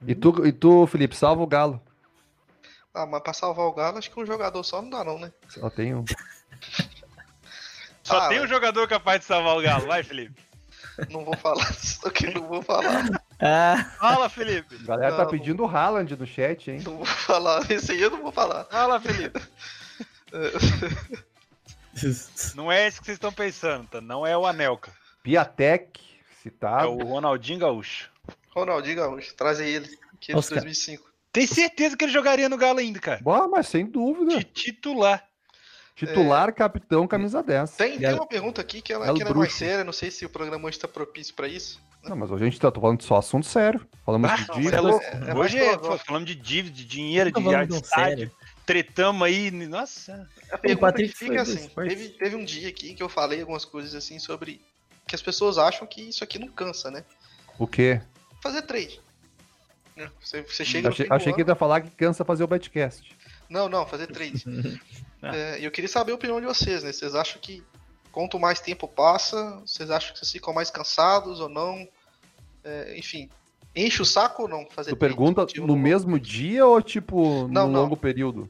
[SPEAKER 3] E tu, e tu, Felipe, salva o Galo.
[SPEAKER 4] Ah, mas pra salvar o Galo, acho que um jogador só não dá, não, né?
[SPEAKER 3] Só tem um.
[SPEAKER 2] Só
[SPEAKER 4] Ah,
[SPEAKER 2] tem um jogador capaz de salvar o Galo. Vai, Felipe.
[SPEAKER 4] Não vou falar isso aqui, não vou falar.
[SPEAKER 1] Ah,
[SPEAKER 2] Fala, Felipe.
[SPEAKER 3] A galera tá
[SPEAKER 4] Não.
[SPEAKER 3] pedindo o Haaland no chat, hein?
[SPEAKER 4] Não vou falar, esse aí eu não vou falar.
[SPEAKER 2] Fala, Felipe. Não é esse que vocês estão pensando, tá? Não é o Anelka.
[SPEAKER 3] Piatek,
[SPEAKER 2] É
[SPEAKER 3] citado.
[SPEAKER 2] o Ronaldinho Gaúcho.
[SPEAKER 4] Ronaldinho Gaúcho, traz aí ele, que é de
[SPEAKER 1] Oscar.
[SPEAKER 4] 2005.
[SPEAKER 2] Tem certeza que ele jogaria no Galo ainda, cara. Hum.
[SPEAKER 3] Bom, mas sem dúvida.
[SPEAKER 2] De titular.
[SPEAKER 3] Titular,
[SPEAKER 4] É.
[SPEAKER 3] capitão, camisa 10.
[SPEAKER 4] Tem, tem
[SPEAKER 1] Galo-
[SPEAKER 4] uma pergunta aqui que ela,
[SPEAKER 3] Galo
[SPEAKER 4] que ela é mais
[SPEAKER 3] bruxo.
[SPEAKER 4] séria, não sei se o programa hoje está propício para isso.
[SPEAKER 3] Não, mas hoje a gente tá falando de só assunto sério. Falamos
[SPEAKER 2] Ah,
[SPEAKER 3] de
[SPEAKER 2] não,
[SPEAKER 3] dívida.
[SPEAKER 2] mas é louco.
[SPEAKER 4] é
[SPEAKER 2] Hoje
[SPEAKER 4] mais
[SPEAKER 2] é,
[SPEAKER 4] provável.
[SPEAKER 2] falamos de dívida, de dinheiro, de um
[SPEAKER 1] Nunca vamos um tão
[SPEAKER 2] estádio. Tretamos aí. Nossa.
[SPEAKER 4] A pergunta que
[SPEAKER 1] Patrick
[SPEAKER 4] fica
[SPEAKER 1] foi
[SPEAKER 4] é assim,
[SPEAKER 1] dos Spurs.
[SPEAKER 4] teve, teve um dia aqui que eu falei algumas coisas assim sobre que as pessoas acham que isso aqui não cansa, né?
[SPEAKER 3] O quê?
[SPEAKER 4] Fazer trade. Né? Você, você chega no
[SPEAKER 3] Achei,
[SPEAKER 4] fim do
[SPEAKER 3] achei que
[SPEAKER 4] ano-
[SPEAKER 3] ele ia falar que cansa fazer o Betcast.
[SPEAKER 4] Não, não, fazer trade. É, E eu queria saber a opinião de vocês, né? Vocês acham que quanto mais tempo passa, vocês acham que vocês ficam mais cansados ou não? É, enfim, enche o saco ou não fazer
[SPEAKER 3] Tu pergunta
[SPEAKER 4] Tipo,
[SPEAKER 3] no mesmo dia ou, tipo,
[SPEAKER 4] Não,
[SPEAKER 3] num
[SPEAKER 4] não.
[SPEAKER 3] longo período?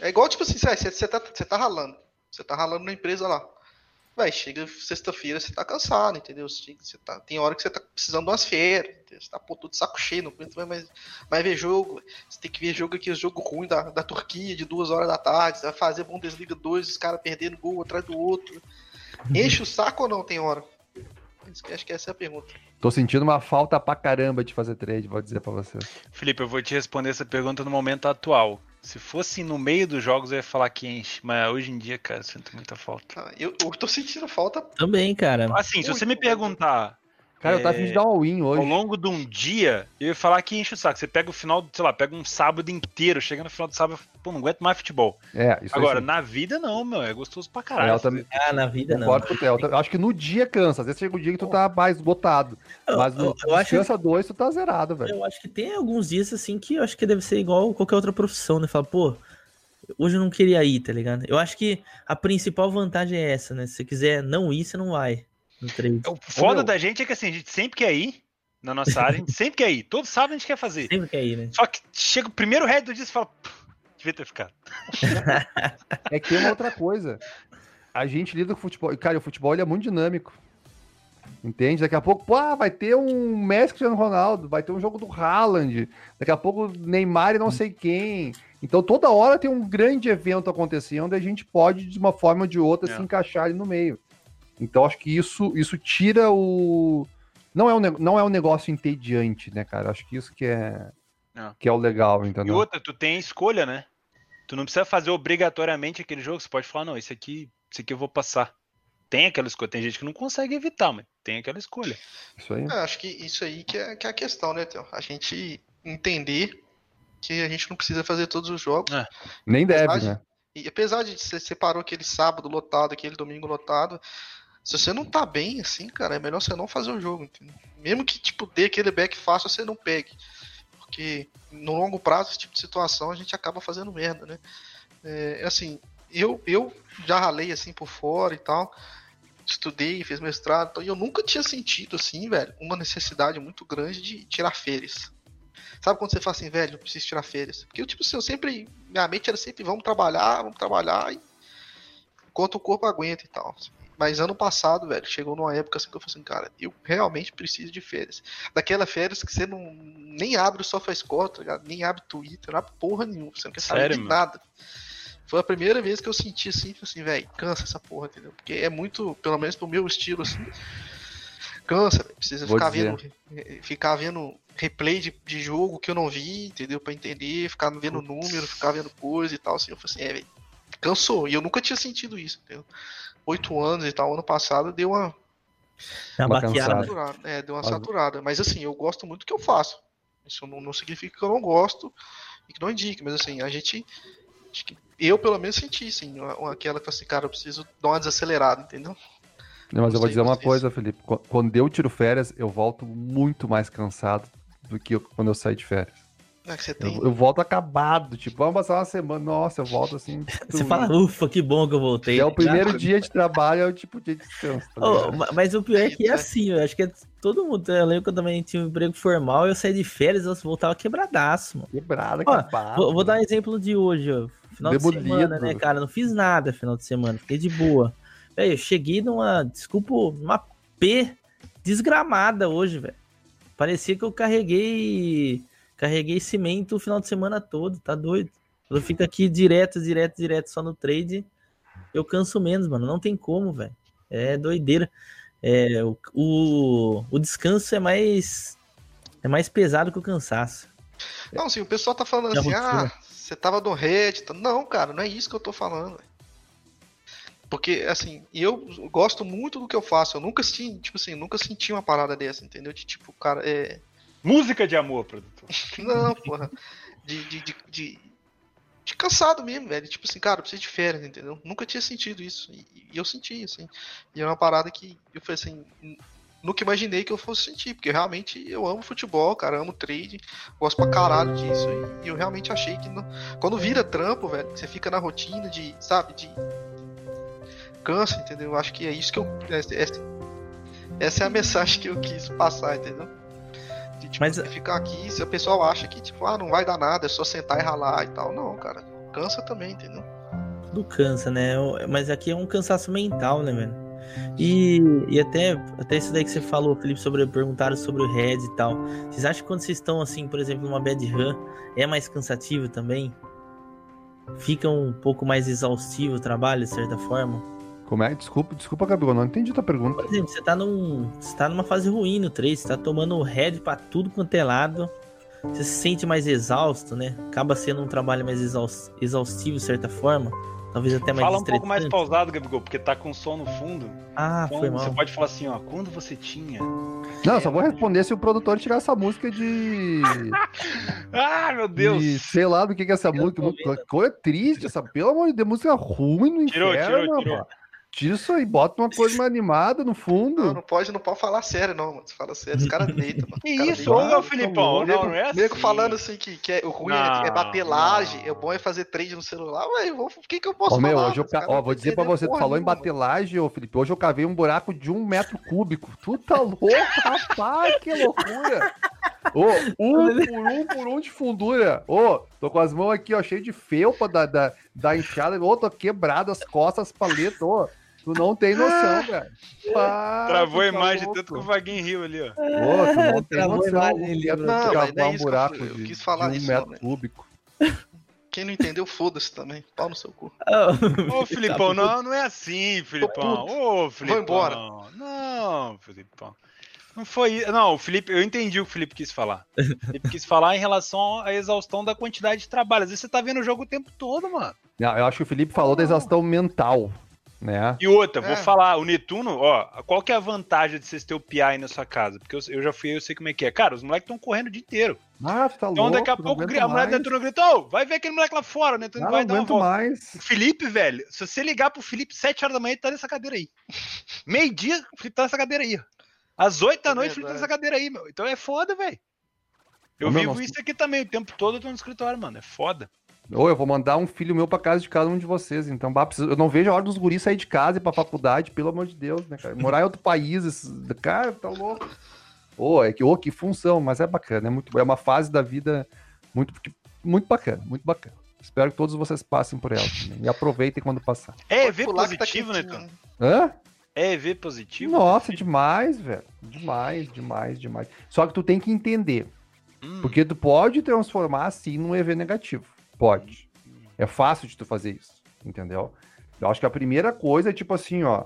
[SPEAKER 4] É igual, tipo assim, sabe, você, você, tá, você tá ralando. Você tá ralando na empresa lá. Vai, chega sexta-feira, você tá cansado, entendeu? Você, você tá, tem hora que você tá precisando de umas férias. entendeu? Você tá pô, todo de saco cheio, não aguento mais, mais, mais ver jogo. Você tem que ver jogo aqui, jogo ruim da, da Turquia, de duas horas da tarde. Você vai fazer Bundesliga 2, os caras perdendo gol atrás do outro. Enche o saco ou não tem hora? Acho que- Acho que essa é a pergunta.
[SPEAKER 3] Tô sentindo uma falta pra caramba de fazer trade, vou dizer pra você.
[SPEAKER 2] Felipe, eu vou te responder essa pergunta no momento atual. Se fosse no meio dos jogos, eu ia falar que enche. Mas hoje em dia, cara, eu sinto muita falta.
[SPEAKER 4] Ah, Eu, eu tô sentindo falta.
[SPEAKER 1] também, cara.
[SPEAKER 2] Assim, se você me perguntar
[SPEAKER 3] Cara, eu tava
[SPEAKER 2] É.
[SPEAKER 3] afim de dar um all-in
[SPEAKER 2] ao
[SPEAKER 3] hoje.
[SPEAKER 2] longo de um dia, eu ia falar que enche o saco. Você pega o final, sei lá, pega um sábado inteiro, chega no final do sábado, pô, não aguento mais futebol.
[SPEAKER 3] É, isso
[SPEAKER 2] Agora,
[SPEAKER 3] aí.
[SPEAKER 2] na vida não, meu, é gostoso pra
[SPEAKER 3] sim. É,
[SPEAKER 2] caralho.
[SPEAKER 3] eu também
[SPEAKER 1] Ah, na vida não.
[SPEAKER 3] concordo com o Theo. Eu Acho que no dia cansa. Às vezes chega o dia que tu tá mais botado. Mas
[SPEAKER 1] eu,
[SPEAKER 3] no
[SPEAKER 1] eu acho,
[SPEAKER 3] descansa dois, tu tá zerado, velho.
[SPEAKER 1] eu acho que tem alguns dias assim que eu acho que deve ser igual qualquer outra profissão, né? Fala, pô, hoje eu não queria ir, tá ligado? Eu acho que a principal vantagem é essa, né? Se você quiser não ir, você não vai no treino.
[SPEAKER 2] O foda
[SPEAKER 3] meu.
[SPEAKER 2] da gente é que assim, a gente sempre quer ir na nossa área, a gente sempre quer ir. Todo sábado a gente quer fazer.
[SPEAKER 1] Sempre quer ir, né?
[SPEAKER 2] Só que chega o primeiro head do dia e você fala, "Pff, devia ter ficado.
[SPEAKER 3] É que tem uma outra coisa. A gente lida com o futebol. e, Cara, o futebol ele é muito dinâmico. Entende? Daqui a pouco, pô, ah, vai ter um Messi Cristiano Ronaldo, vai ter um jogo do Haaland, daqui a pouco Neymar e não sei quem. Então toda hora tem um grande evento acontecendo e a gente pode, de uma forma ou de outra,
[SPEAKER 2] É.
[SPEAKER 3] se encaixar ali no meio. Então acho que isso, isso tira o. Não é um, ne- não é um negócio entediante, né, cara? Acho que isso que é,
[SPEAKER 2] É.
[SPEAKER 3] Que é o legal,
[SPEAKER 2] E
[SPEAKER 3] entendeu?
[SPEAKER 2] outra, tu tem escolha, né? Tu não precisa fazer obrigatoriamente aquele jogo, você pode falar, não, esse aqui, esse aqui eu vou passar. Tem aquela escolha, tem gente que não consegue evitar, mas tem aquela escolha.
[SPEAKER 3] Isso aí.
[SPEAKER 4] É, acho que isso aí que é, que é a questão, né, Theo? A gente entender que a gente não precisa fazer todos os jogos.
[SPEAKER 3] Nem deve,
[SPEAKER 4] Mas-
[SPEAKER 3] né?
[SPEAKER 4] E apesar de você separou aquele sábado lotado, aquele domingo lotado, se você não tá bem assim, cara, é melhor você não fazer o jogo, entendeu? Mesmo que tipo dê aquele back fácil, você não pegue. Porque no longo prazo, esse tipo de situação, a gente acaba fazendo merda, né? É, assim, eu, eu já ralei assim por fora e tal. Estudei, fiz mestrado, então, e tal, e eu nunca tinha sentido assim, velho, uma necessidade muito grande de tirar férias. Sabe quando você fala assim, velho, eu preciso tirar férias? Porque eu, tipo assim, eu sempre. Minha mente era sempre, vamos trabalhar, vamos trabalhar, e... enquanto o corpo aguenta e tal. Mas ano passado, velho, chegou numa época assim que eu falei assim, cara, eu realmente preciso de férias. Daquela férias que você não nem abre o SofaScore, tá ligado? nem abre o Twitter, não abre porra nenhuma, você não quer saber
[SPEAKER 2] Sério,
[SPEAKER 4] de
[SPEAKER 2] mano?
[SPEAKER 4] nada. Foi a primeira vez que eu senti assim, falei assim, velho, cansa essa porra, entendeu? Porque é muito, pelo menos pro meu estilo, assim, cansa, velho, precisa
[SPEAKER 3] Vou
[SPEAKER 4] ficar
[SPEAKER 3] dizer.
[SPEAKER 4] vendo eh, ficar vendo replay de, de jogo que eu não vi, entendeu? Pra entender, ficar vendo número, ficar vendo coisa e tal, assim, eu falei assim, é, velho, cansou. E eu nunca tinha sentido isso, entendeu? Oito anos e tal, ano passado deu uma
[SPEAKER 1] Dá uma
[SPEAKER 3] Uma
[SPEAKER 1] baqueada.
[SPEAKER 3] cansada.
[SPEAKER 4] saturada, é, deu uma
[SPEAKER 3] Mas-
[SPEAKER 4] saturada. Mas assim, eu gosto muito do que eu faço. Isso não, não significa que eu não gosto e que não indique, mas assim, a gente. acho que eu pelo menos senti, sim, uma- uma- aquela que assim, cara, eu preciso dar uma desacelerada, entendeu?
[SPEAKER 3] Não, mas eu
[SPEAKER 4] Gostei,
[SPEAKER 3] vou dizer uma
[SPEAKER 4] gostei.
[SPEAKER 3] coisa, Felipe. Qu- Quando eu tiro férias, eu volto muito mais cansado do que eu- quando eu saio de férias.
[SPEAKER 4] É que você tem.
[SPEAKER 3] Eu, eu volto acabado, tipo, vamos passar uma semana. Nossa, eu volto assim.
[SPEAKER 1] Você
[SPEAKER 3] tudo.
[SPEAKER 1] fala, ufa, que bom que eu voltei.
[SPEAKER 3] É o primeiro dia de trabalho, é o tipo de descanso. tá
[SPEAKER 1] Oh,
[SPEAKER 3] ligado?
[SPEAKER 1] ma- mas o pior é que é
[SPEAKER 4] Eita.
[SPEAKER 1] assim, eu acho que é todo mundo. Eu lembro que eu também tinha um emprego formal, eu saí de férias, eu voltava quebradaço, mano.
[SPEAKER 3] Quebrado,
[SPEAKER 1] Ó,
[SPEAKER 3] acabado.
[SPEAKER 1] Vou, vou dar um exemplo de hoje, ó. Final
[SPEAKER 3] Demolido.
[SPEAKER 1] de semana, né, cara? Não fiz nada final de semana, fiquei de boa. Velho, eu cheguei numa, desculpa, numa P desgramada hoje, velho. Parecia que eu carreguei carreguei cimento o final de semana todo, tá doido. Eu fico aqui direto, direto, direto só no trade. Eu canso menos, mano. Não tem como, velho. É doideira. É, o, o, o descanso é mais é mais pesado que o cansaço.
[SPEAKER 4] Não, sim, o pessoal tá falando
[SPEAKER 1] É
[SPEAKER 4] assim,
[SPEAKER 1] rotina.
[SPEAKER 3] né?"
[SPEAKER 4] ah, você tava no Reddit. Não, cara, não é isso que eu tô falando. velho. Porque, assim, e eu gosto muito do que eu faço. Eu nunca senti, tipo assim, nunca senti uma parada dessa, entendeu? De tipo, cara, é.
[SPEAKER 2] Música de amor, produtor.
[SPEAKER 4] Não, porra. De, de, de, de, de cansado mesmo, velho. Tipo assim, cara, eu preciso de férias, entendeu? Nunca tinha sentido isso. E, e eu senti, assim. E é uma parada que eu falei assim. n- Nunca imaginei que eu fosse sentir, porque realmente eu amo futebol, cara, amo trade, gosto pra caralho disso. E eu realmente achei que não- quando vira trampo, velho, você fica na rotina de, sabe, de cansa, entendeu? Eu Acho que é isso que eu. Essa, essa- essa é a mensagem que eu quis passar, entendeu? De, tipo,
[SPEAKER 1] Mas-
[SPEAKER 4] você ficar aqui, se o pessoal acha que, tipo, ah, não vai dar nada, é só sentar e ralar e tal. Não, cara, cansa também, entendeu?
[SPEAKER 1] Tudo cansa, né? Eu- Mas aqui é um cansaço mental, né, velho? E, e até, até isso daí que você falou, Felipe, sobre perguntaram sobre o Red e tal. Vocês acham que quando vocês estão, assim, por exemplo, numa bad run, é mais cansativo também? Fica um pouco mais exaustivo o trabalho, de certa forma?
[SPEAKER 3] Como é? Desculpa, desculpa, Gabigol, não entendi tua pergunta.
[SPEAKER 1] Por exemplo, você tá, num, você tá numa fase ruim no 3, você tá tomando Red pra tudo quanto é lado, você se sente mais exausto, né? Acaba sendo um trabalho mais exaus- exaustivo, de certa forma. Talvez até mais
[SPEAKER 2] Fala um pouco mais
[SPEAKER 1] estressante.
[SPEAKER 2] pausado, Gabigol, porque tá com som no fundo.
[SPEAKER 1] Ah,
[SPEAKER 2] Então,
[SPEAKER 1] foi
[SPEAKER 2] você
[SPEAKER 1] mal.
[SPEAKER 2] pode falar assim, ó, quando você tinha.
[SPEAKER 3] Não,
[SPEAKER 1] é.
[SPEAKER 3] eu só vou responder se o produtor tirar essa música de.
[SPEAKER 2] Ah, meu
[SPEAKER 3] de-
[SPEAKER 2] Deus!
[SPEAKER 3] sei lá do que, que é essa
[SPEAKER 1] Eu
[SPEAKER 3] música.
[SPEAKER 1] tô
[SPEAKER 3] Música coisa triste, essa. Pelo amor de Deus, música ruim no
[SPEAKER 2] Tirou,
[SPEAKER 3] inferno,
[SPEAKER 2] tirou, tirou.
[SPEAKER 3] rapaz. Tira isso aí, bota uma coisa mais animada no
[SPEAKER 4] Não,
[SPEAKER 3] fundo.
[SPEAKER 4] não pode, não pode falar sério, não, mano. Você fala sério, os caras deitam, mano.
[SPEAKER 2] Que
[SPEAKER 4] Os caras
[SPEAKER 2] isso,
[SPEAKER 4] deitam.
[SPEAKER 2] ô meu
[SPEAKER 3] tá
[SPEAKER 2] Filipão,
[SPEAKER 4] O
[SPEAKER 2] não,
[SPEAKER 4] nego,
[SPEAKER 2] não é assim.
[SPEAKER 4] nego falando assim que, que é, o ruim
[SPEAKER 2] Não,
[SPEAKER 4] é, é bater
[SPEAKER 2] não.
[SPEAKER 4] laje, é bom é fazer trade no celular, ué, eu vou- o que, que eu posso
[SPEAKER 3] Ó,
[SPEAKER 4] falar?
[SPEAKER 3] meu, hoje eu,
[SPEAKER 4] Os
[SPEAKER 3] ca-
[SPEAKER 4] caras
[SPEAKER 3] ó,
[SPEAKER 4] não
[SPEAKER 3] vou dizer pra
[SPEAKER 4] entenderam
[SPEAKER 3] você, tu
[SPEAKER 4] porra
[SPEAKER 3] falou em
[SPEAKER 4] nenhuma,
[SPEAKER 3] batelagem, ô Felipe. Hoje eu cavei um buraco de um metro cúbico. Tu tá louco, rapaz, que loucura! Ô, um por um por um de fundura. Ô, tô com as mãos aqui, ó, cheio de felpa da, da, da enxada. Ô, tô quebrado as costas, as paletas, ô. Tu não tem
[SPEAKER 4] Ah,
[SPEAKER 3] noção, cara. Pá,
[SPEAKER 2] Travou
[SPEAKER 3] tu
[SPEAKER 2] a
[SPEAKER 3] tá
[SPEAKER 2] imagem
[SPEAKER 3] louco.
[SPEAKER 2] tanto que o Vaguinho riu ali, ó.
[SPEAKER 1] Tá
[SPEAKER 3] Ô, tu não tem
[SPEAKER 1] Travou a
[SPEAKER 3] noção.
[SPEAKER 1] imagem, ele-
[SPEAKER 3] Não,
[SPEAKER 4] Não, mas não é
[SPEAKER 3] cavar um
[SPEAKER 4] isso que eu
[SPEAKER 3] buraco
[SPEAKER 4] falei, eu
[SPEAKER 3] de,
[SPEAKER 4] quis falar
[SPEAKER 3] de um
[SPEAKER 4] isso,
[SPEAKER 3] metro
[SPEAKER 4] não, né?
[SPEAKER 3] cúbico.
[SPEAKER 4] mano. Quem não entendeu, foda-se também. Pau no seu cu.
[SPEAKER 2] Ô, Filipão, não, não é assim,
[SPEAKER 1] Tá
[SPEAKER 2] Filipão. Ô, Filipão.
[SPEAKER 4] embora.
[SPEAKER 2] Não, Filipão. Não foi. Não, o Felipe, eu entendi o que o Felipe quis falar. O Felipe quis falar em relação à exaustão da quantidade de trabalho. Às vezes você tá vendo o jogo o tempo todo, mano.
[SPEAKER 3] Não, Ah, eu acho que o Felipe falou da exaustão mental, né?
[SPEAKER 2] E outra,
[SPEAKER 4] É.
[SPEAKER 2] vou falar, o Netuno, ó, qual que é a vantagem de vocês terem o PI aí na sua casa? Porque eu, eu já fui, eu sei como é que é. Cara, os moleques estão correndo o dia inteiro.
[SPEAKER 3] Ah, tu tá
[SPEAKER 2] Então
[SPEAKER 3] louco.
[SPEAKER 2] daqui a
[SPEAKER 3] não
[SPEAKER 2] pouco
[SPEAKER 3] aguento
[SPEAKER 2] a mulher do
[SPEAKER 3] mais.
[SPEAKER 2] Netuno grita, ô, vai ver aquele moleque lá fora, o Netuno
[SPEAKER 3] Ah,
[SPEAKER 2] vai
[SPEAKER 3] não
[SPEAKER 2] dar um uma
[SPEAKER 3] aguento
[SPEAKER 2] volta.
[SPEAKER 3] mais.
[SPEAKER 2] O Felipe, velho, se você ligar pro Felipe 7 horas da manhã, ele tá nessa cadeira aí. Meio-dia, o Felipe tá nessa cadeira aí. ó. Às 8 da
[SPEAKER 4] É
[SPEAKER 2] noite, o Felipe tá nessa
[SPEAKER 4] verdade.
[SPEAKER 2] cadeira aí, meu. Então é foda, velho. Eu
[SPEAKER 3] Ô, meu,
[SPEAKER 2] vivo
[SPEAKER 3] nós-
[SPEAKER 2] isso aqui também, o tempo todo eu tô no escritório, mano. É foda.
[SPEAKER 3] Ou eu vou mandar um filho meu pra casa de cada um de vocês. Então, bah, preciso- eu não vejo a hora dos guris sair de casa e ir pra faculdade, pelo amor de Deus, né, cara? Morar em outro país, esses... cara, tá louco. Ô, é que, ô, que função, mas é bacana, é muito É uma fase da vida muito, muito bacana, muito bacana. Espero que todos vocês passem por ela também, e aproveitem quando passar.
[SPEAKER 2] É
[SPEAKER 4] Pode
[SPEAKER 2] EV
[SPEAKER 4] pular que tá
[SPEAKER 2] positivo, né,
[SPEAKER 4] quentinho,
[SPEAKER 2] Netuno?
[SPEAKER 4] né?
[SPEAKER 3] Hã?
[SPEAKER 2] É EV positivo?
[SPEAKER 3] Nossa, demais, velho. Demais, demais, demais. Só que tu tem que entender.
[SPEAKER 2] Hum.
[SPEAKER 3] Porque tu pode transformar sim num EV negativo. Pode. É fácil de tu fazer isso, entendeu? Eu acho que a primeira coisa é tipo assim, ó.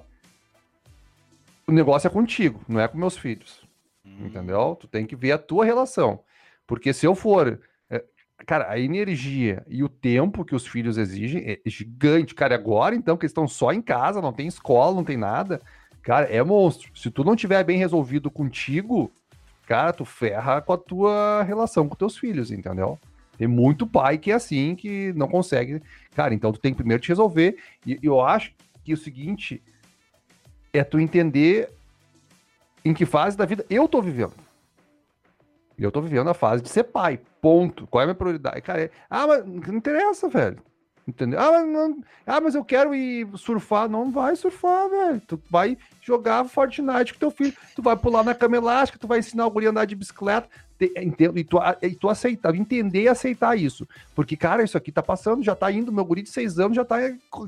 [SPEAKER 3] O negócio é contigo, não é com meus filhos.
[SPEAKER 2] Hum.
[SPEAKER 3] Entendeu? Tu tem que ver a tua relação. Porque se eu for. é, Cara, a energia e o tempo que os filhos exigem é gigante. Cara, agora então, que eles estão só em casa, não tem escola, não tem nada. Cara, é monstro. Se tu não tiver bem resolvido contigo, cara, tu ferra com a tua relação com teus filhos, entendeu? Tem muito pai que é assim, que não consegue. Cara, então tu tem que primeiro te resolver. E e eu acho que o seguinte é tu entender em que fase da vida eu tô vivendo. Eu tô vivendo a fase de ser pai. Ponto. Qual é a minha prioridade? Cara, é- ah, mas não interessa, velho. Entendeu? Ah mas, não- ah, mas eu quero ir surfar. Não vai surfar, velho. Tu vai jogar Fortnite com teu filho. Tu vai pular na cama elástica, tu vai ensinar o guri a andar de bicicleta. Te- Entendo. E tu, a- e tu aceitar, entender e aceitar isso. Porque, cara, isso aqui tá passando, já tá indo. Meu guri de seis anos já tá.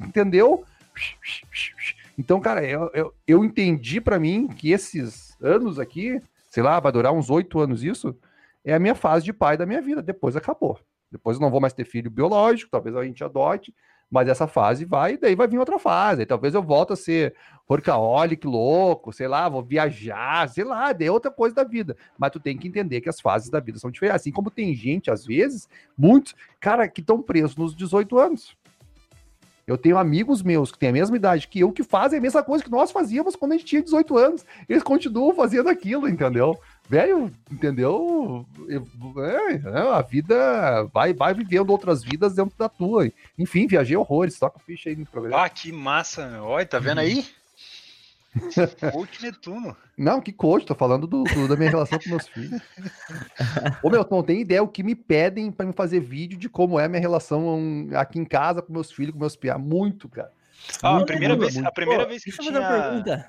[SPEAKER 3] Entendeu? Então, cara, eu, eu, eu entendi pra mim que esses anos aqui sei lá, vai durar uns oito anos isso, é a minha fase de pai da minha vida. Depois acabou. Depois eu não vou mais ter filho biológico, talvez a gente adote, mas essa fase vai, e daí vai vir outra fase. Aí talvez eu volte a ser porcaólico, louco, sei lá, vou viajar, sei lá, daí é outra coisa da vida. Mas tu tem que entender que as fases da vida são diferentes. Assim como tem gente, às vezes, muitos, cara, que estão presos nos 18 anos. Eu tenho amigos meus que têm a mesma idade que eu, que fazem a mesma coisa que nós fazíamos quando a gente tinha 18 anos. Eles continuam fazendo aquilo, entendeu? Velho, entendeu? É, é, a vida vai, vai vivendo outras vidas dentro da tua. Enfim, viajei horrores. Toca ficha aí no programa.
[SPEAKER 2] Ah, que massa, meu. Olha, tá vendo aí?
[SPEAKER 3] Uhum.
[SPEAKER 2] Coach Netuno.
[SPEAKER 3] Não, que coach, tô falando do, do- da minha relação com meus filhos. Ô, meu, tu não tem ideia o que me pedem pra me fazer vídeo de como é a minha relação aqui em casa com meus filhos, com meus piá. Muito, cara.
[SPEAKER 2] Ah, a
[SPEAKER 1] Muito
[SPEAKER 2] primeira
[SPEAKER 1] bom,
[SPEAKER 2] vez, a primeira vez que
[SPEAKER 1] Deixa eu fazer uma
[SPEAKER 2] tinha...
[SPEAKER 1] pergunta.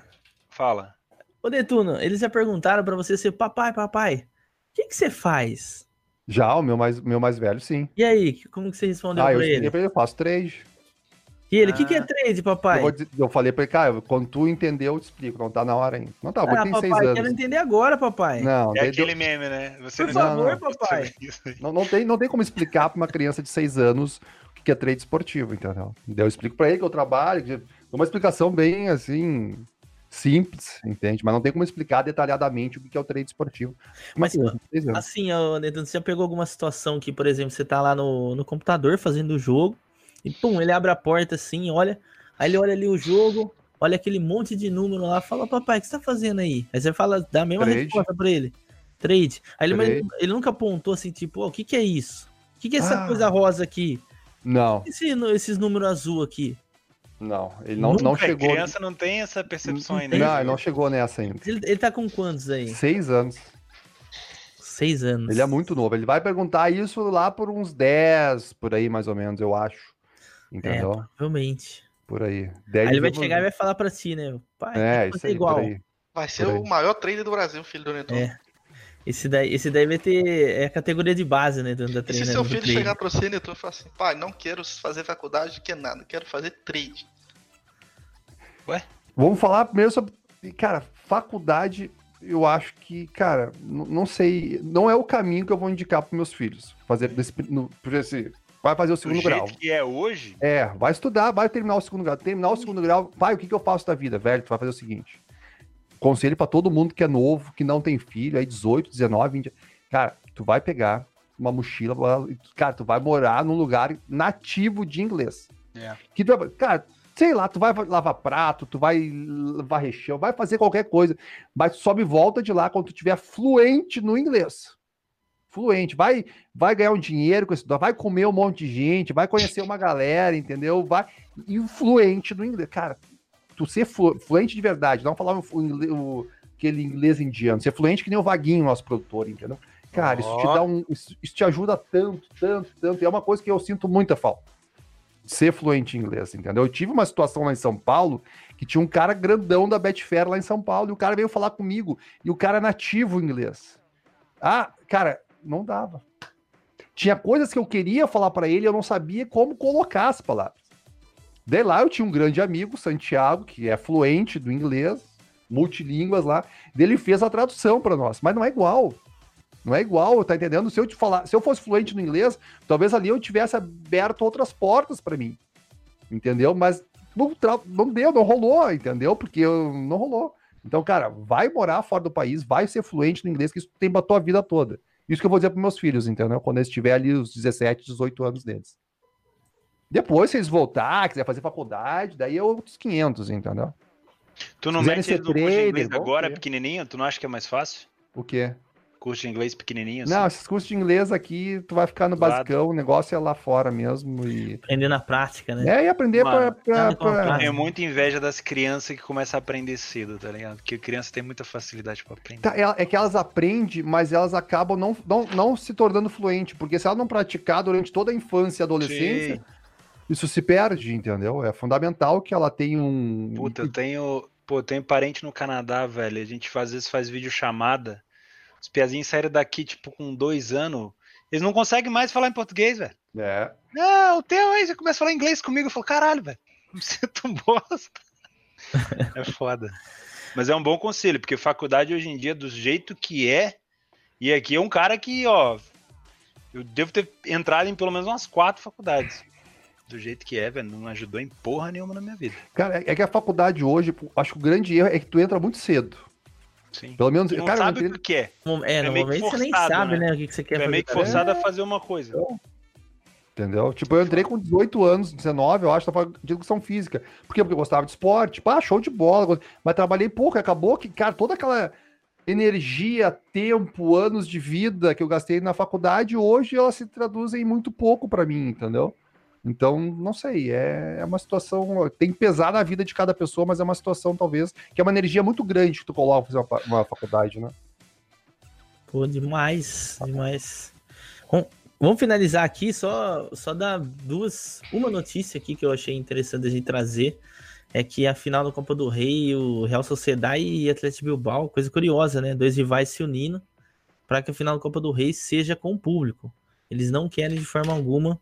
[SPEAKER 2] Fala.
[SPEAKER 1] Ô, Netuno, eles já perguntaram pra você ser papai, papai, o que, que você faz?
[SPEAKER 3] Já, o meu mais, meu mais velho, sim.
[SPEAKER 1] E aí, que- como que você respondeu
[SPEAKER 3] Ah, eu
[SPEAKER 1] pra
[SPEAKER 3] expliquei
[SPEAKER 1] ele?
[SPEAKER 3] pra ele, eu faço trade.
[SPEAKER 1] E ele, o que,
[SPEAKER 2] Ah.
[SPEAKER 1] que é trade, papai?
[SPEAKER 3] Eu, vou dizer- eu falei pra ele, cara, quando tu entendeu, eu te explico. Não tá na hora ainda. Não tá, porque
[SPEAKER 1] ah,
[SPEAKER 3] tem seis
[SPEAKER 1] papai, quero
[SPEAKER 3] anos.
[SPEAKER 1] entender agora, papai.
[SPEAKER 3] Não,
[SPEAKER 2] É
[SPEAKER 3] de-
[SPEAKER 2] aquele meme, né? Você
[SPEAKER 1] Por
[SPEAKER 3] não-
[SPEAKER 1] favor,
[SPEAKER 3] não,
[SPEAKER 1] papai.
[SPEAKER 3] não, não tem, não tem como explicar pra uma criança de seis anos o que que é trade esportivo, entendeu? Daí Eu explico pra ele que eu trabalho, que- é uma explicação bem, assim, simples, entende? Mas não tem como explicar detalhadamente o que que é o trade esportivo.
[SPEAKER 1] Mas,
[SPEAKER 3] Uma criança de seis anos.
[SPEAKER 1] Assim, ô, Netuno, você já pegou alguma situação que, por exemplo, você tá lá no, no computador fazendo o jogo e, pum, ele abre a porta assim, olha, aí ele olha ali o jogo, olha aquele monte de número lá, fala, papai, o que você tá fazendo aí? Aí você fala, dá a mesma
[SPEAKER 3] Trade.
[SPEAKER 1] resposta pra ele. Trade. Aí ele, mas
[SPEAKER 3] Trade.
[SPEAKER 1] ele nunca apontou assim, tipo, "Ó, o que que é isso? O que que é essa
[SPEAKER 3] Ah.
[SPEAKER 1] coisa rosa aqui?
[SPEAKER 3] Não,
[SPEAKER 1] Esse, nu- esses números azul aqui?
[SPEAKER 3] não. Ele não,
[SPEAKER 1] Nunca é
[SPEAKER 3] não
[SPEAKER 2] Não
[SPEAKER 3] chegou.
[SPEAKER 2] É, criança não tem essa percepção né? ainda.
[SPEAKER 3] Não, ele não chegou nessa ainda.
[SPEAKER 1] Ele, ele tá com quantos aí?
[SPEAKER 3] Seis anos.
[SPEAKER 1] Seis anos.
[SPEAKER 3] Ele é muito novo. Ele vai perguntar isso lá por uns 10, por aí, mais ou menos, eu acho. Entendeu?
[SPEAKER 1] Realmente.
[SPEAKER 3] Por aí. 10
[SPEAKER 1] É, Aí ele vai
[SPEAKER 3] anos.
[SPEAKER 1] chegar e vai falar pra ti, né? Pai,
[SPEAKER 3] É,
[SPEAKER 1] tem que
[SPEAKER 3] isso
[SPEAKER 1] fazer
[SPEAKER 3] aí,
[SPEAKER 1] igual.
[SPEAKER 3] por aí.
[SPEAKER 4] Vai ser
[SPEAKER 3] Por aí.
[SPEAKER 4] o maior trader do Brasil, filho do Netuno.
[SPEAKER 1] É. Esse daí, esse daí vai ter é a categoria de base, né? Do, da
[SPEAKER 4] E se
[SPEAKER 1] treinando
[SPEAKER 4] seu
[SPEAKER 1] do
[SPEAKER 4] filho
[SPEAKER 1] treino.
[SPEAKER 4] chegar pra você, Netuno, e falar assim, pai, não quero fazer faculdade, que é nada, quero fazer trade.
[SPEAKER 3] Vamos falar primeiro sobre. Cara, faculdade, eu acho que, cara, n- não sei. Não é o caminho que eu vou indicar para meus filhos. Fazer desse. No, por esse, vai fazer o
[SPEAKER 2] Do
[SPEAKER 3] segundo
[SPEAKER 2] jeito
[SPEAKER 3] grau.
[SPEAKER 2] que é hoje,
[SPEAKER 3] É, vai estudar, vai terminar o segundo grau. Terminar o segundo grau, pai, o que, que eu faço da vida, velho? Tu vai fazer o seguinte. Conselho pra todo mundo que é novo, que não tem filho, aí 18, 19, 20. Cara, tu vai pegar uma mochila, blá, blá, e tu- cara, tu vai morar num lugar nativo de inglês.
[SPEAKER 2] É.
[SPEAKER 3] Que tu vai, cara, sei lá, tu vai lavar prato, tu vai varrer chão, vai fazer qualquer coisa, mas tu sobe e volta de lá quando tu tiver fluente no inglês. Fluente, vai vai ganhar um dinheiro com esse dólar, vai comer um monte de gente, vai conhecer uma galera, entendeu? Vai e o fluente do inglês. Cara, tu ser flu- fluente de verdade, não falar o, ingle- o- aquele inglês indiano, ser fluente que nem o Vaguinho, nosso produtor, entendeu? Cara, isso te
[SPEAKER 2] Ó.
[SPEAKER 3] dá um isso, isso te ajuda tanto, tanto, tanto, e é uma coisa que eu sinto muita falta. Ser fluente em inglês, entendeu? Eu tive uma situação lá em São Paulo que tinha um cara grandão da Betfair lá em São Paulo e o cara veio falar comigo e o cara é nativo inglês. Ah, cara, não dava. Tinha coisas que eu queria falar pra ele, eu não sabia como colocar as palavras. Daí lá eu tinha um grande amigo, Santiago, que é fluente do inglês, multilínguas lá. Daí ele fez a tradução pra nós, mas não é igual. Não é igual, tá entendendo? Se eu te falar, se eu fosse fluente no inglês, talvez ali eu tivesse aberto outras portas pra mim. Entendeu? Mas não, tra- não deu, não rolou, entendeu? Porque eu- não rolou. Então, cara, vai morar fora do país, vai ser fluente no inglês, que isso tem pra tua vida toda. Isso que eu vou dizer pros meus filhos, entendeu? Quando eles tiverem ali os 17, 18 anos deles. Depois, se eles voltar, quiser fazer faculdade, daí é outros 500, entendeu?
[SPEAKER 2] tu não
[SPEAKER 3] Se
[SPEAKER 2] mete eles
[SPEAKER 3] quiserem ser
[SPEAKER 2] no curso de inglês
[SPEAKER 3] trader, vão
[SPEAKER 2] agora,
[SPEAKER 3] ter.
[SPEAKER 2] pequenininho? Tu não acha que é mais fácil?
[SPEAKER 3] O quê?
[SPEAKER 2] Curso de inglês pequenininho? assim?
[SPEAKER 3] Não, esses cursos de inglês aqui, tu vai ficar no
[SPEAKER 2] Do lado.
[SPEAKER 3] basicão, o negócio é lá fora mesmo. E,
[SPEAKER 1] Aprender na prática, né?
[SPEAKER 3] é, e aprender pra,
[SPEAKER 2] Mano, tá
[SPEAKER 3] pra,
[SPEAKER 1] nada contra
[SPEAKER 3] pra-
[SPEAKER 2] Eu tenho muita inveja das crianças que começam a aprender cedo, tá ligado? Porque criança tem muita facilidade pra aprender.
[SPEAKER 3] Tá, ela- É que elas aprendem, mas elas acabam não, não, não se tornando fluente, porque se ela não praticar durante toda a infância e adolescência,
[SPEAKER 2] Sim.
[SPEAKER 3] isso se perde, entendeu? É fundamental que ela tenha um.
[SPEAKER 2] Puta, eu tenho. Pô, eu tenho parente no Canadá, velho. A gente faz, às vezes faz videochamada. Os piazinhos saíram daqui, tipo, com dois anos. Eles não conseguem mais falar em português, velho.
[SPEAKER 3] É.
[SPEAKER 2] Não, o teu aí, você começa a falar inglês comigo. Eu falo, caralho, velho, me sinto um bosta. É foda. Mas é um bom conselho, porque faculdade hoje em dia, do jeito que é, e aqui é um cara que, ó, eu devo ter entrado em pelo menos umas quatro faculdades. Do jeito que é, velho, não ajudou em porra nenhuma na minha vida.
[SPEAKER 3] Cara, é é que a faculdade hoje, pô, acho que o grande erro é que tu entra muito cedo.
[SPEAKER 2] Sim.
[SPEAKER 3] Pelo menos,
[SPEAKER 2] Tu não
[SPEAKER 3] cara, eu
[SPEAKER 2] sabe
[SPEAKER 3] entrei-
[SPEAKER 2] o que que é.
[SPEAKER 1] É,
[SPEAKER 2] É
[SPEAKER 1] no
[SPEAKER 2] meio que
[SPEAKER 1] momento você nem
[SPEAKER 2] forçado,
[SPEAKER 1] sabe,
[SPEAKER 2] né?
[SPEAKER 1] né? O que que você
[SPEAKER 2] Tu
[SPEAKER 1] quer
[SPEAKER 2] é
[SPEAKER 1] fazer.
[SPEAKER 2] meio que
[SPEAKER 1] da vida.
[SPEAKER 2] forçado a fazer uma coisa.
[SPEAKER 3] Entendeu? Tipo, eu entrei com 18 anos, 19, eu acho, na faculdade de educação física. Por quê? Porque eu gostava de esporte, pá, show de bola. gost- Mas trabalhei pouco, acabou que, cara, toda aquela energia, tempo, anos de vida que eu gastei na faculdade, hoje ela se traduz em muito pouco pra mim, entendeu? Então, não sei, é, é uma situação. Tem que pesar na vida de cada pessoa, mas é uma situação, talvez, que é uma energia muito grande que tu coloca pra fazer uma, fa- uma faculdade, né?
[SPEAKER 1] Pô, demais, demais. Bom, vamos finalizar aqui, só, só dar duas. Uma notícia aqui que eu achei interessante a gente trazer é que a final da Copa do Rei, o Real Sociedade e Atlético Bilbao, coisa curiosa, né? Dois rivais se unindo para que a final da Copa do Rei seja com o público. Eles não querem de forma alguma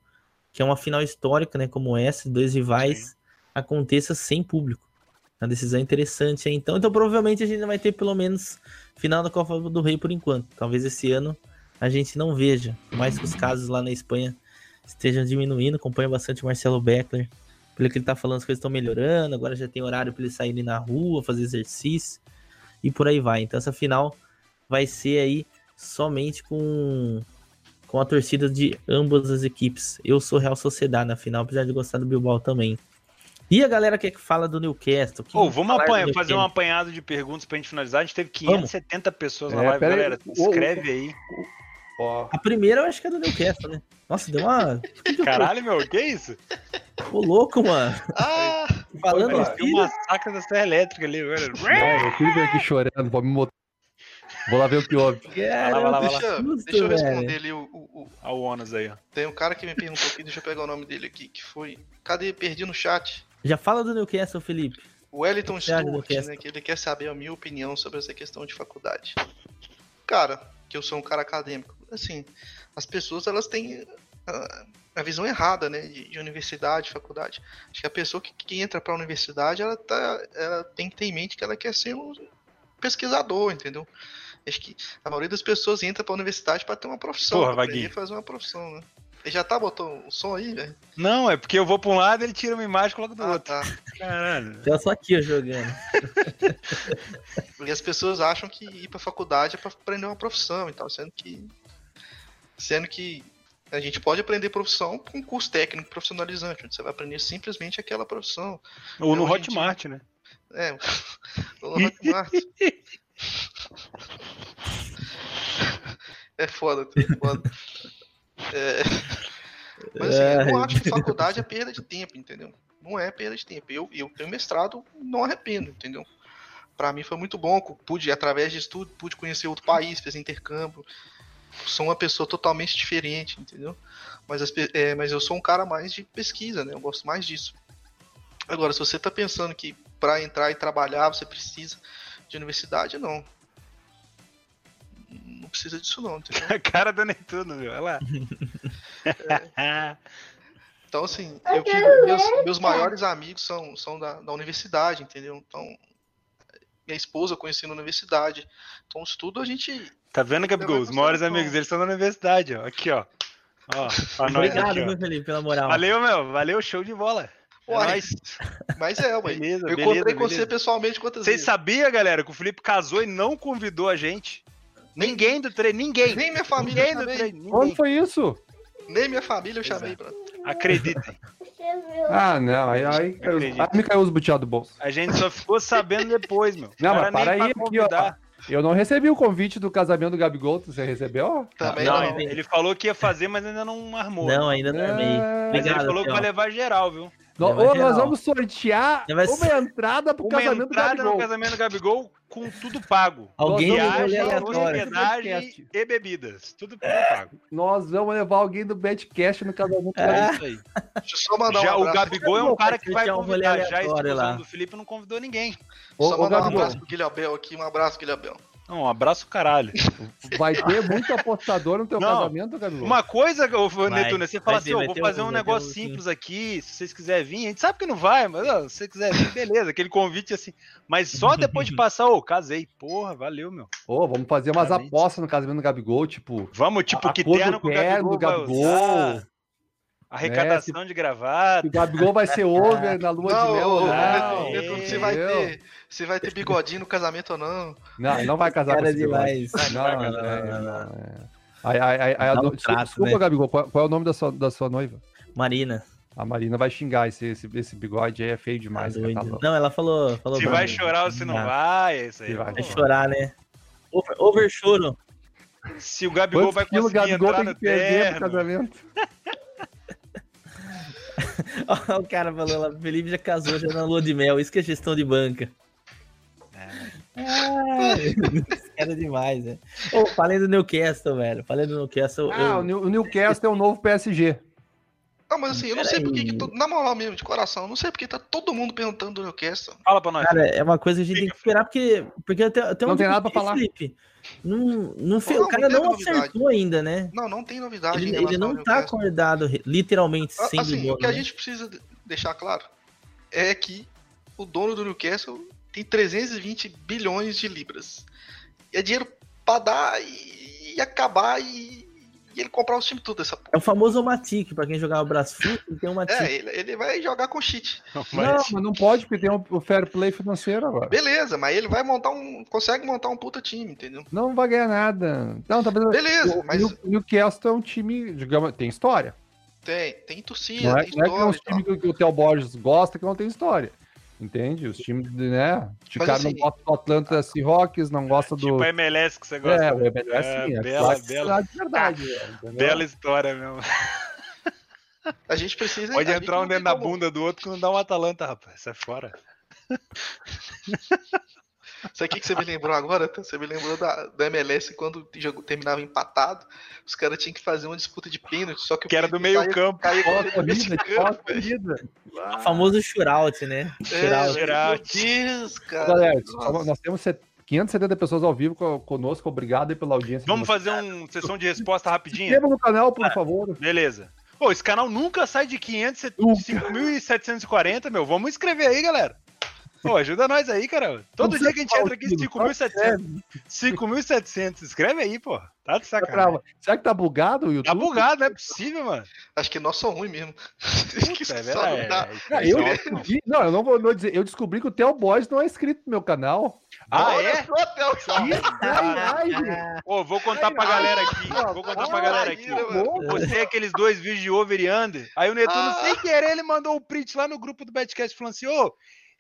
[SPEAKER 1] que é uma final histórica, né? Como essa, dois rivais aconteça sem público. Uma decisão interessante aí, então. Então, provavelmente a gente não vai ter pelo menos final da Copa do Rei por enquanto. Talvez esse ano a gente não veja, por mais que os casos lá na Espanha estejam diminuindo. Acompanho bastante o Marcelo Beckler, pelo que ele tá falando, as coisas estão melhorando. Agora já tem horário para eles saírem na rua, fazer exercício e por aí vai. Então, essa final vai ser aí somente com, com a torcida de ambas as equipes. Eu sou Real Sociedade na final, apesar de gostar do Bilbao também. E a galera que fala do Newcastle? Quem
[SPEAKER 2] Ô, vamos
[SPEAKER 1] falar do
[SPEAKER 2] apanha- fazer
[SPEAKER 1] Newcastle?
[SPEAKER 2] um apanhado de perguntas pra gente finalizar. A gente teve
[SPEAKER 1] Vamos.
[SPEAKER 2] 570 pessoas na
[SPEAKER 3] É,
[SPEAKER 2] live,
[SPEAKER 3] pera aí.
[SPEAKER 2] galera.
[SPEAKER 3] Ô, ô,
[SPEAKER 2] Escreve aí.
[SPEAKER 3] Ó,
[SPEAKER 1] A primeira eu acho que é do Newcastle, né? Nossa, deu uma.
[SPEAKER 2] Caralho, meu, que isso?
[SPEAKER 1] Ô, louco, mano.
[SPEAKER 4] Ah,
[SPEAKER 1] Falando
[SPEAKER 2] Parecia
[SPEAKER 1] assim,
[SPEAKER 2] um massacre da Serra Elétrica ali, velho.
[SPEAKER 3] não, meu filho veio aqui chorando, vou me botar. Vou lá ver o que houve.
[SPEAKER 1] cara,
[SPEAKER 2] Vai lá, vai lá, vai lá.
[SPEAKER 4] Ah, deixa,
[SPEAKER 1] justo,
[SPEAKER 4] deixa eu
[SPEAKER 1] velho.
[SPEAKER 4] responder ali o- o- o,
[SPEAKER 2] Olha o Onas aí, ó.
[SPEAKER 4] Tem um cara que me perguntou aqui, deixa eu pegar o nome dele aqui, que foi. Cadê? Perdi no chat.
[SPEAKER 1] Já fala do Newcastle, Felipe.
[SPEAKER 4] O Wellington
[SPEAKER 1] Cara, ele
[SPEAKER 4] Stuart,
[SPEAKER 1] quer-
[SPEAKER 4] né? Que ele quer saber a minha opinião sobre essa questão de faculdade. Cara, que eu sou um cara acadêmico. Assim, as pessoas elas têm ah, a, visão errada, né? De, de universidade, faculdade. Acho que a pessoa que, que entra pra universidade, ela, tá, ela tem que ter em mente que ela quer ser um pesquisador, entendeu? Acho que a maioria das pessoas entra pra universidade pra ter uma profissão.
[SPEAKER 2] Porra,
[SPEAKER 4] pra aprender
[SPEAKER 2] Vaguinho.
[SPEAKER 4] a fazer uma profissão, né? Ele já tá botando o som aí, velho?
[SPEAKER 2] Não, é porque eu vou pra um lado, ele tira uma imagem e coloca do
[SPEAKER 4] Ah,
[SPEAKER 2] outro.
[SPEAKER 4] tá.
[SPEAKER 2] Caralho.
[SPEAKER 1] Já só aqui, ó, jogando.
[SPEAKER 4] E as pessoas acham que ir pra faculdade é pra aprender uma profissão e tal, sendo que. Sendo que a gente pode aprender profissão com um curso técnico profissionalizante, onde você vai aprender simplesmente aquela profissão.
[SPEAKER 2] Ou no
[SPEAKER 4] Hoje em dia-
[SPEAKER 2] Hotmart, né?
[SPEAKER 4] É, o Hotmart. É foda, é foda. É, Mas assim, eu não
[SPEAKER 1] Ai,
[SPEAKER 4] acho que faculdade é perda de tempo, entendeu? Não é perda de tempo. Eu, eu tenho mestrado, não arrependo, entendeu? Pra mim foi muito bom, cu- pude, através de estudo, pude conhecer outro país, fiz intercâmbio. Sou uma pessoa totalmente diferente, entendeu? Mas, as pe- é, mas eu sou um cara mais de pesquisa, né? Eu gosto mais disso. Agora, se você tá pensando que pra entrar e trabalhar você precisa de universidade, não. Não precisa disso não, entendeu?
[SPEAKER 2] A cara da Netuno, meu. Olha lá.
[SPEAKER 4] Então, assim, eu que- meus, meus maiores amigos são, são da, da universidade, entendeu? Então, minha esposa eu conheci na universidade. Então, o estudo a gente.
[SPEAKER 2] tá vendo, Gabigol? Os maiores amigos dele são da universidade, ó. Aqui, ó. Ó, pra nós
[SPEAKER 1] Obrigado,
[SPEAKER 2] aqui, ó.
[SPEAKER 1] viu, Felipe, pela moral.
[SPEAKER 2] Valeu, meu. Valeu, show de bola. É
[SPEAKER 4] Uai.
[SPEAKER 2] nóis.
[SPEAKER 4] Mas é, ué.
[SPEAKER 2] Beleza,
[SPEAKER 4] eu
[SPEAKER 2] beleza,
[SPEAKER 4] encontrei com
[SPEAKER 2] beleza.
[SPEAKER 4] você pessoalmente quantas
[SPEAKER 2] Vocês
[SPEAKER 4] vezes?
[SPEAKER 2] sabiam, galera, que o Felipe casou e não convidou a gente? Ninguém do treino, ninguém.
[SPEAKER 4] Nem minha família eu
[SPEAKER 2] Ninguém do
[SPEAKER 4] chamei.
[SPEAKER 2] treino,
[SPEAKER 3] Quando
[SPEAKER 2] ninguém.
[SPEAKER 3] foi isso?
[SPEAKER 2] é
[SPEAKER 4] Nem minha família eu chamei, brother.
[SPEAKER 2] Acreditem.
[SPEAKER 3] Ah, não, aí, aí, caiu-
[SPEAKER 2] Acredito.
[SPEAKER 3] aí me caiu os boteados do bolso.
[SPEAKER 2] A gente só ficou sabendo depois, meu. O
[SPEAKER 3] Não,
[SPEAKER 2] cara
[SPEAKER 3] mas para
[SPEAKER 2] nem
[SPEAKER 3] aí,
[SPEAKER 2] pra
[SPEAKER 3] aqui, ó.
[SPEAKER 2] convidar.
[SPEAKER 3] Eu não recebi o convite do casamento do Gabigol, você recebeu?
[SPEAKER 4] Também
[SPEAKER 2] Não,
[SPEAKER 4] não.
[SPEAKER 1] não.
[SPEAKER 2] ele falou que ia fazer, mas ainda não armou.
[SPEAKER 1] Não, ainda não amei.
[SPEAKER 3] É,
[SPEAKER 2] Mas ele
[SPEAKER 1] Obrigado,
[SPEAKER 2] falou que vai
[SPEAKER 1] Theo.
[SPEAKER 2] levar geral, viu?
[SPEAKER 3] nó-
[SPEAKER 1] Não, vai
[SPEAKER 3] ô,
[SPEAKER 1] ser
[SPEAKER 3] nós
[SPEAKER 1] não.
[SPEAKER 3] vamos sortear
[SPEAKER 1] Não vai
[SPEAKER 3] uma
[SPEAKER 1] ser-
[SPEAKER 3] entrada pro
[SPEAKER 2] Uma
[SPEAKER 3] casamento do
[SPEAKER 2] entrada no
[SPEAKER 3] Gabigol.
[SPEAKER 2] casamento do Gabigol com tudo pago.
[SPEAKER 1] Alguém
[SPEAKER 3] Nós
[SPEAKER 1] do
[SPEAKER 3] vamos
[SPEAKER 1] rolê
[SPEAKER 2] Viagem,
[SPEAKER 3] levar todos
[SPEAKER 1] aleatório.
[SPEAKER 3] os
[SPEAKER 2] hospedagem
[SPEAKER 3] Betcast.
[SPEAKER 2] e bebidas. Tudo pago.
[SPEAKER 3] Nós vamos levar alguém do Betcast no casamento do
[SPEAKER 2] É
[SPEAKER 3] Gabigol.
[SPEAKER 2] isso aí.
[SPEAKER 4] Deixa eu só mandar
[SPEAKER 2] Já
[SPEAKER 4] um
[SPEAKER 2] o
[SPEAKER 4] abraço.
[SPEAKER 2] Gabigol é um
[SPEAKER 1] Não,
[SPEAKER 2] cara
[SPEAKER 1] vai
[SPEAKER 2] que vai
[SPEAKER 1] sortear um rolê
[SPEAKER 3] é
[SPEAKER 2] convidar. Já a
[SPEAKER 1] aleatório lá.
[SPEAKER 2] explosão do Felipe não convidou ninguém.
[SPEAKER 3] Ô,
[SPEAKER 4] Só
[SPEAKER 3] ô,
[SPEAKER 4] mandar um
[SPEAKER 3] Gabigol,
[SPEAKER 4] abraço pro Guilherme Bel aqui. Um abraço, Guilherme Bel.
[SPEAKER 2] Não, um abraço caralho.
[SPEAKER 3] Vai ter muito apostador no teu
[SPEAKER 2] Não.
[SPEAKER 3] casamento, Gabigol?
[SPEAKER 2] Uma coisa, ô,
[SPEAKER 1] Vai,
[SPEAKER 2] Netuno, você
[SPEAKER 1] vai
[SPEAKER 2] fala
[SPEAKER 1] ter,
[SPEAKER 2] assim, eu
[SPEAKER 1] vai
[SPEAKER 2] vou
[SPEAKER 1] ter
[SPEAKER 2] fazer
[SPEAKER 1] um-
[SPEAKER 2] um
[SPEAKER 1] vai ter
[SPEAKER 2] negócio
[SPEAKER 1] um, sim.
[SPEAKER 2] simples aqui, se vocês quiserem vir, a gente sabe que não vai, mas ó, se você quiser vir, beleza, aquele convite assim. Mas só depois de passar, ô, casei. Porra, valeu, meu.
[SPEAKER 3] Ô, vamos fazer umas
[SPEAKER 2] Claramente.
[SPEAKER 3] apostas no casamento do Gabigol, tipo,
[SPEAKER 2] Vamos, tipo,
[SPEAKER 3] A- a
[SPEAKER 2] que
[SPEAKER 3] cor do
[SPEAKER 2] terno que o Gabigol,
[SPEAKER 3] terno,
[SPEAKER 2] Ah.
[SPEAKER 3] Gabigol. É,
[SPEAKER 2] vai usar, arrecadação de
[SPEAKER 3] que
[SPEAKER 2] gravata.
[SPEAKER 3] o Gabigol vai ser over na lua de mel. né?
[SPEAKER 4] ô,
[SPEAKER 3] ou
[SPEAKER 2] não,
[SPEAKER 1] Ah,
[SPEAKER 4] Neto, Neto,
[SPEAKER 2] é,
[SPEAKER 4] se vai
[SPEAKER 3] entendeu?
[SPEAKER 4] ter, se vai ter bigodinho no casamento ou não.
[SPEAKER 3] Não, ele não vai casar com
[SPEAKER 1] Cara
[SPEAKER 3] esse bigode.
[SPEAKER 1] demais.
[SPEAKER 3] Não,
[SPEAKER 1] Não,
[SPEAKER 3] não,
[SPEAKER 1] não,
[SPEAKER 3] é,
[SPEAKER 1] não,
[SPEAKER 3] não, é. Aí, aí, aí, aí a
[SPEAKER 1] Dá
[SPEAKER 3] no-
[SPEAKER 1] um traço,
[SPEAKER 3] Desculpa,
[SPEAKER 1] né?
[SPEAKER 3] Gabigol, qual, qual é o nome da sua, da sua noiva?
[SPEAKER 1] Marina. tá
[SPEAKER 3] A Marina vai xingar esse, esse, esse bigode aí, é feio demais.
[SPEAKER 1] tá
[SPEAKER 3] cara, tá
[SPEAKER 1] doido.
[SPEAKER 3] louco.
[SPEAKER 1] não, ela falou. falou
[SPEAKER 2] Se
[SPEAKER 1] pra
[SPEAKER 2] vai
[SPEAKER 1] mim.
[SPEAKER 2] chorar ou se não vai, é isso aí.
[SPEAKER 3] Se vai
[SPEAKER 1] Vai chorar, né? Over, over choro.
[SPEAKER 2] Se o Gabigol
[SPEAKER 3] Quantos
[SPEAKER 2] vai
[SPEAKER 3] quilos o
[SPEAKER 2] conseguir
[SPEAKER 3] Gabigol
[SPEAKER 2] entrar
[SPEAKER 3] tem
[SPEAKER 2] no
[SPEAKER 3] que perder pro
[SPEAKER 2] terno.
[SPEAKER 3] casamento?
[SPEAKER 1] Ó, o cara falou lá, Felipe já casou já na lua de mel. Isso que é gestão de banca. Ai, esse cara é demais, né? Ô, falei do Newcastle, velho. Falei do Newcastle.
[SPEAKER 3] Ah, o
[SPEAKER 1] eu...
[SPEAKER 3] New- o Newcastle é o novo PSG.
[SPEAKER 4] Não, mas assim, eu não sei por que, que to- na moral mesmo, de coração, eu não sei porque tá todo mundo perguntando do Newcastle.
[SPEAKER 2] Fala pra nós.
[SPEAKER 1] Cara, é uma coisa que a gente tem que esperar, porque, porque até, até
[SPEAKER 3] Não
[SPEAKER 1] onde
[SPEAKER 3] tem
[SPEAKER 1] eu
[SPEAKER 3] nada pra
[SPEAKER 1] vi,
[SPEAKER 3] falar.
[SPEAKER 1] Felipe, não, não fe-
[SPEAKER 4] Não,
[SPEAKER 1] o cara
[SPEAKER 4] não tem
[SPEAKER 1] não
[SPEAKER 4] novidade.
[SPEAKER 1] acertou ainda, né?
[SPEAKER 4] Não, não tem novidade. em
[SPEAKER 1] Ele,
[SPEAKER 4] relação
[SPEAKER 1] ele
[SPEAKER 4] ao
[SPEAKER 1] não tá
[SPEAKER 4] Newcastle.
[SPEAKER 1] acordado, re- literalmente,
[SPEAKER 4] Ah,
[SPEAKER 1] sem
[SPEAKER 4] assim,
[SPEAKER 1] bola,
[SPEAKER 4] o que a
[SPEAKER 1] né?
[SPEAKER 4] gente precisa de- deixar claro é que o dono do Newcastle tem 320 bilhões de libras. E é dinheiro pra dar e, e acabar e, e ele comprar os times tudo essa porra.
[SPEAKER 1] É o famoso Matic, pra quem jogava o braço fute, tem o Matic.
[SPEAKER 4] É, ele, ele vai jogar com cheat.
[SPEAKER 3] Não, mas não pode, porque tem um- o fair play financeiro agora.
[SPEAKER 4] Beleza, mas ele vai montar um. Consegue montar um puta time, entendeu?
[SPEAKER 3] Não vai ganhar nada. Não, tá beleza.
[SPEAKER 4] Beleza,
[SPEAKER 3] O
[SPEAKER 4] mas
[SPEAKER 3] New- o Newcastle é um time, digamos, tem história.
[SPEAKER 4] tem, tem torcida,
[SPEAKER 3] Não é,
[SPEAKER 4] tem
[SPEAKER 3] não é que é um
[SPEAKER 4] história. e tal.
[SPEAKER 3] time que, o Theo Borges gosta que não tem história. Entende? Os times, né? O
[SPEAKER 4] Mas
[SPEAKER 3] cara
[SPEAKER 4] assim-
[SPEAKER 3] não gosta do Atlanta Seahawks, não gosta do.
[SPEAKER 2] Tipo a MLS que você gosta.
[SPEAKER 3] É, o MLS sim, é,
[SPEAKER 2] É, bela,
[SPEAKER 3] clássico
[SPEAKER 2] bela.
[SPEAKER 3] lá de verdade.
[SPEAKER 4] Ah,
[SPEAKER 3] entendeu?
[SPEAKER 2] Bela história mesmo.
[SPEAKER 4] A gente precisa.
[SPEAKER 2] Pode
[SPEAKER 4] a gente
[SPEAKER 2] entrar
[SPEAKER 4] não
[SPEAKER 2] um
[SPEAKER 4] tem
[SPEAKER 2] dedo na
[SPEAKER 4] como-
[SPEAKER 2] bunda do outro que não dá um Atalanta, rapaz. Sai fora.
[SPEAKER 4] Sabe o que que você me lembrou agora? Tan? Você me lembrou da, da MLS quando o jogo terminava empatado, os caras tinham que fazer uma disputa de pênalti, só que o
[SPEAKER 2] Que era do
[SPEAKER 4] pênalti
[SPEAKER 3] é
[SPEAKER 2] meio campo.
[SPEAKER 4] caía,
[SPEAKER 3] Ó,
[SPEAKER 4] caía
[SPEAKER 3] a corrida,
[SPEAKER 4] mexicano,
[SPEAKER 3] ó, a
[SPEAKER 4] velho.
[SPEAKER 3] corrida.
[SPEAKER 1] É O famoso shootout, né?
[SPEAKER 4] É,
[SPEAKER 1] Shootout.
[SPEAKER 4] meu
[SPEAKER 2] Geralt.
[SPEAKER 4] Deus, cara.
[SPEAKER 3] Galera,
[SPEAKER 4] Nossa.
[SPEAKER 3] só- nós temos set- 570 pessoas ao vivo co- conosco. Obrigado aí é pela audiência.
[SPEAKER 2] Vamos Ah, fazer uma sessão de resposta rapidinha?
[SPEAKER 3] Inscreva no canal, por favor.
[SPEAKER 2] Beleza. Pô, esse canal nunca sai de 500,
[SPEAKER 3] Nunca.
[SPEAKER 2] 5.740, meu. Vamos inscrever aí, galera. Pô, ajuda nós aí, cara. Todo
[SPEAKER 3] Não
[SPEAKER 2] dia
[SPEAKER 3] sei
[SPEAKER 2] que a gente
[SPEAKER 3] qual
[SPEAKER 2] entra aqui,
[SPEAKER 3] time, só
[SPEAKER 2] 5.700. 5.700. Escreve aí, pô. Tá de
[SPEAKER 3] Tá
[SPEAKER 2] sacanagem.
[SPEAKER 3] trava- Será que tá bugado o YouTube?
[SPEAKER 2] Tá bugado, não é possível, mano.
[SPEAKER 4] Acho que nós somos ruins mesmo. que
[SPEAKER 2] Puta,
[SPEAKER 4] só
[SPEAKER 2] é
[SPEAKER 4] não dá.
[SPEAKER 2] verdade. é
[SPEAKER 3] Ah, eu descobri, não, eu não vou não vou dizer. Eu descobri que o Theo Boys não é inscrito no meu canal.
[SPEAKER 2] Ah,
[SPEAKER 4] Olha
[SPEAKER 2] é?
[SPEAKER 4] só, Théo, só-
[SPEAKER 3] Ai,
[SPEAKER 2] Ah,
[SPEAKER 3] ai, gente.
[SPEAKER 2] Pô, vou contar pra galera aqui. Vou contar pra galera aqui.
[SPEAKER 4] Imagina, mano.
[SPEAKER 3] Bom,
[SPEAKER 2] Você é aqueles dois vídeos de over e under. Aí o Netuno,
[SPEAKER 4] Ah.
[SPEAKER 2] sem querer, ele mandou o print lá no grupo do Betcast falando assim: ô,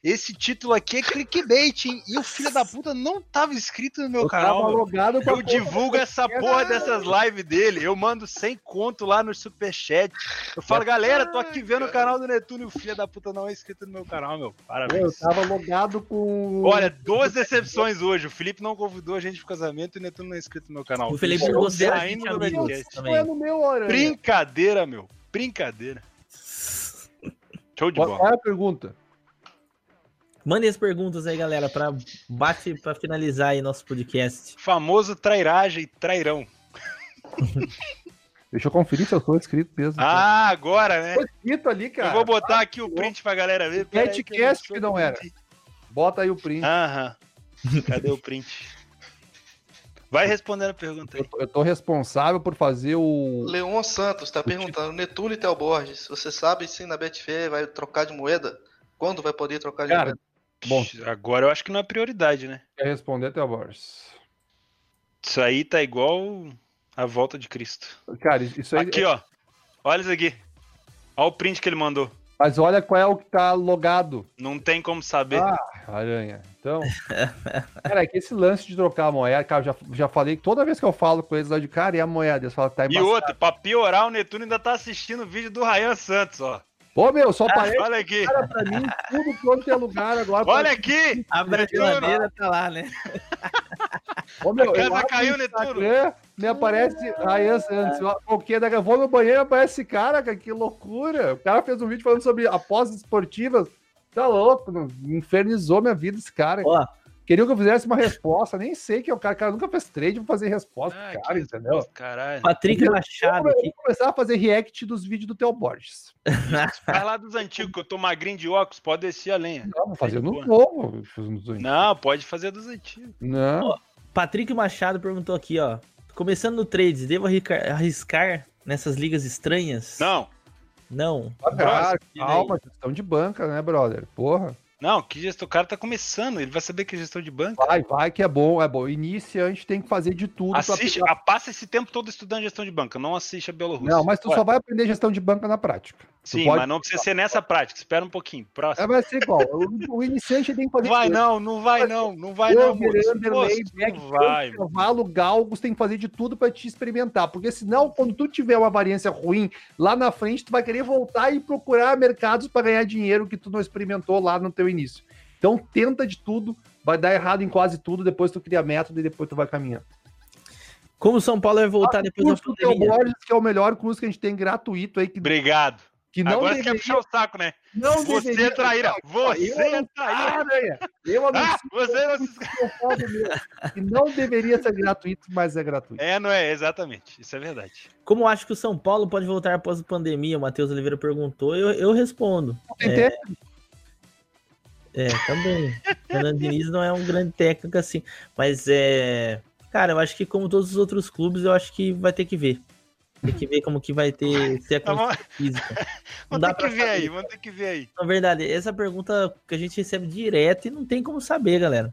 [SPEAKER 2] esse título aqui é clickbait, hein? E o filho da puta não tava inscrito no meu
[SPEAKER 3] eu tava
[SPEAKER 2] canal. meu.
[SPEAKER 3] logado com a
[SPEAKER 2] ah. Eu
[SPEAKER 3] conta
[SPEAKER 2] divulgo essa
[SPEAKER 3] esquerda.
[SPEAKER 2] porra dessas lives dele. Eu mando sem conto lá no superchat. Eu falo, galera, tô aqui vendo o canal do Netuno e o filho da puta não é inscrito no meu canal, meu.
[SPEAKER 3] Eu
[SPEAKER 2] Parabéns.
[SPEAKER 3] tava logado com.
[SPEAKER 2] Olha, duas decepções hoje. O Felipe não convidou a gente pro casamento e o Netuno não é inscrito no meu canal.
[SPEAKER 1] O Felipe
[SPEAKER 2] Estou
[SPEAKER 1] não considera a
[SPEAKER 2] saindo
[SPEAKER 1] gente
[SPEAKER 2] do
[SPEAKER 1] amigo
[SPEAKER 2] Betcast.
[SPEAKER 3] não é no meu horário.
[SPEAKER 2] Brincadeira, meu. Brincadeira. Show de bola.
[SPEAKER 3] Qual é a pergunta?
[SPEAKER 1] Mandem as perguntas aí, galera, pra, bate, pra finalizar aí nosso podcast.
[SPEAKER 2] Famoso trairagem, trairão.
[SPEAKER 3] Deixa eu conferir se eu sou inscrito mesmo.
[SPEAKER 2] Ah, agora,
[SPEAKER 3] eu sou
[SPEAKER 2] né?
[SPEAKER 3] inscrito ali, cara.
[SPEAKER 2] Eu vou botar aqui o print pra galera ver. Pera aí eu
[SPEAKER 3] Petcast
[SPEAKER 2] sou
[SPEAKER 3] que não era.
[SPEAKER 2] print.
[SPEAKER 3] Bota aí o
[SPEAKER 2] Ah.
[SPEAKER 3] print.
[SPEAKER 2] Aham. Cadê o print? Vai respondendo a pergunta aí.
[SPEAKER 3] Eu, tô, eu tô responsável por fazer o.
[SPEAKER 4] Leon Santos tá perguntando, Netuno e Theo Borges, você sabe se na Betfair vai trocar de moeda? Quando vai poder trocar de
[SPEAKER 3] Cara,
[SPEAKER 4] moeda?
[SPEAKER 3] Bom.
[SPEAKER 2] Agora eu acho que não é prioridade, né?
[SPEAKER 3] Quer responder, Theo Borges?
[SPEAKER 2] Isso aí tá igual a volta de Cristo.
[SPEAKER 3] Cara, isso aí. é-
[SPEAKER 2] Aqui, ó. Olha isso aqui. Olha o print que ele mandou.
[SPEAKER 3] Mas olha qual é o que tá logado.
[SPEAKER 2] Não tem como saber.
[SPEAKER 3] Ah, Aranha. Então. cara, é que esse lance de trocar a moeda, cara, eu já, já falei, toda vez que eu falo com eles lá de cara, e a moeda? Eles falam, tá
[SPEAKER 2] e
[SPEAKER 3] embaçado.
[SPEAKER 2] outra, pra piorar, o Netuno ainda tá assistindo o vídeo do Ryan Santos, ó.
[SPEAKER 3] Ô, meu, só parece
[SPEAKER 2] Olha aqui.
[SPEAKER 3] cara pra mim tudo quanto é lugar agora.
[SPEAKER 2] Olha aqui!
[SPEAKER 1] Abre a
[SPEAKER 2] Netuno.
[SPEAKER 1] geladeira, tá lá, né?
[SPEAKER 3] Ô, meu,
[SPEAKER 2] a
[SPEAKER 3] eu
[SPEAKER 2] casa
[SPEAKER 3] abro o
[SPEAKER 2] caiu, Netuno.
[SPEAKER 3] Instagram, Me aparece. ah, é, Aí antes, porque daqui eu vou no banheiro aparece esse cara, cara, que loucura. O cara fez um vídeo falando sobre apostas esportivas. Tá louco, não- infernizou minha vida esse cara.
[SPEAKER 1] Ó,
[SPEAKER 3] Queria que eu fizesse uma resposta, nem sei que é o cara, cara nunca fez trade, vou fazer resposta,
[SPEAKER 2] Ah,
[SPEAKER 3] pro cara, entendeu?
[SPEAKER 2] Caralho.
[SPEAKER 1] Patrick Machado
[SPEAKER 3] Eu
[SPEAKER 1] aqui.
[SPEAKER 3] vou começar a fazer react dos vídeos do Theo Borges.
[SPEAKER 2] Vai lá dos antigos, que eu tô magrinho de óculos, pode descer a lenha.
[SPEAKER 3] Não, vou fazer
[SPEAKER 2] de
[SPEAKER 3] no
[SPEAKER 2] boa.
[SPEAKER 3] novo. Não.
[SPEAKER 2] Não, pode fazer dos antigos.
[SPEAKER 3] Não.
[SPEAKER 1] Patrick Machado perguntou aqui, ó. Começando no trades, devo arrisca- arriscar nessas ligas estranhas?
[SPEAKER 2] Não,
[SPEAKER 1] Não.
[SPEAKER 3] Cara,
[SPEAKER 1] Próximo,
[SPEAKER 3] calma, gestão de banca, né, brother? Porra.
[SPEAKER 2] não, que gestão. O cara tá começando, ele vai saber que é gestão de banco.
[SPEAKER 3] Vai, vai, que é bom, é bom. Iniciante tem que fazer de tudo. pra
[SPEAKER 2] Assiste,
[SPEAKER 3] pegar-
[SPEAKER 2] a- passa esse tempo todo estudando gestão de banca, não assiste a Bielorrússia.
[SPEAKER 3] Não, mas tu
[SPEAKER 2] Olha,
[SPEAKER 3] só vai aprender gestão de banca na prática. Tu
[SPEAKER 2] Sim,
[SPEAKER 3] pode-
[SPEAKER 2] mas não precisa ser nessa prática, espera um pouquinho.
[SPEAKER 3] É,
[SPEAKER 2] Próximo.
[SPEAKER 3] vai ser igual. O, o iniciante tem que fazer
[SPEAKER 2] Vai
[SPEAKER 3] de tudo.
[SPEAKER 2] não, não vai não, não vai não,
[SPEAKER 3] Over,
[SPEAKER 2] moço.
[SPEAKER 3] underlay,
[SPEAKER 2] Moço,
[SPEAKER 3] back,
[SPEAKER 2] Não vai,
[SPEAKER 3] front, cavalo, galgos, tem que fazer de tudo pra te experimentar. Porque senão, quando tu tiver uma variância ruim lá na frente, tu vai querer voltar e procurar mercados pra ganhar dinheiro que tu não experimentou lá no teu início. Então tenta de tudo, vai dar errado em quase tudo, depois tu cria método e depois tu vai caminhando.
[SPEAKER 1] Como o São Paulo vai voltar Ah, depois da
[SPEAKER 3] curso Ah, do Theo
[SPEAKER 1] pandemia?
[SPEAKER 3] Borges, que é o melhor curso que a gente tem gratuito aí, que,
[SPEAKER 2] Obrigado.
[SPEAKER 3] que não
[SPEAKER 2] Agora você quer
[SPEAKER 3] deveria...
[SPEAKER 2] puxar o saco, né?
[SPEAKER 3] Não
[SPEAKER 2] Você é
[SPEAKER 3] deveria-
[SPEAKER 2] traíra, você
[SPEAKER 3] Eu
[SPEAKER 2] é
[SPEAKER 3] não-
[SPEAKER 2] traíra.
[SPEAKER 3] Ah, Aranha, Eu
[SPEAKER 2] Ah,
[SPEAKER 3] anuncio
[SPEAKER 2] você não se...
[SPEAKER 3] que eu falo mesmo, que não deveria ser gratuito, mas é gratuito.
[SPEAKER 2] É, não é, exatamente. Isso é verdade.
[SPEAKER 1] Como acho que o São Paulo pode voltar após a pandemia? O Matheus Oliveira perguntou, eu, eu respondo.
[SPEAKER 3] Tem
[SPEAKER 1] É.
[SPEAKER 3] tempo?
[SPEAKER 1] É, também. Fernando Diniz não é um grande técnico assim. Mas é. Cara, eu acho que como todos os outros clubes, eu acho que vai ter que ver. Tem que ver como que vai ter se é
[SPEAKER 2] Tá bom?
[SPEAKER 1] condição física. Não
[SPEAKER 2] Vamos
[SPEAKER 1] dá
[SPEAKER 2] ter que
[SPEAKER 1] pra
[SPEAKER 2] ver
[SPEAKER 1] saber.
[SPEAKER 2] aí, vamos ter que ver aí.
[SPEAKER 1] Na verdade, essa pergunta que a gente recebe direto e não tem como saber, galera.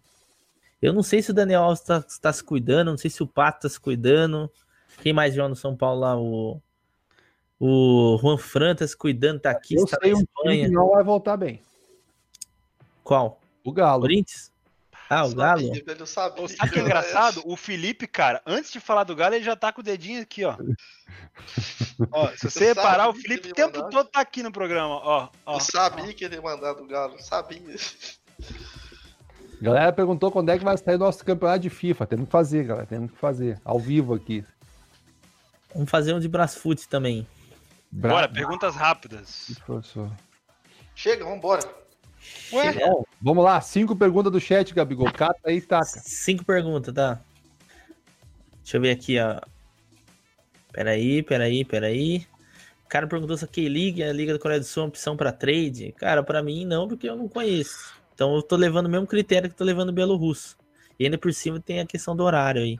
[SPEAKER 1] Eu não sei se o Daniel Alves tá, tá se cuidando, não sei se o Pato tá se cuidando. Quem mais joga no São Paulo lá? O, o Juan Fran tá se cuidando, tá aqui,
[SPEAKER 3] Eu
[SPEAKER 1] tá na
[SPEAKER 3] sei um time
[SPEAKER 1] Espanha.
[SPEAKER 3] que não vai voltar bem.
[SPEAKER 1] Qual?
[SPEAKER 3] O Galo.
[SPEAKER 1] Corinthians? Ah, o Galo?
[SPEAKER 4] Sabia, velho, eu sabia.
[SPEAKER 2] Ô, Sabe o que é engraçado? O Felipe, cara, antes de falar do Galo, ele já tá com o dedinho aqui, ó. Ó, se você
[SPEAKER 4] Eu
[SPEAKER 2] reparar, o
[SPEAKER 4] sabia que
[SPEAKER 2] Felipe o
[SPEAKER 4] ele
[SPEAKER 2] tempo
[SPEAKER 4] mandava.
[SPEAKER 2] todo tá aqui no programa, ó. ó
[SPEAKER 4] Eu sabia que ele ia mandar do Galo, sabia.
[SPEAKER 3] A galera perguntou quando é que vai sair nosso campeonato de FIFA. Temos que fazer, galera. Temos que fazer. Ao vivo aqui.
[SPEAKER 1] Vamos fazer um de Brasfoot também.
[SPEAKER 3] Bra-
[SPEAKER 2] Bora, perguntas rápidas.
[SPEAKER 3] professor.
[SPEAKER 4] Chega, vambora. É,
[SPEAKER 2] Ué?
[SPEAKER 1] Chega-
[SPEAKER 3] Vamos lá, cinco perguntas do chat, Gabigol. Cata aí, taca.
[SPEAKER 1] Cinco perguntas, tá? Deixa eu ver aqui, ó. Peraí, peraí, peraí. O cara perguntou se a K-League, a Liga da Coreia do Sul, é uma opção pra trade. Cara, pra mim não, porque eu não conheço. Então eu tô levando o mesmo critério que eu tô levando o Bielorrusso. E ainda por cima tem a questão do horário aí.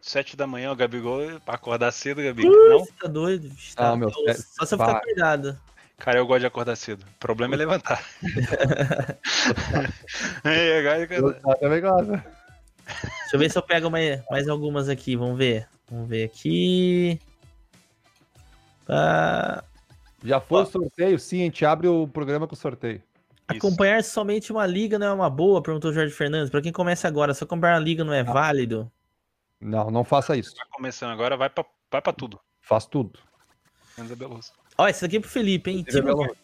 [SPEAKER 2] Sete da manhã, o Gabigol, pra acordar cedo, Gabigol. Não,
[SPEAKER 1] Você tá doido? bicho? Tá-
[SPEAKER 3] Ah, meu,
[SPEAKER 1] eu- só se eu ficar
[SPEAKER 3] vai.
[SPEAKER 1] acordado.
[SPEAKER 2] cara, eu gosto de acordar cedo. O problema é levantar. é, agora eu-
[SPEAKER 3] Cata é legal, né?
[SPEAKER 1] Deixa eu ver se eu pego mais, mais algumas aqui. Vamos ver. Vamos ver aqui. Ah,
[SPEAKER 3] Já foi o sorteio? Sim, a gente abre o programa com sorteio.
[SPEAKER 2] Isso.
[SPEAKER 1] Acompanhar somente uma liga não é uma boa? Perguntou o Jorge Fernandes. Pra quem começa agora, só comprar uma liga não é válido?
[SPEAKER 3] Não, não faça isso.
[SPEAKER 2] Tá começando agora, vai pra, vai pra tudo.
[SPEAKER 3] Faz tudo.
[SPEAKER 2] Menos a Belarus.
[SPEAKER 1] Ó, esse daqui é pro Felipe, hein?
[SPEAKER 3] Teve
[SPEAKER 1] Timo,
[SPEAKER 3] Belo-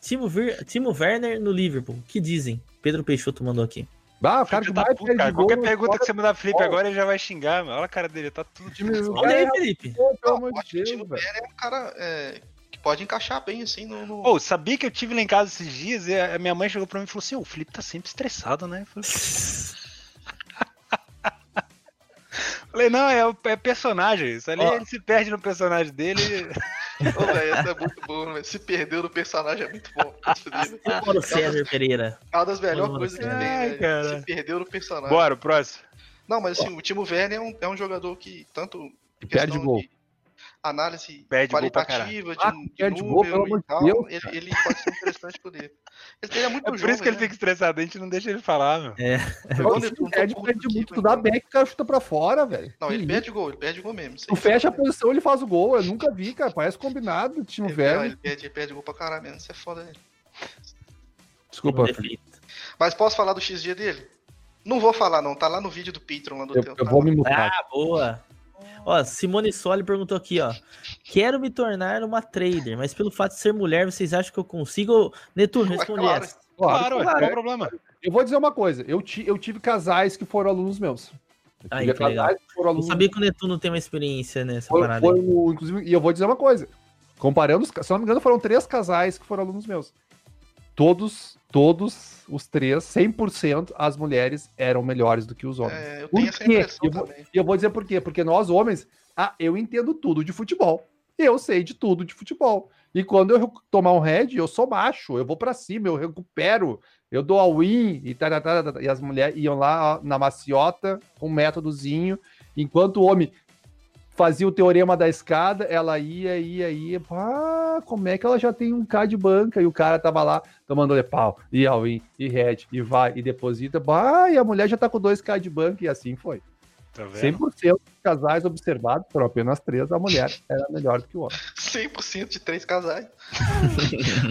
[SPEAKER 1] Timo, Vir- Timo Werner no Liverpool. O que dizem? Pedro Peixoto mandou aqui.
[SPEAKER 3] Ah, o cara que
[SPEAKER 2] Filho da
[SPEAKER 3] mais
[SPEAKER 2] puta,
[SPEAKER 3] perde
[SPEAKER 2] tá cara.
[SPEAKER 3] gol
[SPEAKER 2] Qualquer
[SPEAKER 3] no
[SPEAKER 2] pergunta
[SPEAKER 3] fora-
[SPEAKER 2] que você mandar pro Felipe
[SPEAKER 3] fora.
[SPEAKER 2] agora, ele já vai xingar, mano. Olha a cara dele, tá tudo
[SPEAKER 3] time-
[SPEAKER 2] difícil.
[SPEAKER 3] o
[SPEAKER 1] Olha aí,
[SPEAKER 3] cara
[SPEAKER 1] Felipe.
[SPEAKER 3] erra, pelo
[SPEAKER 4] Não,
[SPEAKER 3] amor
[SPEAKER 4] eu acho
[SPEAKER 3] de
[SPEAKER 4] que o
[SPEAKER 3] Deus,
[SPEAKER 4] Timo
[SPEAKER 3] velho.
[SPEAKER 4] Werner é um cara é, que pode encaixar bem, assim, no... no-
[SPEAKER 2] Pô, sabia que eu tive lá em casa esses dias e a a minha mãe chegou pra mim e falou assim: "Ô, o Felipe tá sempre estressado, né? Eu falei- Falei, não, é, o- é personagem. Isso ali
[SPEAKER 1] Ó.
[SPEAKER 2] ele se perde no personagem dele.
[SPEAKER 4] Ô, velho, essa é muito boa, velho. Se perdeu no personagem é muito bom. Esse livro É
[SPEAKER 1] Mauro César Pereira.
[SPEAKER 4] uma das melhores
[SPEAKER 1] Mano,
[SPEAKER 4] coisas que tem,
[SPEAKER 2] ai,
[SPEAKER 4] velho.
[SPEAKER 2] cara.
[SPEAKER 4] Se perdeu no personagem.
[SPEAKER 2] Bora, o próximo.
[SPEAKER 4] Não, mas assim, o Timo Werner é um, é um jogador que tanto...
[SPEAKER 3] Que
[SPEAKER 4] questão
[SPEAKER 3] perde gol.
[SPEAKER 4] de Análise
[SPEAKER 2] Perde gol pra
[SPEAKER 4] qualitativa,
[SPEAKER 3] Ah,
[SPEAKER 4] de, de
[SPEAKER 3] perde gol, pelo amor
[SPEAKER 4] número
[SPEAKER 3] de
[SPEAKER 4] e tal,
[SPEAKER 3] Deus,
[SPEAKER 4] ele, ele pode ser interessante por ele. Ele é muito
[SPEAKER 2] É por
[SPEAKER 4] jovem,
[SPEAKER 2] isso que ele
[SPEAKER 4] né?
[SPEAKER 2] fica estressado, a gente não deixa ele falar, meu.
[SPEAKER 4] Igual o
[SPEAKER 3] É, Se
[SPEAKER 4] Netuno,
[SPEAKER 3] tu perde,
[SPEAKER 4] todo
[SPEAKER 3] perde
[SPEAKER 4] mundo
[SPEAKER 3] muito.
[SPEAKER 4] aqui,
[SPEAKER 3] Tu dá
[SPEAKER 4] velho.
[SPEAKER 3] back, o cara chuta pra fora, velho.
[SPEAKER 4] Não,
[SPEAKER 3] Que
[SPEAKER 4] ele
[SPEAKER 3] isso.
[SPEAKER 4] perde gol, ele perde gol mesmo. Isso
[SPEAKER 3] Tu
[SPEAKER 4] aí é
[SPEAKER 3] fecha a
[SPEAKER 4] foda.
[SPEAKER 3] posição, ele faz o gol. Eu nunca vi, cara. Parece combinado, time
[SPEAKER 4] Ele- não,
[SPEAKER 3] velho.
[SPEAKER 4] Ele perde, ele perde gol pra caralho mesmo, isso é foda dele.
[SPEAKER 3] Desculpa.
[SPEAKER 1] Defeito.
[SPEAKER 4] Mas posso falar do XG dele? Não vou falar, não. Tá lá no vídeo do Patreon lá do
[SPEAKER 3] Eu,
[SPEAKER 4] teu.
[SPEAKER 3] eu
[SPEAKER 4] tá?
[SPEAKER 3] vou me mutar.
[SPEAKER 1] Ah, boa. Ó, Simone Soli perguntou aqui, ó. Quero me tornar uma trader, mas pelo fato de ser mulher, vocês acham que eu consigo? Netuno,
[SPEAKER 4] Mas
[SPEAKER 1] responde
[SPEAKER 4] claro.
[SPEAKER 1] essa.
[SPEAKER 3] Claro, tá
[SPEAKER 2] ué,
[SPEAKER 3] claro.
[SPEAKER 2] qual é o problema?
[SPEAKER 3] Eu vou dizer uma coisa. Eu, ti- eu tive casais que foram alunos meus. Eu
[SPEAKER 1] Aí,
[SPEAKER 3] tive
[SPEAKER 1] que legal.
[SPEAKER 3] Ah, que foram
[SPEAKER 1] Eu
[SPEAKER 3] alunos
[SPEAKER 1] sabia que o Netuno tem uma experiência nessa
[SPEAKER 3] Foram-
[SPEAKER 1] parada. aí.
[SPEAKER 3] foram, inclusive, e eu vou dizer uma coisa. Comparando, os ca- se eu não me engano, foram três casais que foram alunos meus. Todos todos os três, 100%, as mulheres eram melhores do que os homens.
[SPEAKER 4] É, eu
[SPEAKER 3] Por
[SPEAKER 4] tenho essa
[SPEAKER 3] quê?
[SPEAKER 4] impressão
[SPEAKER 3] Eu vou-
[SPEAKER 4] também.
[SPEAKER 3] E eu vou dizer por quê? Porque nós, homens, ah, eu entendo tudo de futebol. Eu sei de tudo de futebol. E quando eu recu- tomar um head, eu sou macho, eu vou pra cima, eu recupero, eu dou a win e tá, tal, E as mulheres iam lá ó, na maciota, com um métodozinho, enquanto o homem fazia o teorema da escada, ela ia, ia, ia. Ah, como é que ela já tem um K de banca? E o cara tava lá tomando de pau, e all in, e head, e vai, e deposita. Ah, e a mulher já tá com 2K de banca, e assim foi.
[SPEAKER 2] Tá vendo?
[SPEAKER 3] 100% dos casais observados foram apenas três, a mulher era melhor do que o homem.
[SPEAKER 4] 100% de três casais.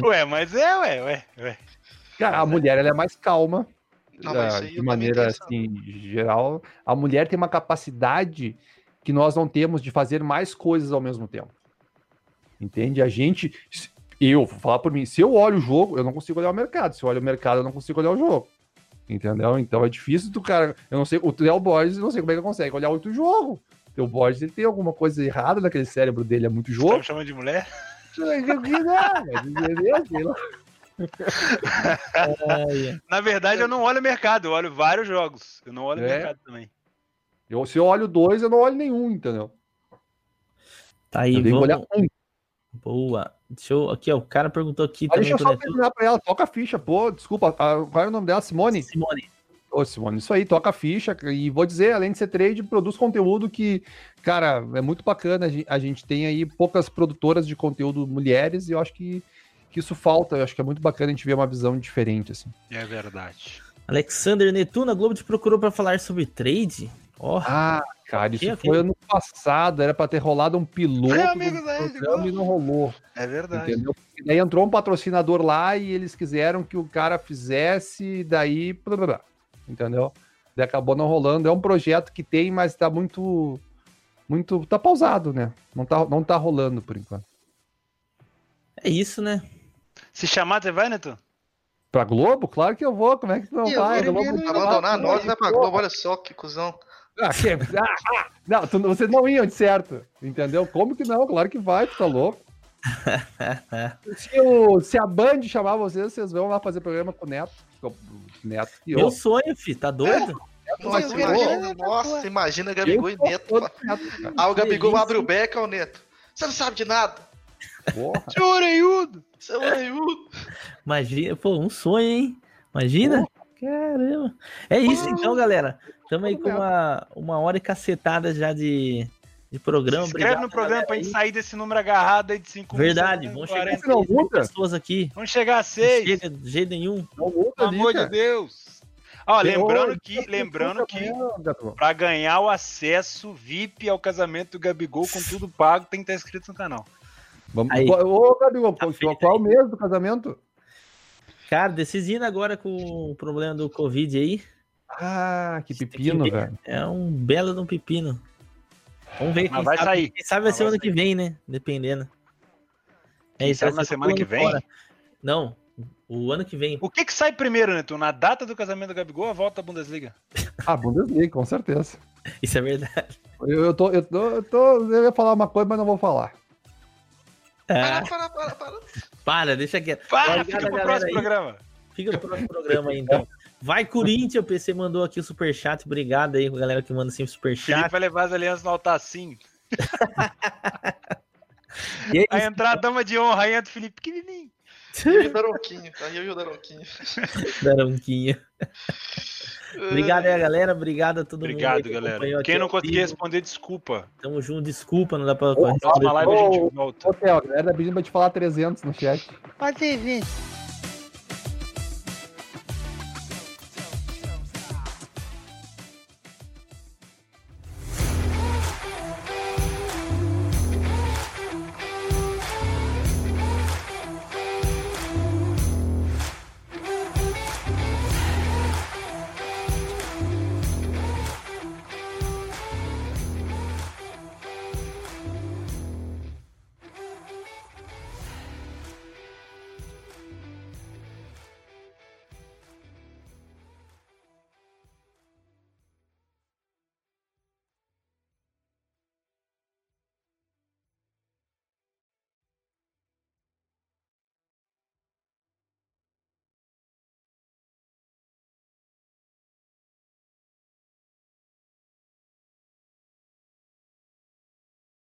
[SPEAKER 2] Ué, mas é, ué, ué, ué.
[SPEAKER 3] Cara, a mulher ela é mais calma,
[SPEAKER 4] Não,
[SPEAKER 3] ah,
[SPEAKER 4] Tá mas isso aí
[SPEAKER 3] de
[SPEAKER 4] eu também
[SPEAKER 3] maneira
[SPEAKER 4] tenho essa-
[SPEAKER 3] assim, geral. A mulher tem uma capacidade que nós não temos de fazer mais coisas ao mesmo tempo. Entende? A gente. se- Eu, vou falar por mim, se eu olho o jogo, eu não consigo olhar o mercado. Se eu olho o mercado, eu não consigo olhar o jogo. Entendeu? Então é difícil do cara. Eu não sei, o Theo Borges, eu não sei como é que consegue olhar outro jogo. O Borges ele tem alguma coisa errada naquele cérebro dele, é muito
[SPEAKER 2] Tá
[SPEAKER 3] jogo.
[SPEAKER 2] me chamando de mulher? Na verdade, eu não olho o mercado, eu olho vários jogos. Eu não olho o
[SPEAKER 3] É.
[SPEAKER 2] mercado também.
[SPEAKER 3] Eu, se eu olho dois, eu não olho nenhum, entendeu?
[SPEAKER 1] Tá aí,
[SPEAKER 3] eu tenho que
[SPEAKER 1] vamos.
[SPEAKER 3] olhar um.
[SPEAKER 1] Boa. Deixa eu. Aqui, ó, o cara perguntou aqui
[SPEAKER 3] Aí
[SPEAKER 1] também
[SPEAKER 3] deixa eu
[SPEAKER 1] pro
[SPEAKER 3] só
[SPEAKER 1] Netuno.
[SPEAKER 3] terminar pra ela, toca a ficha, pô, desculpa, a- qual é o nome dela? Simone?
[SPEAKER 1] Simone.
[SPEAKER 3] Ô, Simone, isso aí, toca a ficha. E vou dizer, além de ser trade, produz conteúdo que, cara, é muito bacana. A gen- A gente tem aí poucas produtoras de conteúdo mulheres e eu acho que, que isso falta. Eu acho que é muito bacana a gente ver uma visão diferente, assim.
[SPEAKER 2] É verdade.
[SPEAKER 1] Alexander Netuno, a Globo te procurou pra falar sobre trade? Ó,
[SPEAKER 3] Ah, cara, isso
[SPEAKER 1] Ok, ok.
[SPEAKER 3] foi ano passado, era pra ter rolado um piloto
[SPEAKER 2] É,
[SPEAKER 3] do
[SPEAKER 2] amigo, né?
[SPEAKER 3] programa e não rolou.
[SPEAKER 2] É verdade.
[SPEAKER 3] Entendeu? E daí entrou um patrocinador lá e eles quiseram que o cara fizesse, e daí. Blá, blá, blá. entendeu? Daí acabou não rolando. É um projeto que tem, mas tá muito. Muito. Tá pausado, né? Não tá, não tá rolando por enquanto.
[SPEAKER 1] é isso, né?
[SPEAKER 2] Se chamar, você vai, Neto?
[SPEAKER 3] Pra Globo? Claro que eu vou. Como é que tu não
[SPEAKER 5] E eu
[SPEAKER 3] vai?
[SPEAKER 5] queria
[SPEAKER 3] Globo
[SPEAKER 5] ver
[SPEAKER 3] tá lá,
[SPEAKER 4] Abandonar a
[SPEAKER 3] pô,
[SPEAKER 4] nós,
[SPEAKER 3] aí,
[SPEAKER 4] vai pra
[SPEAKER 3] pô.
[SPEAKER 4] Globo, olha só que cuzão.
[SPEAKER 3] Ah, que... ah, ah, não, tu, não- vocês não iam de certo. Entendeu? Como que não? Claro que vai, tu tá louco. se, o- se a Band chamar vocês, vocês vão lá fazer programa com o Neto. Com o Neto e eu.
[SPEAKER 1] Meu sonho, fi, tá doido?
[SPEAKER 4] Nossa,
[SPEAKER 3] Deus,
[SPEAKER 4] imagina, nossa, imagina Gabigol e
[SPEAKER 3] Eu sou
[SPEAKER 4] Neto.
[SPEAKER 3] todo
[SPEAKER 4] lá.
[SPEAKER 3] Neto, cara.
[SPEAKER 4] Ah, o Gabigol
[SPEAKER 1] delícia.
[SPEAKER 4] abre o beco, ó, o Neto. Você não sabe de nada.
[SPEAKER 3] Porra.
[SPEAKER 4] Seu orelhudo. Seu orelhudo.
[SPEAKER 1] Imagina, pô, um sonho, hein? Imagina? Caramba. É isso então, galera. Tamo aí com uma, uma hora e cacetada já de, de
[SPEAKER 2] Se
[SPEAKER 1] programa.
[SPEAKER 2] inscreve no programa pra gente
[SPEAKER 1] galera,
[SPEAKER 2] sair desse número agarrado aí de 5 tá.
[SPEAKER 1] Verdade, vamos chegar a
[SPEAKER 3] Você não
[SPEAKER 1] 6 mil
[SPEAKER 3] muda?
[SPEAKER 1] pessoas aqui.
[SPEAKER 2] Vamos chegar a
[SPEAKER 1] Não
[SPEAKER 2] 6.
[SPEAKER 1] chega de jeito nenhum.
[SPEAKER 3] Não muda
[SPEAKER 2] Pelo
[SPEAKER 3] tá ali,
[SPEAKER 2] amor de
[SPEAKER 3] cara.
[SPEAKER 2] Deus. Ó,
[SPEAKER 3] Tem
[SPEAKER 2] lembrando
[SPEAKER 3] outro
[SPEAKER 2] que, lembrando que
[SPEAKER 3] amanhã, Beto.
[SPEAKER 2] pra ganhar o acesso VIP ao casamento do Gabigol com tudo pago, tem que estar inscrito no canal.
[SPEAKER 3] Vamos...
[SPEAKER 1] Aí. Tá
[SPEAKER 3] Qual- Ô, Gabigol, qual,
[SPEAKER 1] feito
[SPEAKER 3] qual é o mês do casamento?
[SPEAKER 1] Cara, decidindo agora com o problema do Covid aí.
[SPEAKER 3] Ah, que
[SPEAKER 1] Isso tem que
[SPEAKER 3] pepino,
[SPEAKER 1] ver.
[SPEAKER 3] velho.
[SPEAKER 1] É um belo de um pepino. Vamos ver.
[SPEAKER 2] Mas vai
[SPEAKER 1] sabe,
[SPEAKER 2] sair.
[SPEAKER 1] Quem sabe vai
[SPEAKER 2] Mas
[SPEAKER 1] ser
[SPEAKER 2] vai
[SPEAKER 1] ano que vem, né? Dependendo. É,
[SPEAKER 2] Quem sabe
[SPEAKER 1] vai
[SPEAKER 2] na
[SPEAKER 1] ser
[SPEAKER 2] semana que
[SPEAKER 1] ano
[SPEAKER 2] vem?
[SPEAKER 1] fora. Não, o ano que vem.
[SPEAKER 2] O que que sai primeiro, Neto? Na data do casamento do Gabigol ou a volta à Bundesliga?
[SPEAKER 3] Ah, Bundesliga, com certeza.
[SPEAKER 1] Isso é verdade.
[SPEAKER 3] Eu, eu tô, eu, tô, eu, tô, eu ia falar uma coisa, mas não vou falar.
[SPEAKER 1] Ah,
[SPEAKER 4] Para, para, para, para.
[SPEAKER 1] para, deixa quieto.
[SPEAKER 2] Para,
[SPEAKER 1] Obrigado,
[SPEAKER 2] fica pro
[SPEAKER 1] galera,
[SPEAKER 2] próximo
[SPEAKER 1] aí.
[SPEAKER 2] programa.
[SPEAKER 1] Fica pro próximo programa aí, então. Vai, Corinthians. O PC mandou aqui o superchat. Obrigado aí, galera que manda sempre
[SPEAKER 2] Felipe
[SPEAKER 1] superchat.
[SPEAKER 2] vai levar as alianças no altar sim.
[SPEAKER 1] E é
[SPEAKER 2] Vai entrar a dama de honra, aí entra o Felipe pequenininho.
[SPEAKER 4] Eu e o Daronquinho. Aí eu e o Daronquinho.
[SPEAKER 1] isso, Daronquinha. um Obrigado aí, galera. Obrigado a todo mundo. aí
[SPEAKER 2] Obrigado,
[SPEAKER 1] que acompanhou
[SPEAKER 2] galera.
[SPEAKER 1] aqui
[SPEAKER 2] Quem não
[SPEAKER 1] ao
[SPEAKER 2] conseguir
[SPEAKER 1] vivo.
[SPEAKER 2] responder, desculpa.
[SPEAKER 1] Tamo junto. Desculpa, não dá pra
[SPEAKER 3] Ô,
[SPEAKER 2] Próxima live a gente volta.
[SPEAKER 3] tá Ô, Theo, a galera da Bíblia vai te falar 300 no chat.
[SPEAKER 8] Pode vir.